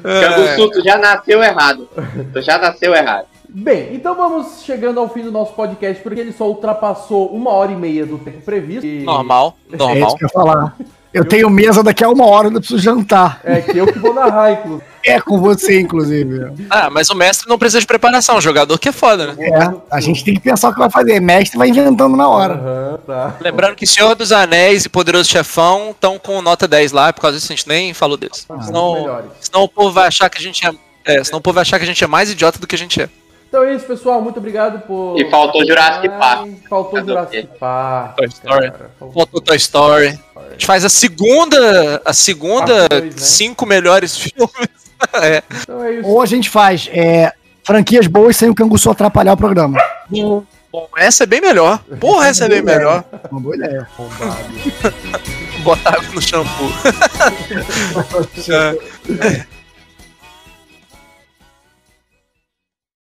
Speaker 1: É,
Speaker 4: Canguçu, tu já nasceu errado. Tu já nasceu errado.
Speaker 2: Bem, então vamos chegando ao fim do nosso podcast, porque ele só ultrapassou uma hora e meia do tempo previsto. E-
Speaker 1: normal,
Speaker 3: É isso
Speaker 1: normal.
Speaker 3: que eu ia falar. Eu tenho mesa daqui a uma hora, eu não preciso jantar.
Speaker 2: É que eu que vou narrar, inclusive.
Speaker 3: É com você, inclusive.
Speaker 1: Ah, mas o mestre não precisa de preparação, o jogador que é foda, né?
Speaker 3: É, a gente tem que pensar o que vai fazer. Mestre vai inventando na hora.
Speaker 2: Aham, tá.
Speaker 1: Lembrando que Senhor dos Anéis e Poderoso Chefão estão com nota 10 lá, por causa disso a gente nem falou deles.
Speaker 2: Os
Speaker 1: Senão,
Speaker 2: Ah, melhores.
Speaker 1: senão o povo vai achar que a gente é. é, senão o povo vai achar que a gente é mais idiota do que a gente é.
Speaker 2: Então é isso, pessoal. Muito obrigado por.
Speaker 4: E faltou Jurassic
Speaker 2: Ai,
Speaker 4: Park.
Speaker 2: Faltou
Speaker 4: Cadê o
Speaker 2: Jurassic Park.
Speaker 1: Toy Story.
Speaker 2: cara.
Speaker 1: Faltou Toy Story. A gente faz a segunda. A segunda.
Speaker 2: Parte dois, né?
Speaker 1: Cinco melhores filmes. é.
Speaker 2: Então é isso.
Speaker 3: Ou a gente faz é, franquias boas sem o canguçu atrapalhar o programa.
Speaker 1: Bom, essa é bem melhor. Porra, essa é bem melhor.
Speaker 3: Uma boa ideia.
Speaker 1: Botar água no shampoo. É.